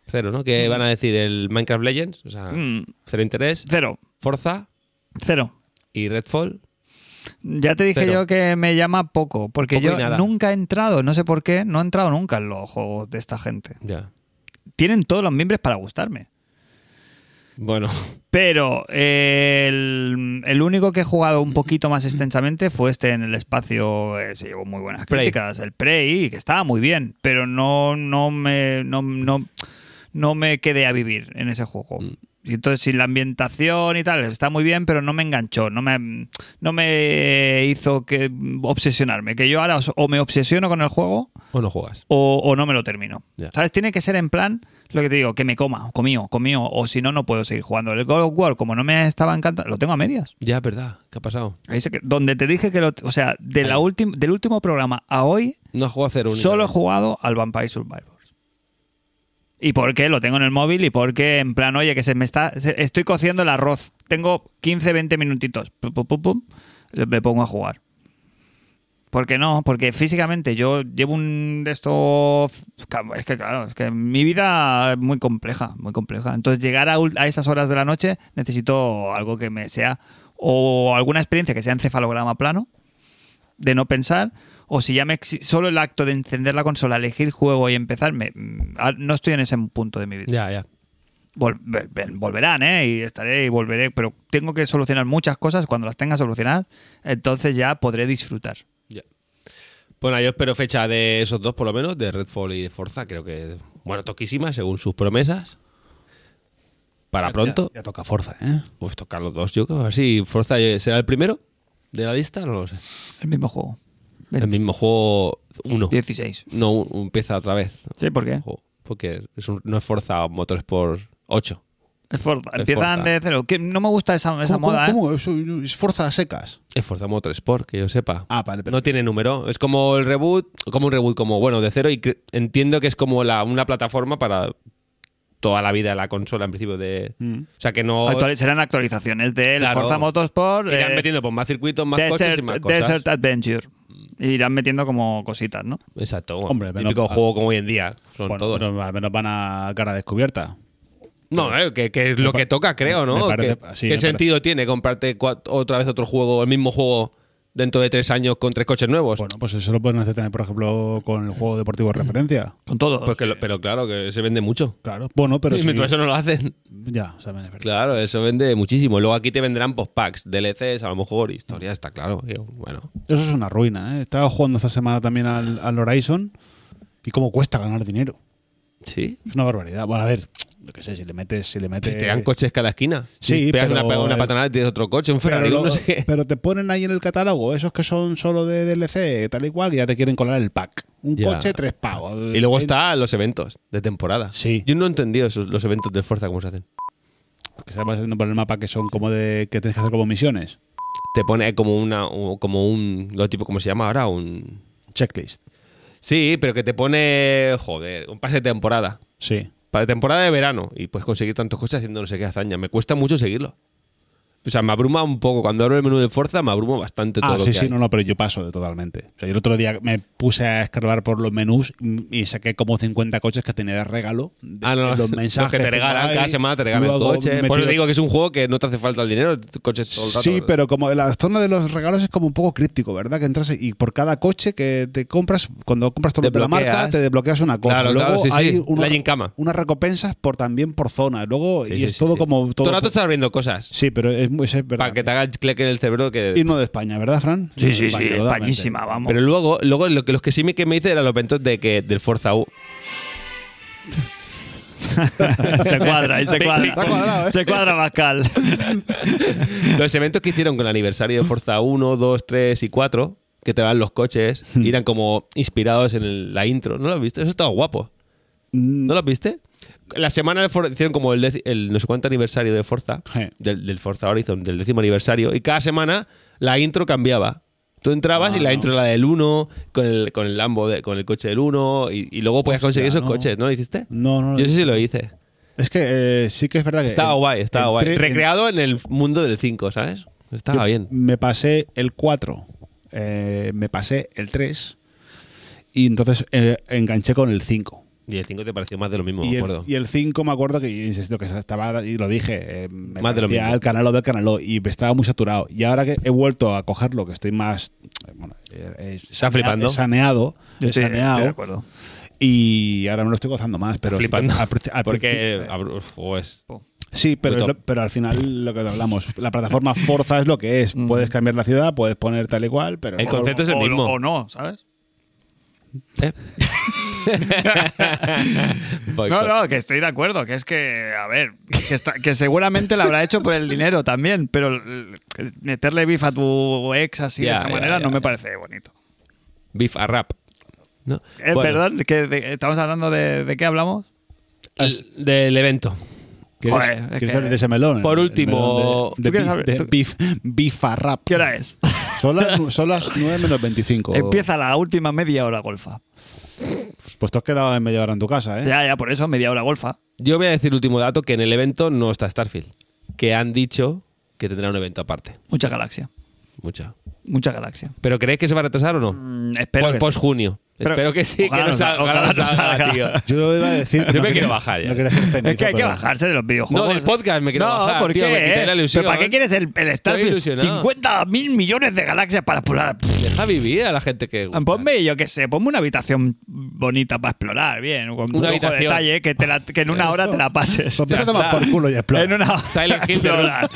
Speaker 1: cero, ¿no? Que van a decir el Minecraft Legends, o sea,
Speaker 2: Mm.
Speaker 1: cero interés,
Speaker 2: Cero,
Speaker 1: Forza
Speaker 2: cero.
Speaker 1: y Redfall.
Speaker 2: Ya te dije
Speaker 1: Cero.
Speaker 2: yo que me llama poco, porque
Speaker 1: Poco y
Speaker 2: yo
Speaker 1: nada.
Speaker 2: nunca he entrado, no sé por qué, no he entrado nunca en los juegos de esta gente.
Speaker 1: Ya.
Speaker 2: Tienen todos los miembros para gustarme.
Speaker 1: Bueno,
Speaker 2: Pero eh, el, el único que he jugado un poquito más extensamente fue este en el espacio, eh, se llevó muy buenas
Speaker 1: Prey.
Speaker 2: críticas, el Prey, que estaba muy bien, pero no, no me no, no, no me quedé a vivir en ese juego. Y entonces, si la ambientación y tal está muy bien, pero no me enganchó, no me, no me hizo que obsesionarme. Que yo ahora os- o me obsesiono con el juego
Speaker 1: o no juegas.
Speaker 2: o, o no me lo termino.
Speaker 1: Ya.
Speaker 2: ¿Sabes? Tiene que ser en plan, lo que te digo, que me coma, comío, comío, o si no, no puedo seguir jugando. El God of War, como no me estaba encantando, lo tengo a medias.
Speaker 1: Ya, ¿verdad? ¿Qué ha pasado?
Speaker 2: Ahí se que- donde te dije que lo. O sea, de la ultim- del último programa a hoy,
Speaker 1: No has jugado cero únicamente.
Speaker 2: solo he jugado al Vampire Survivors. ¿Y por qué? Lo tengo en el móvil y porque en plan, oye, que se me está. se- estoy cociendo el arroz. Tengo 15, 20 minutitos. Pum, pum, pum, pum, le- me pongo a jugar. ¿Por qué no? Porque físicamente yo llevo un de estos... Es que claro, es que mi vida es muy compleja, muy compleja. Entonces llegar a, ul- a esas horas de la noche necesito algo que me sea... O alguna experiencia que sea encefalograma plano, de no pensar. O si ya me... exi- Solo el acto de encender la consola, elegir juego y empezar, me- mm, ah, no estoy en ese punto de mi vida.
Speaker 1: Ya, ya.
Speaker 2: Vol- ve- ve- volverán, ¿eh? Y estaré y volveré. Pero tengo que solucionar muchas cosas. Cuando las tenga solucionadas, entonces ya podré disfrutar.
Speaker 1: ya. Bueno, yo espero fecha de esos dos, por lo menos, de Redfall y de Forza. Creo que Bueno, toquísima, según sus promesas. Para
Speaker 3: Ya-
Speaker 1: pronto.
Speaker 3: Ya, ya toca fuerza, ¿eh?
Speaker 1: Pues tocar los dos, yo creo. A ver si Forza eh, será el primero de la lista, no lo sé.
Speaker 2: El mismo juego.
Speaker 1: El mismo juego uno.
Speaker 2: 16.
Speaker 1: No, un- empieza otra vez.
Speaker 2: Sí, ¿por qué?
Speaker 1: Ojo, Porque es un- no es Forza Motorsport 8.
Speaker 2: Es Forza.
Speaker 1: Es
Speaker 2: Empieza
Speaker 1: Forza.
Speaker 2: antes de cero. Que no me gusta esa, esa
Speaker 3: ¿Cómo-
Speaker 2: moda, ¿eh?
Speaker 3: ¿Cómo? cómo? Eso es fuerza a secas.
Speaker 1: Es Forza Motorsport, que yo sepa.
Speaker 3: Ah, vale, pero-
Speaker 1: No tiene número. Es como el reboot, como un reboot, como bueno, de cero. Y cre- entiendo que es como la, una plataforma para toda la vida de la consola, en principio. de
Speaker 3: Mm.
Speaker 1: O sea, que no.
Speaker 2: Actuali- serán actualizaciones de la
Speaker 1: Claro.
Speaker 2: Forza Motorsport,
Speaker 1: Irán
Speaker 2: eh,
Speaker 1: metiendo pues, más circuitos, más coches y
Speaker 2: Desert,
Speaker 1: más cosas. Mm.
Speaker 2: Desert Adventure. Irán metiendo como cositas, ¿no?
Speaker 1: Exacto. Bueno,
Speaker 3: Hombre, pero-
Speaker 1: típico
Speaker 3: ah.
Speaker 1: juego como hoy en día. Son
Speaker 3: Bueno,
Speaker 1: todos.
Speaker 3: pero al menos van a cara descubierta.
Speaker 1: No, eh, que, que es lo
Speaker 3: pa-
Speaker 1: que toca, creo, ¿no?
Speaker 3: me parece-
Speaker 1: ¿Qué,
Speaker 3: sí,
Speaker 1: qué
Speaker 3: me
Speaker 1: sentido tiene comprarte cua- otra vez otro juego, el mismo juego, dentro de tres años con tres coches nuevos?
Speaker 3: Bueno, pues eso lo pueden hacer también, por ejemplo, con el juego deportivo de referencia.
Speaker 2: Con todo.
Speaker 1: Porque lo- pero claro, Pues que se vende mucho.
Speaker 3: Claro. Bueno, pero
Speaker 1: y
Speaker 3: sí.
Speaker 1: mientras eso no lo hacen.
Speaker 3: Ya, o sea, es verdad.
Speaker 1: Claro, eso vende muchísimo. Luego aquí te vendrán post packs, DLCs, a lo mejor, historia, está claro. que, Bueno,
Speaker 3: Eso es una ruina, ¿eh? Estaba jugando esta semana también al, al Horizon y cómo cuesta ganar dinero.
Speaker 1: sí.
Speaker 3: Es una barbaridad. Bueno, a ver, yo qué sé, si le metes, si le metes.
Speaker 1: te dan coches cada esquina.
Speaker 3: Eh, Sí,
Speaker 1: Si pegas
Speaker 3: pero-
Speaker 1: una, pega una patanada y tienes otro coche, un
Speaker 3: pero,
Speaker 1: Ferrari,
Speaker 3: luego-
Speaker 1: no sé qué.
Speaker 3: pero te ponen ahí en el catálogo esos que son solo de DLC, tal y cual, y ya te quieren colar el pack. Un
Speaker 1: Ya.
Speaker 3: coche, tres pagos.
Speaker 1: Y luego está los eventos de temporada.
Speaker 3: Sí.
Speaker 1: Yo no he entendido esos, los eventos de Forza cómo se hacen.
Speaker 3: Que se va haciendo por el mapa que son como de. que tienes que hacer como misiones.
Speaker 1: Te pone como una o como un lo tipo cómo se llama ahora, un
Speaker 3: Checklist.
Speaker 1: Sí, pero que te pone, joder, un pase de temporada.
Speaker 3: Sí.
Speaker 1: Para temporada de verano. Y puedes conseguir tantos coches haciendo no sé qué hazaña. Me cuesta mucho seguirlo. O sea, me abruma un poco. Cuando abro el menú de Forza, me abruma bastante todo
Speaker 3: Ah,
Speaker 1: lo
Speaker 3: sí,
Speaker 1: que
Speaker 3: sí,
Speaker 1: hay.
Speaker 3: no, no, pero yo paso de totalmente. O sea, yo el otro día me puse a escarbar por los menús y saqué como 50 coches que tenía de regalo. de-
Speaker 1: Ah, no,
Speaker 3: de los mensajes.
Speaker 1: que te
Speaker 3: por
Speaker 1: regalan,
Speaker 3: ahí.
Speaker 1: cada semana te regalan
Speaker 3: Luego
Speaker 1: coches.
Speaker 3: me
Speaker 1: Por eso
Speaker 3: tiro-
Speaker 1: te digo que es un juego que no te hace falta el dinero, coches todo el rato.
Speaker 3: Sí, pero como la zona de los regalos es como un poco críptico, ¿verdad? Que entras y por cada coche que te compras, cuando compras todo
Speaker 1: Te
Speaker 3: de la marca,
Speaker 1: bloqueas.
Speaker 3: te desbloqueas una cosa.
Speaker 1: Claro,
Speaker 3: Luego
Speaker 1: claro, sí, sí.
Speaker 3: hay
Speaker 1: La gincama.
Speaker 3: unas recompensas por también por zona. Luego,
Speaker 1: Sí,
Speaker 3: y
Speaker 1: sí,
Speaker 3: es
Speaker 1: sí,
Speaker 3: todo
Speaker 1: sí.
Speaker 3: como.
Speaker 1: Todo
Speaker 3: Todo
Speaker 1: el rato estás abriendo cosas.
Speaker 3: Sí, pero es muy. Es verdad.
Speaker 1: Para que te haga el clic en el cerebro que...
Speaker 3: Himno de España, ¿verdad, Fran?
Speaker 2: Sí, sí, sí.
Speaker 3: España, totalmente.
Speaker 2: Españísima, vamos.
Speaker 1: Pero luego, luego lo que, los que sí me, que me hice eran los eventos de que, del Forza U.
Speaker 2: se cuadra, y se
Speaker 3: Está cuadrado,
Speaker 2: cuadra.
Speaker 3: ¿eh?
Speaker 2: se cuadra Pascal.
Speaker 1: Los eventos que hicieron con el aniversario de Forza 1, 2, 3 y 4, que te van los coches, y eran como inspirados en el- la intro. ¿No lo has visto? Eso estaba guapo.
Speaker 3: Mm,
Speaker 1: ¿No lo viste? La semana de For- hicieron como el, deci- el no sé cuánto aniversario de Forza,
Speaker 3: Sí.
Speaker 1: del, del Forza Horizon, del décimo aniversario, y cada semana la intro cambiaba. Tú entrabas y
Speaker 3: Ah.
Speaker 1: la intro era la del 1, con el, con el Lambo, de- con el coche del 1, y, y luego podías conseguir esos
Speaker 3: no.
Speaker 1: coches. ¿No lo hiciste?
Speaker 3: No, no, no.
Speaker 1: Yo sé si lo hice.
Speaker 3: Es que eh, sí que es verdad que.
Speaker 1: Estaba
Speaker 3: el-
Speaker 1: guay, estaba
Speaker 3: el
Speaker 1: guay.
Speaker 3: tre- el-
Speaker 1: Recreado en el mundo del 5, ¿sabes? Estaba bien.
Speaker 3: Me pasé el 4, eh, me pasé el 3 y entonces eh, enganché con el 5.
Speaker 1: Y el 5 te pareció más de lo mismo,
Speaker 3: Y
Speaker 1: me
Speaker 3: el,
Speaker 1: acuerdo.
Speaker 3: y el 5 me acuerdo que, yo insisto, que estaba, y lo dije, eh, me
Speaker 1: Más de lo
Speaker 3: parecía
Speaker 1: mismo.
Speaker 3: el canal del canaló y me estaba muy saturado. Y ahora que he vuelto a cogerlo, que estoy más... eh, Bueno, eh, eh,
Speaker 1: Está flipando.
Speaker 3: Saneado,
Speaker 2: Sí,
Speaker 3: saneado,
Speaker 2: estoy de acuerdo.
Speaker 3: y ahora me lo estoy gozando más. Pero
Speaker 1: flipando.
Speaker 3: al princi- al principio-
Speaker 1: Porque, abro- pues,
Speaker 3: Sí, pero,
Speaker 1: Brutal.
Speaker 3: es lo- pero al final lo que hablamos, la plataforma Forza es lo que es.
Speaker 2: Mm.
Speaker 3: Puedes cambiar la ciudad, puedes poner tal y cual, pero...
Speaker 1: El concepto es el
Speaker 2: O- o-
Speaker 1: mismo.
Speaker 2: O no, ¿sabes?
Speaker 1: ¿eh?
Speaker 2: No,
Speaker 1: Boicot.
Speaker 2: no, que estoy de acuerdo, que es que, a ver, que, está- que seguramente lo habrá hecho por el dinero también, pero el- el meterle bif a tu ex así
Speaker 1: Ya,
Speaker 2: de esa
Speaker 1: ya,
Speaker 2: manera
Speaker 1: ya,
Speaker 2: no
Speaker 1: ya.
Speaker 2: me parece bonito.
Speaker 1: Beef a rap. ¿No?
Speaker 2: Eh,
Speaker 1: Bueno,
Speaker 2: Perdón, que de- ¿estamos hablando de, de qué hablamos?
Speaker 1: el- del evento.
Speaker 3: ¿Quieres,
Speaker 2: Joder, es
Speaker 3: quieres
Speaker 2: que-
Speaker 3: abrir ese melón?
Speaker 1: Por
Speaker 3: El- el
Speaker 1: último,
Speaker 3: melón de-
Speaker 2: ¿tú quieres
Speaker 3: de,
Speaker 2: abrir-
Speaker 3: beef-
Speaker 2: tú-
Speaker 3: de beef, bifarrap.
Speaker 2: ¿Qué hora es?
Speaker 3: Son las, son las 9
Speaker 1: Oh.
Speaker 3: menos 25.
Speaker 2: Empieza la última media hora golfa.
Speaker 3: Pues te has quedado en media hora en tu casa, ¿eh?
Speaker 2: Ya, ya, por eso media hora golfa.
Speaker 1: Yo voy a decir último dato, que en el evento no está Starfield. Que han dicho que tendrá un evento aparte.
Speaker 2: Mucha galaxia,
Speaker 1: Mucha.
Speaker 2: mucha galaxia.
Speaker 1: ¿Pero creéis que se va a retrasar o no?
Speaker 2: Mm, espero
Speaker 1: Pues
Speaker 2: que-
Speaker 1: post junio.
Speaker 2: Pero-
Speaker 1: Espero que sí, que
Speaker 2: ojalá
Speaker 1: no
Speaker 2: no salga,
Speaker 1: salga, ojalá no salga, tío.
Speaker 3: Yo lo iba a
Speaker 1: Yo
Speaker 3: decir.
Speaker 1: me
Speaker 3: quería-
Speaker 1: quiero bajar ya.
Speaker 3: No quería ser cenizo,
Speaker 2: Es que hay que
Speaker 3: pero-
Speaker 2: bajarse de los videojuegos.
Speaker 1: No, del podcast me quiero
Speaker 2: no,
Speaker 1: bajar,
Speaker 2: ¿por
Speaker 1: tío,
Speaker 2: qué?
Speaker 1: me quité
Speaker 2: eh?
Speaker 1: la ilusión.
Speaker 2: ¿Pero ¿Para qué quieres el, el Starfield?
Speaker 1: ilusionado.
Speaker 2: 50 mil millones de galaxias para explorar.
Speaker 1: Deja vivir a la gente que...
Speaker 3: Pues
Speaker 1: gusta.
Speaker 2: Ponme, yo qué sé, ponme una habitación bonita para explorar, bien, con un
Speaker 1: Una
Speaker 2: ojo de
Speaker 1: habitación.
Speaker 2: detalle que, te la- que en una hora te la pases.
Speaker 3: Pues empieza a tomar
Speaker 1: está.
Speaker 3: por culo y explora.
Speaker 2: en una hora.
Speaker 1: Silent Hill de
Speaker 2: Explora.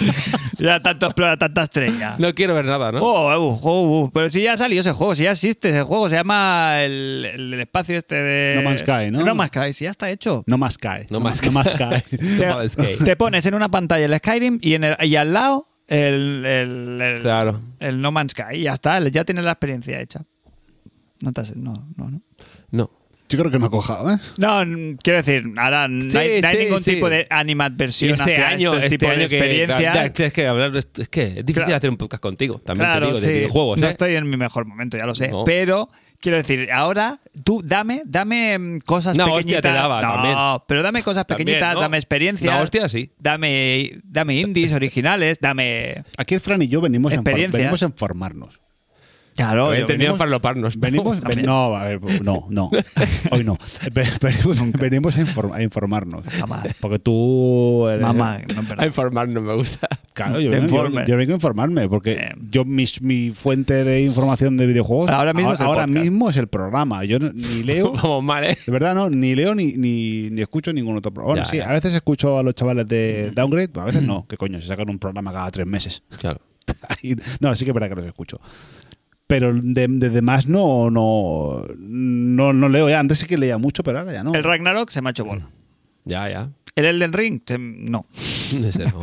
Speaker 2: ya tanto explora, tanta estrella.
Speaker 1: No quiero ver nada, ¿no?
Speaker 2: Oh, eh, uh, oh, uh, pero si ya salió ese juego, si ya existe ese juego, se llama el el, el del espacio este de.
Speaker 3: No Man's Sky, ¿no?
Speaker 2: No Man's Sky, sí, ya está hecho.
Speaker 3: No más cae.
Speaker 1: No más
Speaker 3: no más cae.
Speaker 2: Te,
Speaker 1: No, es que-
Speaker 2: te pones en una pantalla el Skyrim y, en el- y al lado el, el- el-
Speaker 1: Claro.
Speaker 2: el No Man's Sky. Y ya está, ya tienes la experiencia hecha. No, te has- no, no, no.
Speaker 1: No.
Speaker 3: Yo creo que no ha cojado, ¿eh?
Speaker 2: No, n- quiero decir, ahora no
Speaker 1: Sí,
Speaker 2: hay, no hay
Speaker 1: sí,
Speaker 2: ningún
Speaker 1: sí.
Speaker 2: tipo de
Speaker 1: Y
Speaker 2: animadversión
Speaker 1: este
Speaker 2: hacia
Speaker 1: año,
Speaker 2: estos
Speaker 1: este
Speaker 2: tipos
Speaker 1: año
Speaker 2: de experiencia.
Speaker 1: que, claro, es que hablar de esto- es que es difícil
Speaker 2: Claro.
Speaker 1: hacer un podcast contigo, también te
Speaker 2: Claro,
Speaker 1: digo, de
Speaker 2: sí.
Speaker 1: videojuegos,
Speaker 2: No
Speaker 1: ¿eh?
Speaker 2: estoy en mi mejor momento, ya lo sé.
Speaker 1: No.
Speaker 2: Pero quiero decir, ahora tú dame, dame mm, cosas
Speaker 1: Una
Speaker 2: pequeñitas.
Speaker 1: hostia te daba
Speaker 2: no,
Speaker 1: también.
Speaker 2: pero dame cosas
Speaker 1: También,
Speaker 2: pequeñitas,
Speaker 1: ¿no?
Speaker 2: dame experiencias.
Speaker 1: Una hostia, sí.
Speaker 2: Dame, dame indies originales, dame.
Speaker 3: Aquí el Fran y yo venimos, a, enfor-
Speaker 2: Experiencia.
Speaker 3: venimos a informarnos.
Speaker 2: Claro,
Speaker 1: He
Speaker 2: yo-
Speaker 1: tenido
Speaker 2: venimos-
Speaker 1: farloparnos.
Speaker 3: Venimos, ven- no, a ver, no, no, hoy no. Ve- Venimos, venimos a, inform- a informarnos.
Speaker 2: Jamás.
Speaker 3: Porque tú... eres-
Speaker 2: Mamá, no,
Speaker 1: A
Speaker 2: perdón.
Speaker 1: informarnos me gusta.
Speaker 3: Claro, yo
Speaker 2: Te
Speaker 3: vengo, yo-
Speaker 2: informe.
Speaker 3: yo vengo a informarme, porque
Speaker 2: Eh.
Speaker 3: yo mis- mi, fuente de información de videojuegos
Speaker 2: Ahora mismo es el
Speaker 3: ahora
Speaker 2: podcast.
Speaker 3: mismo es el programa. Yo no- ni leo,
Speaker 1: Vamos mal, ¿eh?
Speaker 3: de verdad no, ni leo ni, ni, ni escucho ningún otro programa. Bueno,
Speaker 1: Ya,
Speaker 3: sí,
Speaker 1: ya.
Speaker 3: a veces escucho a los chavales de Downgrade, a veces no, que coño, se sacan un programa cada tres meses.
Speaker 1: Claro.
Speaker 3: Ahí- no, sí que es verdad que los escucho. Pero de, de demás no, no, no, no leo ya. Antes sí que leía mucho, pero ahora ya no.
Speaker 2: El Ragnarok se me ha hecho bola.
Speaker 1: Ya, ya.
Speaker 2: El Elden Ring, se- no.
Speaker 1: Ese no.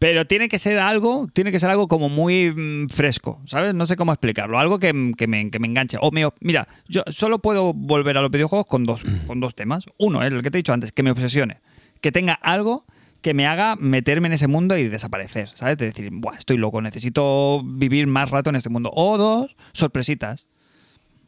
Speaker 2: Pero tiene que ser algo, tiene que ser algo como muy mm, fresco, ¿sabes? No sé cómo explicarlo, algo que, mm, que me, que me enganche. O me- mira, yo solo puedo volver a los videojuegos con dos, con dos temas. Uno, es el que te he dicho antes, que me obsesione, que tenga algo que me haga meterme en ese mundo y desaparecer, ¿sabes? De decir, Buah, estoy loco, necesito vivir más rato en este mundo. O dos, sorpresitas.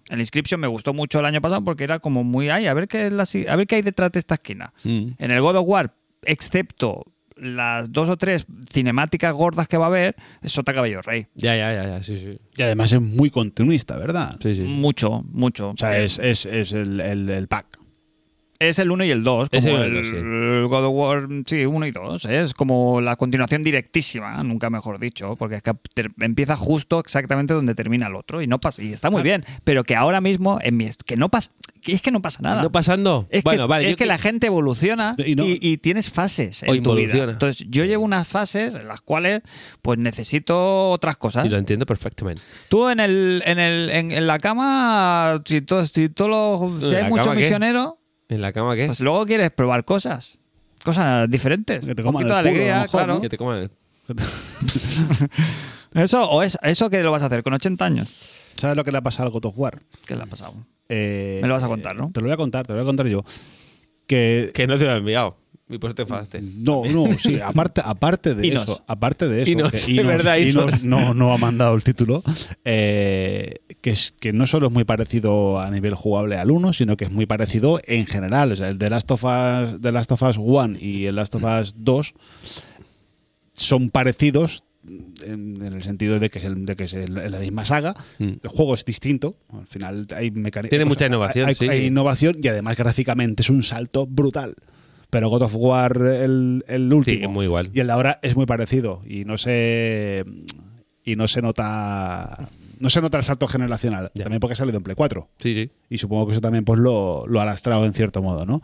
Speaker 2: El Inscription me gustó mucho el año pasado porque era como muy, ay, a ver qué, es la si- a ver qué hay detrás de esta esquina.
Speaker 1: Mm.
Speaker 2: En el God of War, excepto las dos o tres cinemáticas gordas que va a haber, es Sota Caballo Rey.
Speaker 1: Ya, ya, ya, ya. Sí, sí.
Speaker 3: Y además es muy continuista, ¿verdad?
Speaker 1: Sí, sí, sí.
Speaker 2: Mucho, mucho.
Speaker 3: O sea, es, es- es el, el- el pack.
Speaker 2: Es el 1 y el 2,
Speaker 1: Es
Speaker 2: como el,
Speaker 1: el uno, sí.
Speaker 2: el God of War, sí, 1 y 2. Es como la continuación directísima, nunca mejor dicho, porque es que ter- empieza justo exactamente donde termina el otro y no pasa, y está
Speaker 1: Ah.
Speaker 2: muy bien, pero que ahora mismo en mi, es- que no pasa, que es que no pasa nada.
Speaker 1: ¿No pasando?
Speaker 2: Es
Speaker 1: bueno,
Speaker 2: que,
Speaker 1: vale.
Speaker 2: es
Speaker 1: yo
Speaker 2: que
Speaker 1: que-
Speaker 2: la gente evoluciona y,
Speaker 3: Y no-
Speaker 2: y tienes fases
Speaker 1: O
Speaker 2: en tu vida.
Speaker 1: involuciona.
Speaker 2: Entonces, yo llevo unas fases en las cuales pues necesito otras cosas.
Speaker 1: Sí, lo entiendo perfectamente.
Speaker 2: Tú en el, en el, en, en la cama, si, to- si todos los- si
Speaker 1: ¿En
Speaker 2: hay
Speaker 1: la
Speaker 2: muchos
Speaker 1: cama qué?
Speaker 2: misioneros,
Speaker 1: ¿En la cama qué?
Speaker 2: pues luego quieres probar cosas. Cosas diferentes.
Speaker 3: Que te
Speaker 2: Un
Speaker 3: coman
Speaker 2: poquito de
Speaker 3: el culo, a
Speaker 2: alegría,
Speaker 3: lo mejor,
Speaker 2: claro.
Speaker 1: Que te coman el-
Speaker 2: Eso, o es, eso que lo vas a hacer con 80 años.
Speaker 3: ¿Sabes lo que le ha pasado al God of War?
Speaker 2: ¿Qué le ha pasado?
Speaker 3: Eh,
Speaker 2: Me lo vas a contar, ¿no?
Speaker 3: Te lo voy a contar, te lo voy a contar yo. Que.
Speaker 1: Que no te lo he enviado. Y por eso te enfadaste.
Speaker 3: No, no, sí, aparte, aparte de
Speaker 2: Inos.
Speaker 3: eso, aparte de eso,
Speaker 1: Inos,
Speaker 3: que
Speaker 1: es verdad, Inos.
Speaker 3: Inos no, no ha mandado el título, eh, que, es, que no solo es muy parecido a nivel jugable al 1, sino que es muy parecido en general. O sea, el de Last of Us, The Last of Us 1 y el Last of Us 2 son parecidos en, en el sentido de que es, el- de que es el- la misma saga.
Speaker 1: Mm.
Speaker 3: El juego es distinto. Al final hay mecánicas.
Speaker 1: Tiene mucha innovación,
Speaker 3: hay,
Speaker 1: sí.
Speaker 3: hay innovación y además gráficamente es un salto brutal. Pero God of War, el, el último.
Speaker 1: que es muy igual.
Speaker 3: Y el de ahora es muy parecido. Y no se. Y no se nota. No se nota el salto generacional.
Speaker 1: Ya.
Speaker 3: También porque ha salido en Play 4.
Speaker 1: Sí, sí.
Speaker 3: Y supongo que eso también pues, lo, lo ha lastrado en cierto modo, ¿no?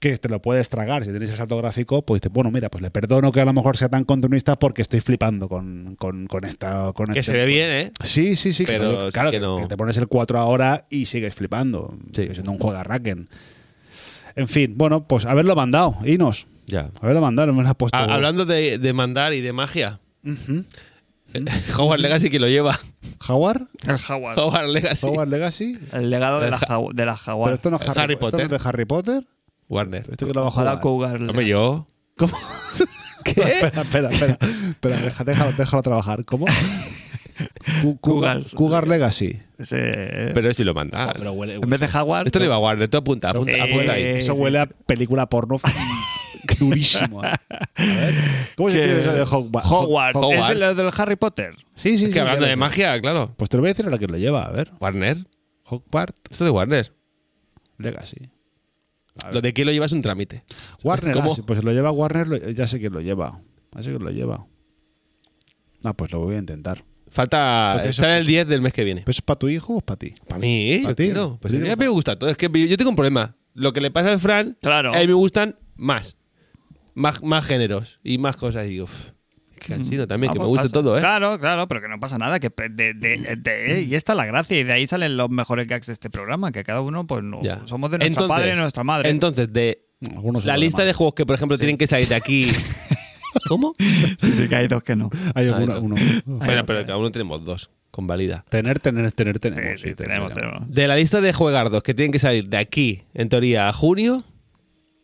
Speaker 3: Que te lo puedes tragar. Si tenéis el salto gráfico, pues dices, bueno, mira, pues le perdono que a lo mejor sea tan continuista porque estoy flipando con, con, con esta. Con
Speaker 1: Que
Speaker 3: este
Speaker 1: se ve
Speaker 2: Pues,
Speaker 3: juego.
Speaker 1: bien, ¿eh?
Speaker 3: Sí, sí, sí.
Speaker 1: Pero
Speaker 3: claro,
Speaker 1: sí
Speaker 3: claro,
Speaker 1: que
Speaker 3: que,
Speaker 1: no.
Speaker 3: que te pones el 4 ahora y sigues flipando.
Speaker 1: Sí.
Speaker 3: Sigue siendo un juega Raken. En fin, bueno, pues haberlo mandado, Inos.
Speaker 1: Ya.
Speaker 3: Haberlo mandado, me lo has puesto.
Speaker 1: Ha- Ah, hablando de, de mandar y de magia. Howard Legacy que lo lleva.
Speaker 3: ¿Jaguar?
Speaker 2: El jaguar.
Speaker 1: Howard Legacy.
Speaker 3: ¿Jaguar Legacy?
Speaker 2: El legado de la, jagu- de la
Speaker 3: Pero
Speaker 2: jaguar.
Speaker 3: esto no es
Speaker 1: Harry
Speaker 3: Harry, esto no
Speaker 1: Potter.
Speaker 3: es de Harry Potter.
Speaker 1: Warner.
Speaker 3: Esto que lo va a
Speaker 2: Ojalá
Speaker 3: jugar.
Speaker 2: Cougar.
Speaker 1: Hombre, yo.
Speaker 3: ¿Cómo?
Speaker 2: ¿Qué?
Speaker 3: espera, espera, espera. Espera, deja- déjalo, déjalo trabajar. ¿Cómo? Cu- Cougar,
Speaker 2: Cougars.
Speaker 3: Cougar Legacy.
Speaker 2: Ese-
Speaker 1: Ah, Pero si lo manda.
Speaker 3: huele.
Speaker 2: en vez de jaguar.
Speaker 1: Esto lo iba a Warner. Esto apunta, apunta,
Speaker 2: Eh,
Speaker 1: apunta ahí.
Speaker 3: Eso
Speaker 2: sí,
Speaker 3: huele a película porno durísimo. ¿eh? A ver, ¿Cómo se
Speaker 2: que-
Speaker 3: escribe eso de Hogwarts?
Speaker 2: Hogwarts.
Speaker 1: Hog-
Speaker 2: Es
Speaker 1: Hogwarts.
Speaker 2: el del Harry Potter.
Speaker 3: Sí, sí,
Speaker 1: Es
Speaker 3: sí,
Speaker 1: que hablando
Speaker 3: ya lo
Speaker 1: de
Speaker 3: sé.
Speaker 1: magia, claro.
Speaker 3: Pues te lo voy a decir ahora que lo lleva, a ver.
Speaker 1: Warner.
Speaker 3: Hogwarts
Speaker 1: Esto de Warner.
Speaker 3: Legacy.
Speaker 1: Lo de quién lo lleva es un trámite.
Speaker 3: Warner,
Speaker 1: ¿Cómo?
Speaker 3: ah, sí, pues si lo lleva Warner, lo- ya sé quién lo lleva. Ya sé quién lo lleva. Ah, pues lo voy a intentar.
Speaker 1: Falta.
Speaker 3: Porque eso-
Speaker 1: Está el 10 del mes que viene.
Speaker 3: ¿Pero es para tu hijo o es para ti?
Speaker 1: Para mí,
Speaker 3: ¿Para
Speaker 1: yo
Speaker 3: ti?
Speaker 1: quiero. Pues
Speaker 3: ¿A
Speaker 1: a
Speaker 3: ti
Speaker 1: mí
Speaker 3: te
Speaker 1: me gusta todo. Es que yo tengo un problema. Lo que le pasa al Fran,
Speaker 2: Claro.
Speaker 1: a mí me gustan más. Más, más géneros y más cosas. Y digo, "Uf, cansino también, que me
Speaker 2: Mm. Vamos,
Speaker 1: gusta
Speaker 2: pasa-
Speaker 1: todo, ¿eh?
Speaker 2: Claro, claro, pero que no pasa nada. Que pe- de- de- de- eh, y esta es la gracia. Y de ahí salen los mejores gags de este programa. Que cada uno, pues, no,
Speaker 1: Ya.
Speaker 2: somos de nuestro
Speaker 1: Entonces-
Speaker 2: padre y nuestra madre.
Speaker 1: Entonces, de
Speaker 3: Algunos
Speaker 1: la
Speaker 3: son
Speaker 1: lista de
Speaker 3: problemas.
Speaker 1: juegos que, por ejemplo, tienen que salir de aquí. ¿Cómo?
Speaker 2: Sí, sí, que hay dos que no.
Speaker 3: Hay
Speaker 1: Ah,
Speaker 3: alguno-
Speaker 1: esto.
Speaker 3: uno.
Speaker 1: Bueno, pero cada uno tenemos dos, con valida.
Speaker 3: Tener, tener, tener,
Speaker 2: Sí,
Speaker 3: tenemos.
Speaker 2: sí,
Speaker 3: sí,
Speaker 2: tenemos, tenemos.
Speaker 1: De la lista de juegardos que tienen que salir de aquí, en teoría, a junio,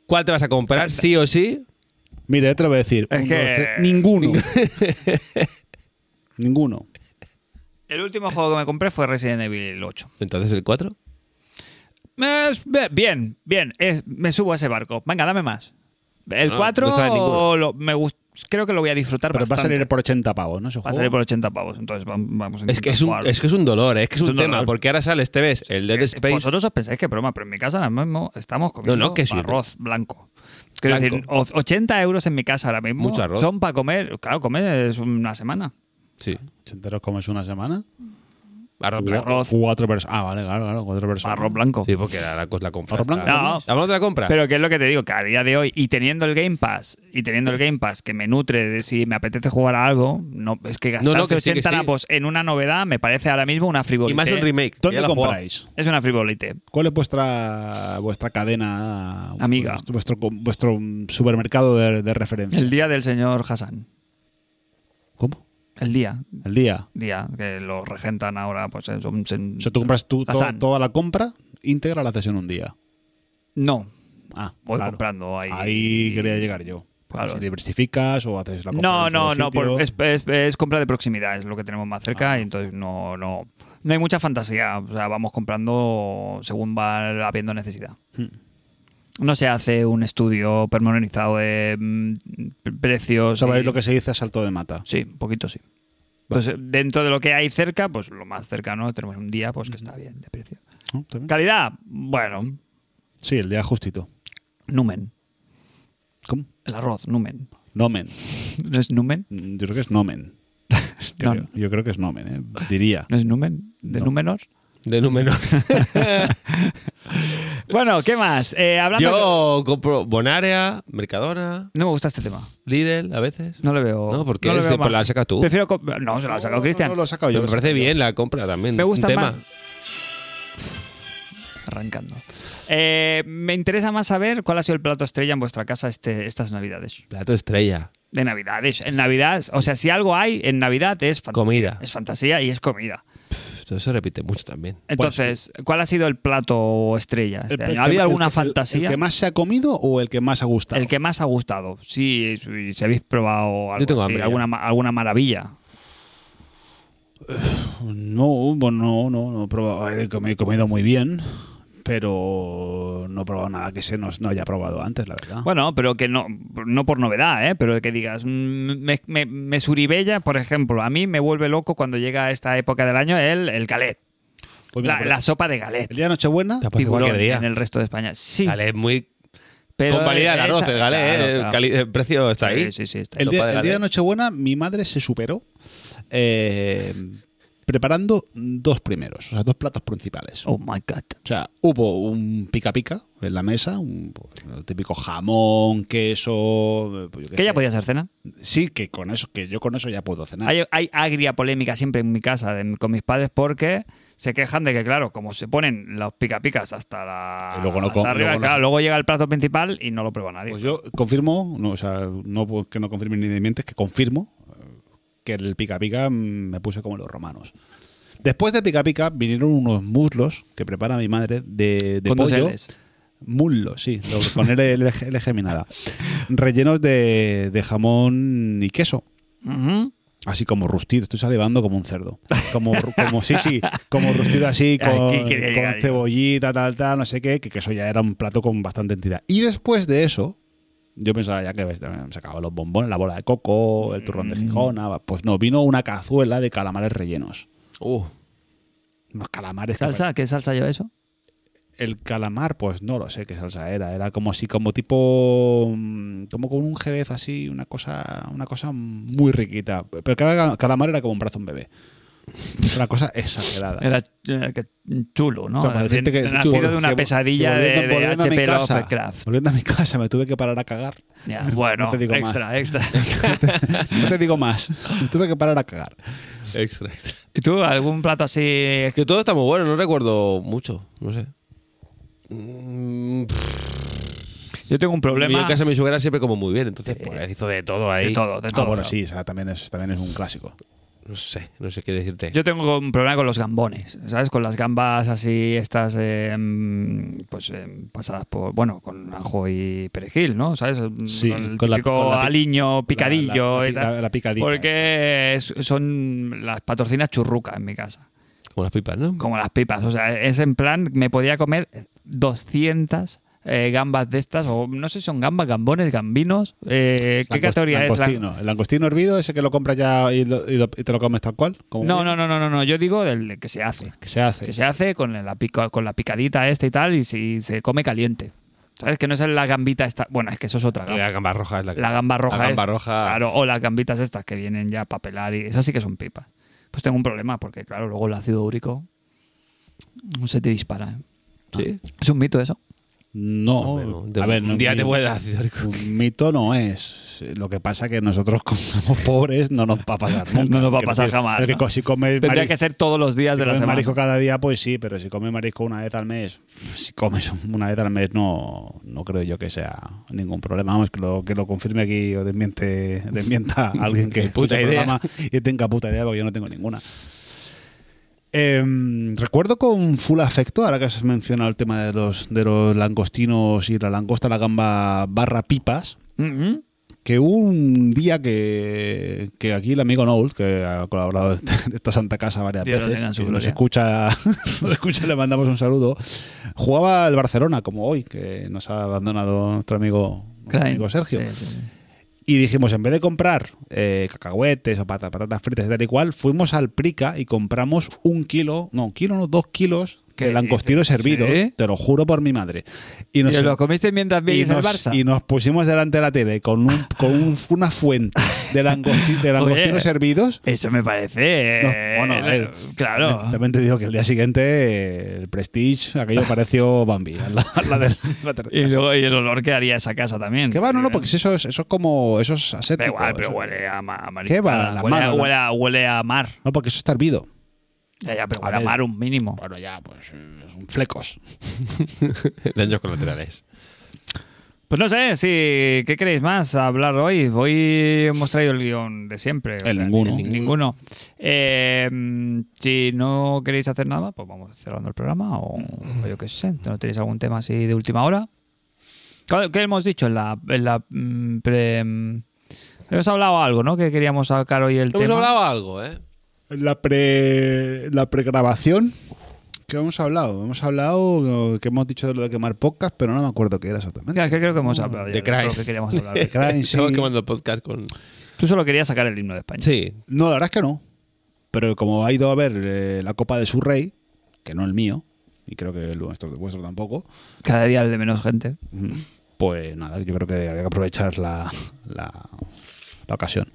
Speaker 1: ¿cuál te vas a comprar sí o sí?
Speaker 3: Mira, yo te lo voy a decir.
Speaker 2: Es
Speaker 3: Uno,
Speaker 2: que-
Speaker 3: dos, tres. Ninguno. Ninguno.
Speaker 2: El último juego que me compré fue Resident Evil 8.
Speaker 1: Entonces, ¿el 4?
Speaker 2: Es- be- bien, bien. es- me subo a ese barco. Venga, dame más. El
Speaker 1: No,
Speaker 2: 4
Speaker 1: Ah, no sabes ninguno.
Speaker 2: lo- me gust- creo que lo voy a disfrutar
Speaker 3: Pero va a
Speaker 2: bastante.
Speaker 3: salir por 80 pavos, ¿no? Ese
Speaker 2: Va a
Speaker 3: juego.
Speaker 2: salir por 80 pavos. Entonces vam- vamos a
Speaker 1: Es que
Speaker 2: intentar
Speaker 1: es, un,
Speaker 2: jugar.
Speaker 1: es que es un dolor, eh, es que es,
Speaker 2: Es
Speaker 1: un,
Speaker 2: un
Speaker 1: tema,
Speaker 2: dolor.
Speaker 1: porque ahora sale este mes el Dead Space.
Speaker 2: Vosotros os pensáis que broma, pero en mi casa ahora mismo estamos comiendo
Speaker 1: No, no, que sí.
Speaker 2: arroz blanco. Quiero
Speaker 1: Blanco.
Speaker 2: decir, o- 80 euros en mi casa ahora mismo
Speaker 1: Mucho arroz.
Speaker 2: son para comer. Claro, comer es una semana.
Speaker 1: Sí.
Speaker 3: 80 euros comes una semana.
Speaker 1: Arroz
Speaker 3: Cu-
Speaker 1: blanco.
Speaker 2: Arroz.
Speaker 3: Cuatro personas. Ah, vale, claro, claro. Cuatro personas.
Speaker 2: Arroz blanco.
Speaker 1: Sí, porque la, la, la compra.
Speaker 3: Arroz
Speaker 1: está-
Speaker 3: blanco,
Speaker 2: ¿no? No.
Speaker 1: Hablamos de la compra.
Speaker 2: Pero que es lo que te digo, que a día de hoy, y teniendo el Game Pass, y teniendo el Game Pass que me nutre de si me apetece jugar a algo, no, es que gastarse
Speaker 1: No, no, que sí,
Speaker 2: 80
Speaker 1: que sí.
Speaker 2: napos en una novedad me parece ahora mismo una
Speaker 1: y
Speaker 2: frivolite.
Speaker 1: más un remake. que ya
Speaker 3: ¿Dónde
Speaker 1: lo he jugado.
Speaker 3: compráis?
Speaker 2: Es una frivolite.
Speaker 3: ¿Cuál es vuestra vuestra cadena
Speaker 2: Amiga.
Speaker 3: vuestro- Vuestro, vuestro supermercado de, de referencia.
Speaker 2: El día del señor Hassan.
Speaker 3: ¿Cómo?
Speaker 2: El día.
Speaker 3: El día.
Speaker 2: Día que lo regentan ahora, pues es un-
Speaker 3: O sea, tú compras tú, to-
Speaker 2: Hassan.
Speaker 3: toda la compra íntegra la haces en un día.
Speaker 2: No,
Speaker 3: Ah,
Speaker 2: voy
Speaker 3: claro.
Speaker 2: comprando ahí.
Speaker 3: Ahí quería llegar yo.
Speaker 2: Claro.
Speaker 3: Si diversificas o haces la compra.
Speaker 2: No,
Speaker 3: en un
Speaker 2: no,
Speaker 3: solo
Speaker 2: no,
Speaker 3: sitio. Ah.
Speaker 2: por- es, es- es compra de proximidad, es lo que tenemos más cerca, y entonces no, no, no hay mucha fantasía. O sea, vamos comprando según va habiendo necesidad.
Speaker 3: Hmm.
Speaker 2: No se hace un estudio pormenorizado de mm, pre- precios.
Speaker 3: ¿Sabéis
Speaker 2: y-
Speaker 3: lo que se dice a salto de mata?
Speaker 2: Sí, un poquito sí. Pues eh, dentro de lo que hay cerca, pues lo más cercano tenemos un día,
Speaker 3: Hmm.
Speaker 2: pues que está bien de precio.
Speaker 3: ¿No? ¿Está bien?
Speaker 2: Calidad, bueno,
Speaker 3: Sí, el día justito.
Speaker 2: numen.
Speaker 3: ¿Cómo?
Speaker 2: El arroz, numen.
Speaker 3: Nomen.
Speaker 2: ¿No es numen?
Speaker 3: Mm, Yo creo que es nomen.
Speaker 2: No,
Speaker 3: Creo. Yo creo que es nomen, ¿eh? diría.
Speaker 2: ¿No es numen? ¿De
Speaker 3: No.
Speaker 2: númenos?
Speaker 1: De número.
Speaker 2: Bueno, ¿qué más? Eh, hablando
Speaker 1: Yo compro Bonaria, Mercadona,
Speaker 2: No me gusta este tema.
Speaker 1: Lidl a veces.
Speaker 2: No le veo.
Speaker 1: No, porque
Speaker 2: le
Speaker 1: ese,
Speaker 2: veo
Speaker 1: pues,
Speaker 2: más.
Speaker 1: la sacas tú.
Speaker 2: Prefiero. co- No, se la ha sacado
Speaker 3: No,
Speaker 2: Cristian.
Speaker 3: No, no, lo he sacado yo.
Speaker 1: Pero me
Speaker 3: lo he
Speaker 1: parece
Speaker 3: sacado yo.
Speaker 1: bien la compra también.
Speaker 2: Me gusta
Speaker 1: un tema.
Speaker 2: más. Arrancando. Eh, me interesa más saber cuál ha sido el plato estrella en vuestra casa este, estas Navidades.
Speaker 1: Plato estrella.
Speaker 2: De Navidades. En Navidad, o sea, si algo hay en Navidad es fantasía.
Speaker 1: Comida. Pues
Speaker 2: Es fantasía y es comida.
Speaker 1: Pff, Eso se repite mucho también.
Speaker 2: Entonces, ¿cuál ha sido el plato estrella este
Speaker 3: El-
Speaker 2: año?
Speaker 3: el
Speaker 2: ¿Ha habido
Speaker 3: que-
Speaker 2: alguna
Speaker 3: el- el-
Speaker 2: fantasía?
Speaker 3: ¿El que más se ha comido o el que más ha gustado?
Speaker 2: El que más ha gustado. Sí, sí, si habéis probado algo
Speaker 1: tengo
Speaker 2: así,
Speaker 1: hambre ya.
Speaker 2: alguna, ma- alguna maravilla.
Speaker 3: No, bueno, no, no, no he probado. El que me he comido muy bien, pero no he probado nada que se nos, no haya probado antes, la verdad.
Speaker 2: Bueno, pero que no, no por novedad, ¿eh? pero que digas, mm, me, me, me suribella, por ejemplo, a mí me vuelve loco cuando llega esta época del año el, el galet,
Speaker 3: Pues mira,
Speaker 2: la,
Speaker 3: por
Speaker 2: la sopa de galet.
Speaker 3: El día de Nochebuena,
Speaker 1: Te apuesto
Speaker 2: tiburón
Speaker 1: cualquier día.
Speaker 2: en el resto de España. Sí,
Speaker 1: Vale, es muy.
Speaker 2: pero
Speaker 1: con validad el
Speaker 2: esa-
Speaker 1: arroz, el galé,
Speaker 2: claro,
Speaker 1: eh,
Speaker 2: claro.
Speaker 1: cali- el precio está ahí.
Speaker 2: Sí, sí, sí, está ahí.
Speaker 3: el
Speaker 1: Sopa de
Speaker 3: día, el día de
Speaker 1: galés.
Speaker 3: Nochebuena, mi madre se superó eh, preparando dos primeros, o sea, dos platos principales.
Speaker 2: Oh my god.
Speaker 3: O sea, hubo un pica pica en la mesa, un el típico jamón, queso. pues yo qué
Speaker 2: ¿Qué ya
Speaker 3: sé.
Speaker 2: podía ser cena?
Speaker 3: Sí, que con eso, que yo con eso ya puedo cenar.
Speaker 2: Hay, hay agria polémica siempre en mi casa de- con mis padres porque se quejan de que, claro, como se ponen los picapicas hasta la.
Speaker 3: Y luego no
Speaker 2: hasta
Speaker 3: com-
Speaker 2: arriba,
Speaker 3: luego no-
Speaker 2: claro, luego llega el plato principal y no lo prueba nadie.
Speaker 3: Pues yo confirmo, no, o sea, no pues, que no confirme ni de mientes, que confirmo eh, que el pica pica mm, me puse como los romanos. Después del pica pica vinieron unos muslos que prepara mi madre de, de
Speaker 2: Con dos
Speaker 3: pollo.
Speaker 2: Ls.
Speaker 3: Muslos, sí, lo- con el, el, el geminada. Rellenos de, de jamón y queso.
Speaker 2: Ujú.
Speaker 3: Así como rustido, estoy salivando como un cerdo. Como, ru- como sí, sí, como rustido así, con,
Speaker 2: Aquí quería llegar
Speaker 3: con
Speaker 2: yo.
Speaker 3: cebollita, tal, tal, no sé qué, que, que eso ya era un plato con bastante entidad. Y después de eso, yo pensaba ya que ves, se acababan los bombones, la bola de coco, el turrón de
Speaker 2: Mm.
Speaker 3: Gijona, va- pues no, vino una cazuela de calamares rellenos.
Speaker 1: Uh,
Speaker 3: Unos calamares. que
Speaker 2: ¿Salsa? ¿Qué salsa lleva eso?
Speaker 3: el calamar, pues no lo sé qué salsa era. Era como así, como tipo. mm, Como con un jerez así, una cosa, una cosa muy riquita. Pero cada calamar era como un brazo de un bebé. Es una cosa exagerada.
Speaker 2: Era eh, que chulo, ¿no?
Speaker 3: O sea, para decirte que-
Speaker 2: Nacido
Speaker 3: que-
Speaker 2: de una
Speaker 3: que-
Speaker 2: pesadilla
Speaker 3: que
Speaker 2: de,
Speaker 3: volviendo-
Speaker 2: de
Speaker 3: volviendo a mi
Speaker 2: HP
Speaker 3: casa-
Speaker 2: Lovecraft.
Speaker 3: Volviendo a mi casa, me tuve que parar a cagar.
Speaker 2: Ya, bueno,
Speaker 3: No te digo más.
Speaker 2: extra, extra.
Speaker 3: No te digo más. Me tuve que parar a cagar.
Speaker 1: Extra, extra.
Speaker 2: ¿Y tú algún plato así?
Speaker 1: Que todo está muy bueno, no recuerdo mucho, no sé. Mm, pff,
Speaker 2: Yo tengo un
Speaker 1: yo
Speaker 2: problema
Speaker 1: en casa mi suegra siempre como muy bien, entonces pues, hizo de todo ahí.
Speaker 2: de todo, de
Speaker 3: Ah,
Speaker 2: todo.
Speaker 3: bueno, sí, o sea, también, es, también es un clásico.
Speaker 1: No sé, no sé qué decirte.
Speaker 2: Yo tengo un problema con los gambones, ¿sabes? Con las gambas así, estas, eh, pues eh, pasadas por, bueno, con ajo y perejil, ¿no? ¿Sabes?
Speaker 3: Sí,
Speaker 2: con el
Speaker 3: con la-
Speaker 2: típico
Speaker 3: con la pi-
Speaker 2: aliño, picadillo
Speaker 3: La- la-
Speaker 2: y tal.
Speaker 3: la- la picadita.
Speaker 2: Porque es- son las patrocinas churrucas en mi casa,
Speaker 1: Como las pipas, ¿no?
Speaker 2: como las pipas. O sea, es en plan, me podía comer 200 eh, gambas de estas, o no sé si son gambas, gambones, gambinos. eh, ¿Qué
Speaker 3: Langost-
Speaker 2: categoría es la,
Speaker 3: langostino. ¿El langostino hervido, ese que lo compras ya y, lo- y lo- y te lo comes tal cual? como
Speaker 2: No,
Speaker 3: bien,
Speaker 2: no, no, no, no, no, yo digo del que se hace.
Speaker 3: Que se hace.
Speaker 2: Que se hace con la, pico- con la picadita esta y tal y si se come caliente. ¿Sabes? Que no es la gambita esta. Bueno, es que eso es otra gamba.
Speaker 1: La gamba roja es la que-
Speaker 2: La gamba roja.
Speaker 1: La gamba
Speaker 2: es-
Speaker 1: roja.
Speaker 2: Claro, o las gambitas estas que vienen ya para pelar y esas sí que son pipas. Pues tengo un problema porque, claro, luego el ácido úrico se te dispara. ¿eh?
Speaker 1: Sí.
Speaker 2: ¿Es un mito eso?
Speaker 3: No,
Speaker 1: Hombre, Oh, no. De-
Speaker 3: a ver,
Speaker 1: un
Speaker 3: no,
Speaker 1: día
Speaker 3: mi-
Speaker 1: te puede dar ácido úrico.
Speaker 3: Un mito no es. Lo que pasa que nosotros, como somos pobres, no nos va a pasar nunca.
Speaker 2: No nos va a
Speaker 3: Quiero
Speaker 2: pasar
Speaker 3: decir,
Speaker 2: jamás,
Speaker 3: es que
Speaker 2: ¿no?
Speaker 3: si comes
Speaker 2: Tendría
Speaker 3: marisco-
Speaker 2: que ser todos los días
Speaker 3: si
Speaker 2: de la
Speaker 3: comes
Speaker 2: semana.
Speaker 3: marisco cada día, pues sí, pero si comes marisco una vez al mes, si comes una vez al mes, no, no creo yo que sea ningún problema. Vamos, que lo, que lo confirme aquí o desmiente, desmienta a alguien que
Speaker 1: Puta
Speaker 3: escuche el
Speaker 1: idea.
Speaker 3: programa y tenga puta idea, porque yo no tengo ninguna. Em, recuerdo con full afecto, ahora que has mencionado el tema de los, de los langostinos y la langosta, la gamba barra pipas,
Speaker 2: Mm, mm.
Speaker 3: que hubo un día que, que aquí el amigo Noel, que ha colaborado en esta- en esta santa casa varias
Speaker 2: Dios lo
Speaker 3: veces,
Speaker 2: tenga en su
Speaker 3: y nos
Speaker 2: gloria.
Speaker 3: escucha, nos escucha, le mandamos un saludo, jugaba el Barcelona, como hoy, que nos ha abandonado nuestro amigo, nuestro
Speaker 2: Klein.
Speaker 3: amigo Sergio.
Speaker 2: Sí, sí, sí.
Speaker 3: Y dijimos, en vez de comprar eh, cacahuetes o pata- patatas fritas y tal y cual, fuimos al Prica y compramos un kilo, no, un kilo, no, dos kilos
Speaker 2: ¿Qué
Speaker 3: de langostinos
Speaker 2: dices?
Speaker 3: hervidos,
Speaker 2: ¿Sí?
Speaker 3: te lo juro por mi madre. Y
Speaker 2: ¿Y os lo comiste mientras
Speaker 3: y
Speaker 2: veíais el
Speaker 3: nos,
Speaker 2: Barça?
Speaker 3: y nos pusimos delante de la tele con, un- con un- una fuente de, langosti- de langostinos
Speaker 2: Oye.
Speaker 3: hervidos.
Speaker 2: Eso me parece.
Speaker 3: No,
Speaker 2: eh,
Speaker 3: bueno, a ver,
Speaker 2: claro.
Speaker 3: También, también te digo que el día siguiente eh, el Prestige, aquello pareció Bambi. a la- a la del- la ter-
Speaker 2: Y luego y el olor que haría esa casa también.
Speaker 3: que va, no, no, porque si eso es, eso es como. Eso es
Speaker 2: Da
Speaker 3: ascético.
Speaker 2: igual, pero
Speaker 3: eso-
Speaker 2: huele a, ma- a
Speaker 3: ¿Qué
Speaker 2: mariscada.
Speaker 3: va? La
Speaker 2: Huele, a-
Speaker 3: mano, la-
Speaker 2: huele a, huele a mar.
Speaker 3: No, porque eso está hervido.
Speaker 2: Ya, ya, pero
Speaker 3: A
Speaker 2: huele a
Speaker 3: ver.
Speaker 2: mar un mínimo.
Speaker 3: Bueno, ya, pues. eh, son flecos.
Speaker 1: Daños colaterales.
Speaker 2: Pues no sé, si ¿qué queréis más hablar hoy? Hoy hemos traído el guión de siempre. o sea,
Speaker 3: ninguno.
Speaker 2: el ninguno. Eh, mm, si no queréis hacer nada, pues vamos cerrando el programa o, o yo qué sé. ¿No tenéis algún tema así de última hora? ¿Qué qué hemos dicho en la... en la, mm, pre- mm, hemos hablado algo, ¿no? Que queríamos sacar hoy el
Speaker 1: Hemos
Speaker 2: tema.
Speaker 1: hablado algo, ¿eh?
Speaker 3: La, pre, la pregrabación. ¿Qué hemos hablado? Hemos hablado eh, que hemos dicho de lo de quemar podcast, pero no me acuerdo qué era exactamente.
Speaker 2: Mira, es que creo que hemos hablado ya
Speaker 1: De
Speaker 2: de todo
Speaker 1: Cry.
Speaker 2: lo que queríamos hablar. de Cry.
Speaker 3: Crying, sí.
Speaker 1: Estamos quemando el podcast con.
Speaker 2: Tú solo querías sacar el himno de España.
Speaker 1: Sí.
Speaker 3: No, la verdad es que no. Pero como ha ido a ver eh, la copa de su rey, que no el mío, y creo que el vuestro, el vuestro tampoco,
Speaker 2: Cada día el de menos gente.
Speaker 3: pues nada, yo creo que había que aprovechar la, la- la ocasión.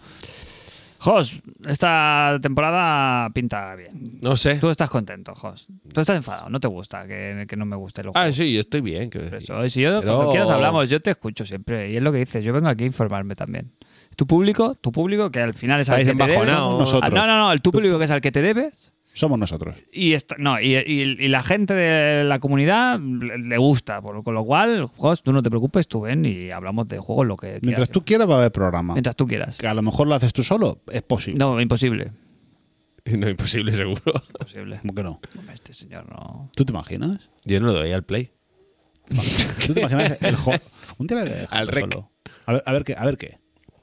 Speaker 2: Jos, esta temporada pinta bien.
Speaker 1: No sé.
Speaker 2: Tú estás contento, Jos. Tú estás enfadado, no te gusta que, que no me guste el juego.
Speaker 1: Ah, sí, yo estoy bien. quiero decir.
Speaker 2: Eso, si yo,
Speaker 1: Pero-
Speaker 2: cuando quieras hablamos, yo te escucho siempre. Y es lo que dices, yo vengo aquí a informarme también. Tu público, tu público, que al final es al
Speaker 1: Estáis
Speaker 2: que te debes.
Speaker 1: embajonados.
Speaker 3: Somos
Speaker 2: Ah,
Speaker 3: nosotros.
Speaker 2: no, no, no, el tu público que es al que te debes.
Speaker 3: Somos nosotros.
Speaker 2: Y, esta- no, y, y- y la gente de la comunidad le, le gusta, por, con lo cual, Jos, tú no te preocupes, tú ven y hablamos de juegos lo que
Speaker 3: Mientras
Speaker 2: quieras.
Speaker 3: tú quieras va a haber programa.
Speaker 2: Mientras tú quieras.
Speaker 3: Que a lo mejor lo haces tú solo, es posible.
Speaker 2: No, imposible.
Speaker 1: No, imposible, seguro.
Speaker 2: Imposible.
Speaker 3: ¿Cómo que no?
Speaker 2: Hombre, Este señor no.
Speaker 3: ¿Tú te imaginas?
Speaker 1: Yo no lo doy al play.
Speaker 3: ¿Tú te imaginas el jo- Un día voy a dejarlo
Speaker 1: Al rec.
Speaker 3: solo. A ver, a ver qué, a ver qué.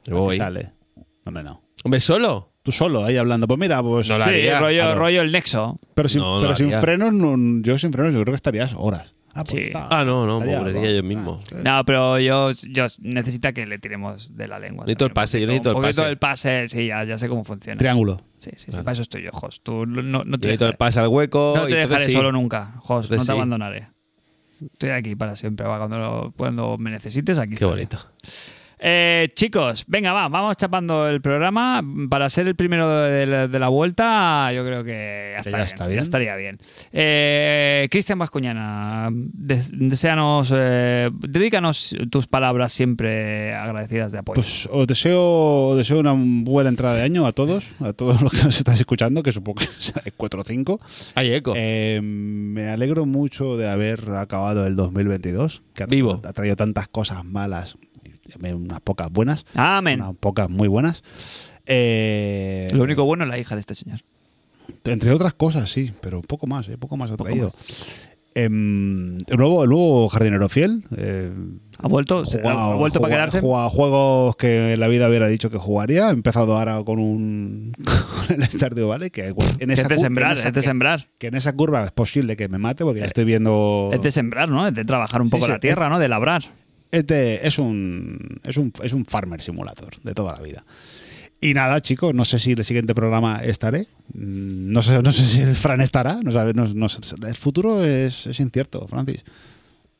Speaker 1: Me voy.
Speaker 3: sale. No, hombre, no.
Speaker 1: Hombre, solo.
Speaker 3: Tú solo ahí hablando. Pues mira, pues.
Speaker 1: No la-
Speaker 2: Sí,
Speaker 1: haría,
Speaker 2: rollo,
Speaker 1: claro.
Speaker 2: rollo el nexo.
Speaker 3: Pero sin,
Speaker 1: No, no
Speaker 3: pero sin
Speaker 1: haría.
Speaker 3: frenos, no- yo sin frenos, yo creo que estarías horas. Ah,
Speaker 2: Sí.
Speaker 1: Ah, no, no, me
Speaker 3: estaría-
Speaker 1: aburriría yo mismo.
Speaker 3: Ah,
Speaker 2: No, pero yo, yo necesita que le tiremos de la lengua.
Speaker 1: Necesito el
Speaker 2: también un
Speaker 1: pase, yo
Speaker 2: poquito.
Speaker 1: necesito el
Speaker 2: Un poquito
Speaker 1: pase.
Speaker 2: del pase, sí, ya, ya sé cómo funciona.
Speaker 3: Triángulo.
Speaker 2: Sí, sí, sí,
Speaker 1: Claro.
Speaker 2: para eso estoy yo, Jos. Tú no, no te
Speaker 1: Directo el
Speaker 2: dejaré,
Speaker 1: pase al hueco.
Speaker 2: no te
Speaker 1: y entonces
Speaker 2: dejaré
Speaker 1: sí.
Speaker 2: solo nunca, Jos. No
Speaker 1: Entonces
Speaker 2: te
Speaker 1: sí.
Speaker 2: abandonaré. Estoy aquí para siempre. va, Cuando, lo- cuando me necesites, aquí
Speaker 1: Qué
Speaker 2: estaré.
Speaker 1: bonito.
Speaker 2: Eh, chicos, venga, va, vamos chapando el programa. Para ser el primero de la, de la vuelta, yo creo que ya,
Speaker 3: Que
Speaker 2: está
Speaker 3: ya
Speaker 2: bien,
Speaker 3: está bien.
Speaker 2: ya estaría bien. Eh, Cristian Vascuñana, des- deséanos, eh, dedícanos tus palabras siempre agradecidas de apoyo.
Speaker 3: Pues os deseo, os deseo una buena entrada de año a todos, a todos los que nos estáis escuchando, que supongo que será 4 o 5.
Speaker 1: Hay eco.
Speaker 3: Eh, me alegro mucho de haber acabado el 2022, que ha,
Speaker 1: Vivo.
Speaker 3: ha traído tantas cosas malas, y también unas pocas buenas,
Speaker 2: Amén.
Speaker 3: unas pocas muy buenas. Eh,
Speaker 2: Lo único bueno es la hija de este señor.
Speaker 3: Entre otras cosas, sí, pero poco más, eh, poco más ha traído. Em, el, nuevo, el nuevo jardinero fiel. eh,
Speaker 2: ¿Ha vuelto?
Speaker 3: jugado-
Speaker 2: ¿Ha vuelto para
Speaker 3: juega-
Speaker 2: quedarse?
Speaker 3: juega a juegos que en la vida hubiera dicho que jugaría. He empezado ahora con un con el Stardew Valley, que bueno, en
Speaker 2: Es
Speaker 3: esa
Speaker 2: de
Speaker 3: cur-
Speaker 2: sembrar,
Speaker 3: en esa-
Speaker 2: es de sembrar.
Speaker 3: que en esa curva es posible que me mate porque ya estoy viendo
Speaker 2: Es de sembrar, ¿no? Es de trabajar un
Speaker 3: Sí,
Speaker 2: poco
Speaker 3: sí,
Speaker 2: la tierra, ¿no? De labrar.
Speaker 3: es, de- Este es un, es, un, es un farmer simulator de toda la vida. Y nada, chicos, no sé si el siguiente programa estaré. Mm, No sé, no sé si el Fran estará. No sabe- no- no sé. el futuro es, es incierto, Francis.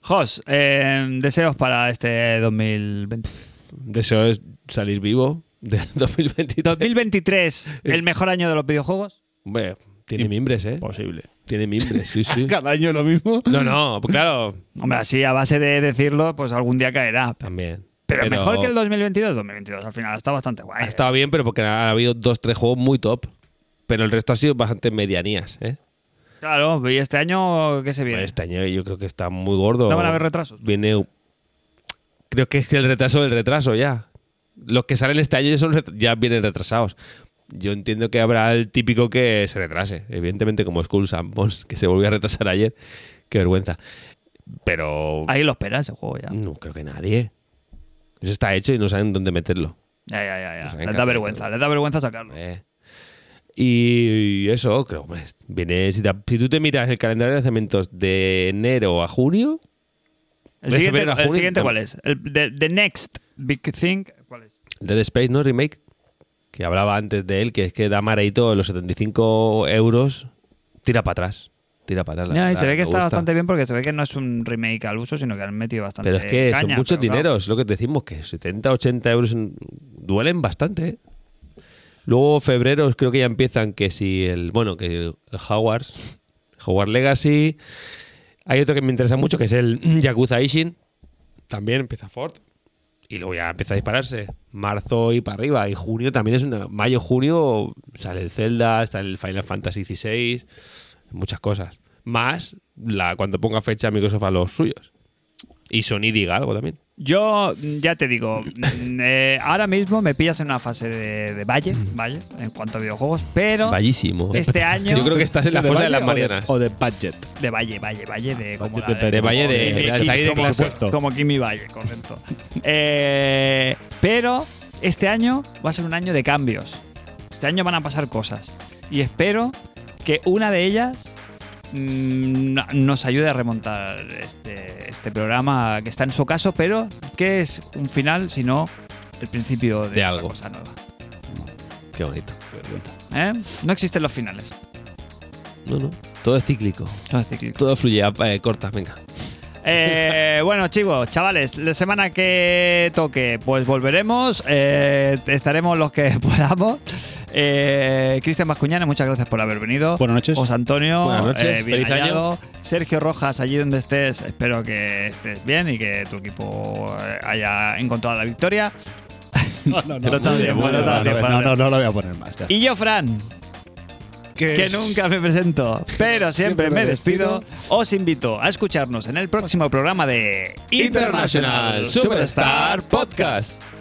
Speaker 2: Jos, eh, deseos para este 2020.
Speaker 1: Deseo es salir vivo de 2023.
Speaker 2: 2023,
Speaker 1: Eh.
Speaker 2: el mejor año de los videojuegos.
Speaker 1: Hombre, tiene mimbres, ¿eh?
Speaker 3: Posible.
Speaker 1: Tiene mimbres, sí, sí.
Speaker 3: Cada año lo mismo.
Speaker 1: No, no, pues claro,
Speaker 2: Hombre, así a base de decirlo, pues algún día caerá.
Speaker 1: también.
Speaker 2: Pero, mejor que el 2022. 2022 al final está bastante guay.
Speaker 1: Ha
Speaker 2: ¿eh?
Speaker 1: estado bien, pero porque ha habido dos, tres juegos muy top. Pero el resto ha sido bastante medianías, ¿eh?
Speaker 2: Claro, y este año, ¿qué se viene?
Speaker 1: Este año yo creo que está muy gordo.
Speaker 2: No van a haber retrasos.
Speaker 1: Viene. Creo que es el retraso del retraso ya. Los que salen este año ya, son ret- ya vienen retrasados. Yo entiendo que habrá el típico que se retrase. Evidentemente, como Skull Sampons, que se volvió a retrasar ayer. Qué vergüenza. Pero.
Speaker 2: Ahí lo espera ese juego ya.
Speaker 1: No creo que nadie. Eso está hecho y no saben dónde meterlo.
Speaker 2: Ya, ya, ya. ya.
Speaker 1: Pues
Speaker 2: Les da
Speaker 1: venga,
Speaker 2: vergüenza, les da vergüenza sacarlo.
Speaker 1: Eh. Y y eso, creo, hombre, viene. Si, te- si tú te miras el calendario de lanzamientos de enero a junio,
Speaker 2: ¿El
Speaker 1: de
Speaker 2: siguiente,
Speaker 1: febrero a
Speaker 2: el
Speaker 1: junio,
Speaker 2: siguiente
Speaker 1: tam-
Speaker 2: cuál es? El, the, the Next Big Thing, ¿cuál es?
Speaker 1: Dead Space, ¿no? Remake. Que hablaba antes de él, que es que da mareito los 75 euros, tira para atrás. Tira para atrás. la
Speaker 2: Ya, y
Speaker 1: verdad,
Speaker 2: se ve
Speaker 1: me
Speaker 2: que está
Speaker 1: gusta.
Speaker 2: bastante bien porque se ve que no es un remake al uso, sino que han metido bastante.
Speaker 1: Pero es que
Speaker 2: caña,
Speaker 1: son muchos
Speaker 2: pero claro.
Speaker 1: dineros, lo que te decimos, que 70, 80 euros en- duelen bastante. ¿eh? Luego febrero creo que ya empiezan que si el, bueno, que el Howard, Howard Legacy. Hay otro que me interesa mucho que es el Yakuza Ishin. También empieza Ford. Y luego ya empieza a dispararse. Marzo y para arriba. Y junio también es una... Mayo, junio sale el Zelda, sale el Final Fantasy XVI. Muchas cosas. Más la cuando ponga fecha Microsoft a los suyos. Y Sony diga algo también.
Speaker 2: Yo mm, ya te digo, mm, eh, ahora mismo me pillas en una fase de, de valle, valle, en cuanto a videojuegos, pero
Speaker 1: Ballísimo.
Speaker 2: este año
Speaker 1: pues. Yo creo que estás en la
Speaker 3: ¿De
Speaker 1: fosa de las
Speaker 3: Valle o
Speaker 1: Marianas.
Speaker 3: O de budget.
Speaker 2: de valle, valle, valle de como
Speaker 3: Valle
Speaker 2: la
Speaker 3: de Pedro.
Speaker 1: De Valle de-
Speaker 2: Kimi-
Speaker 1: de- de-
Speaker 2: Kimi-
Speaker 1: de-
Speaker 2: Eh, como-
Speaker 1: por
Speaker 3: supuesto.
Speaker 2: como Kimi Valle, correcto. Eh, pero este año va a ser un año de cambios. Este año van a pasar cosas y espero que una de ellas mm, no- nos ayude a remontar este, este programa que está en su caso, pero que es un final, sino el principio de,
Speaker 1: De
Speaker 2: otra
Speaker 1: algo.
Speaker 2: cosa nueva.
Speaker 1: Qué bonito.
Speaker 2: ¿eh? No existen los finales,
Speaker 1: No, no. Todo es cíclico.
Speaker 2: son cíclicos.
Speaker 1: Todo fluye. Eh, corta, venga.
Speaker 2: Eh, bueno, chicos, chavales, la semana que toque, pues volveremos. eh, estaremos los que podamos. Eh, Cristian Mascuñana, muchas gracias por haber venido.
Speaker 3: Buenas noches.
Speaker 2: Os Antonio,
Speaker 1: Buenas noches,
Speaker 2: eh, bien
Speaker 1: feliz año.
Speaker 2: hallado. Sergio Rojas, allí donde estés, espero que estés bien y que tu equipo eh, haya encontrado la victoria.
Speaker 3: No, no,
Speaker 2: Pero está
Speaker 3: muy
Speaker 2: bien,
Speaker 3: bueno,
Speaker 2: bueno, está
Speaker 3: no,
Speaker 2: bien,
Speaker 3: no,
Speaker 2: vale.
Speaker 3: no, no lo voy a poner más. ya está.
Speaker 2: Y yo, Fran, que
Speaker 3: es-
Speaker 2: nunca me presento, pero siempre
Speaker 3: Siempre
Speaker 2: me
Speaker 3: me
Speaker 2: despido. Os invito a escucharnos en el próximo programa de
Speaker 1: International Superstar Podcast.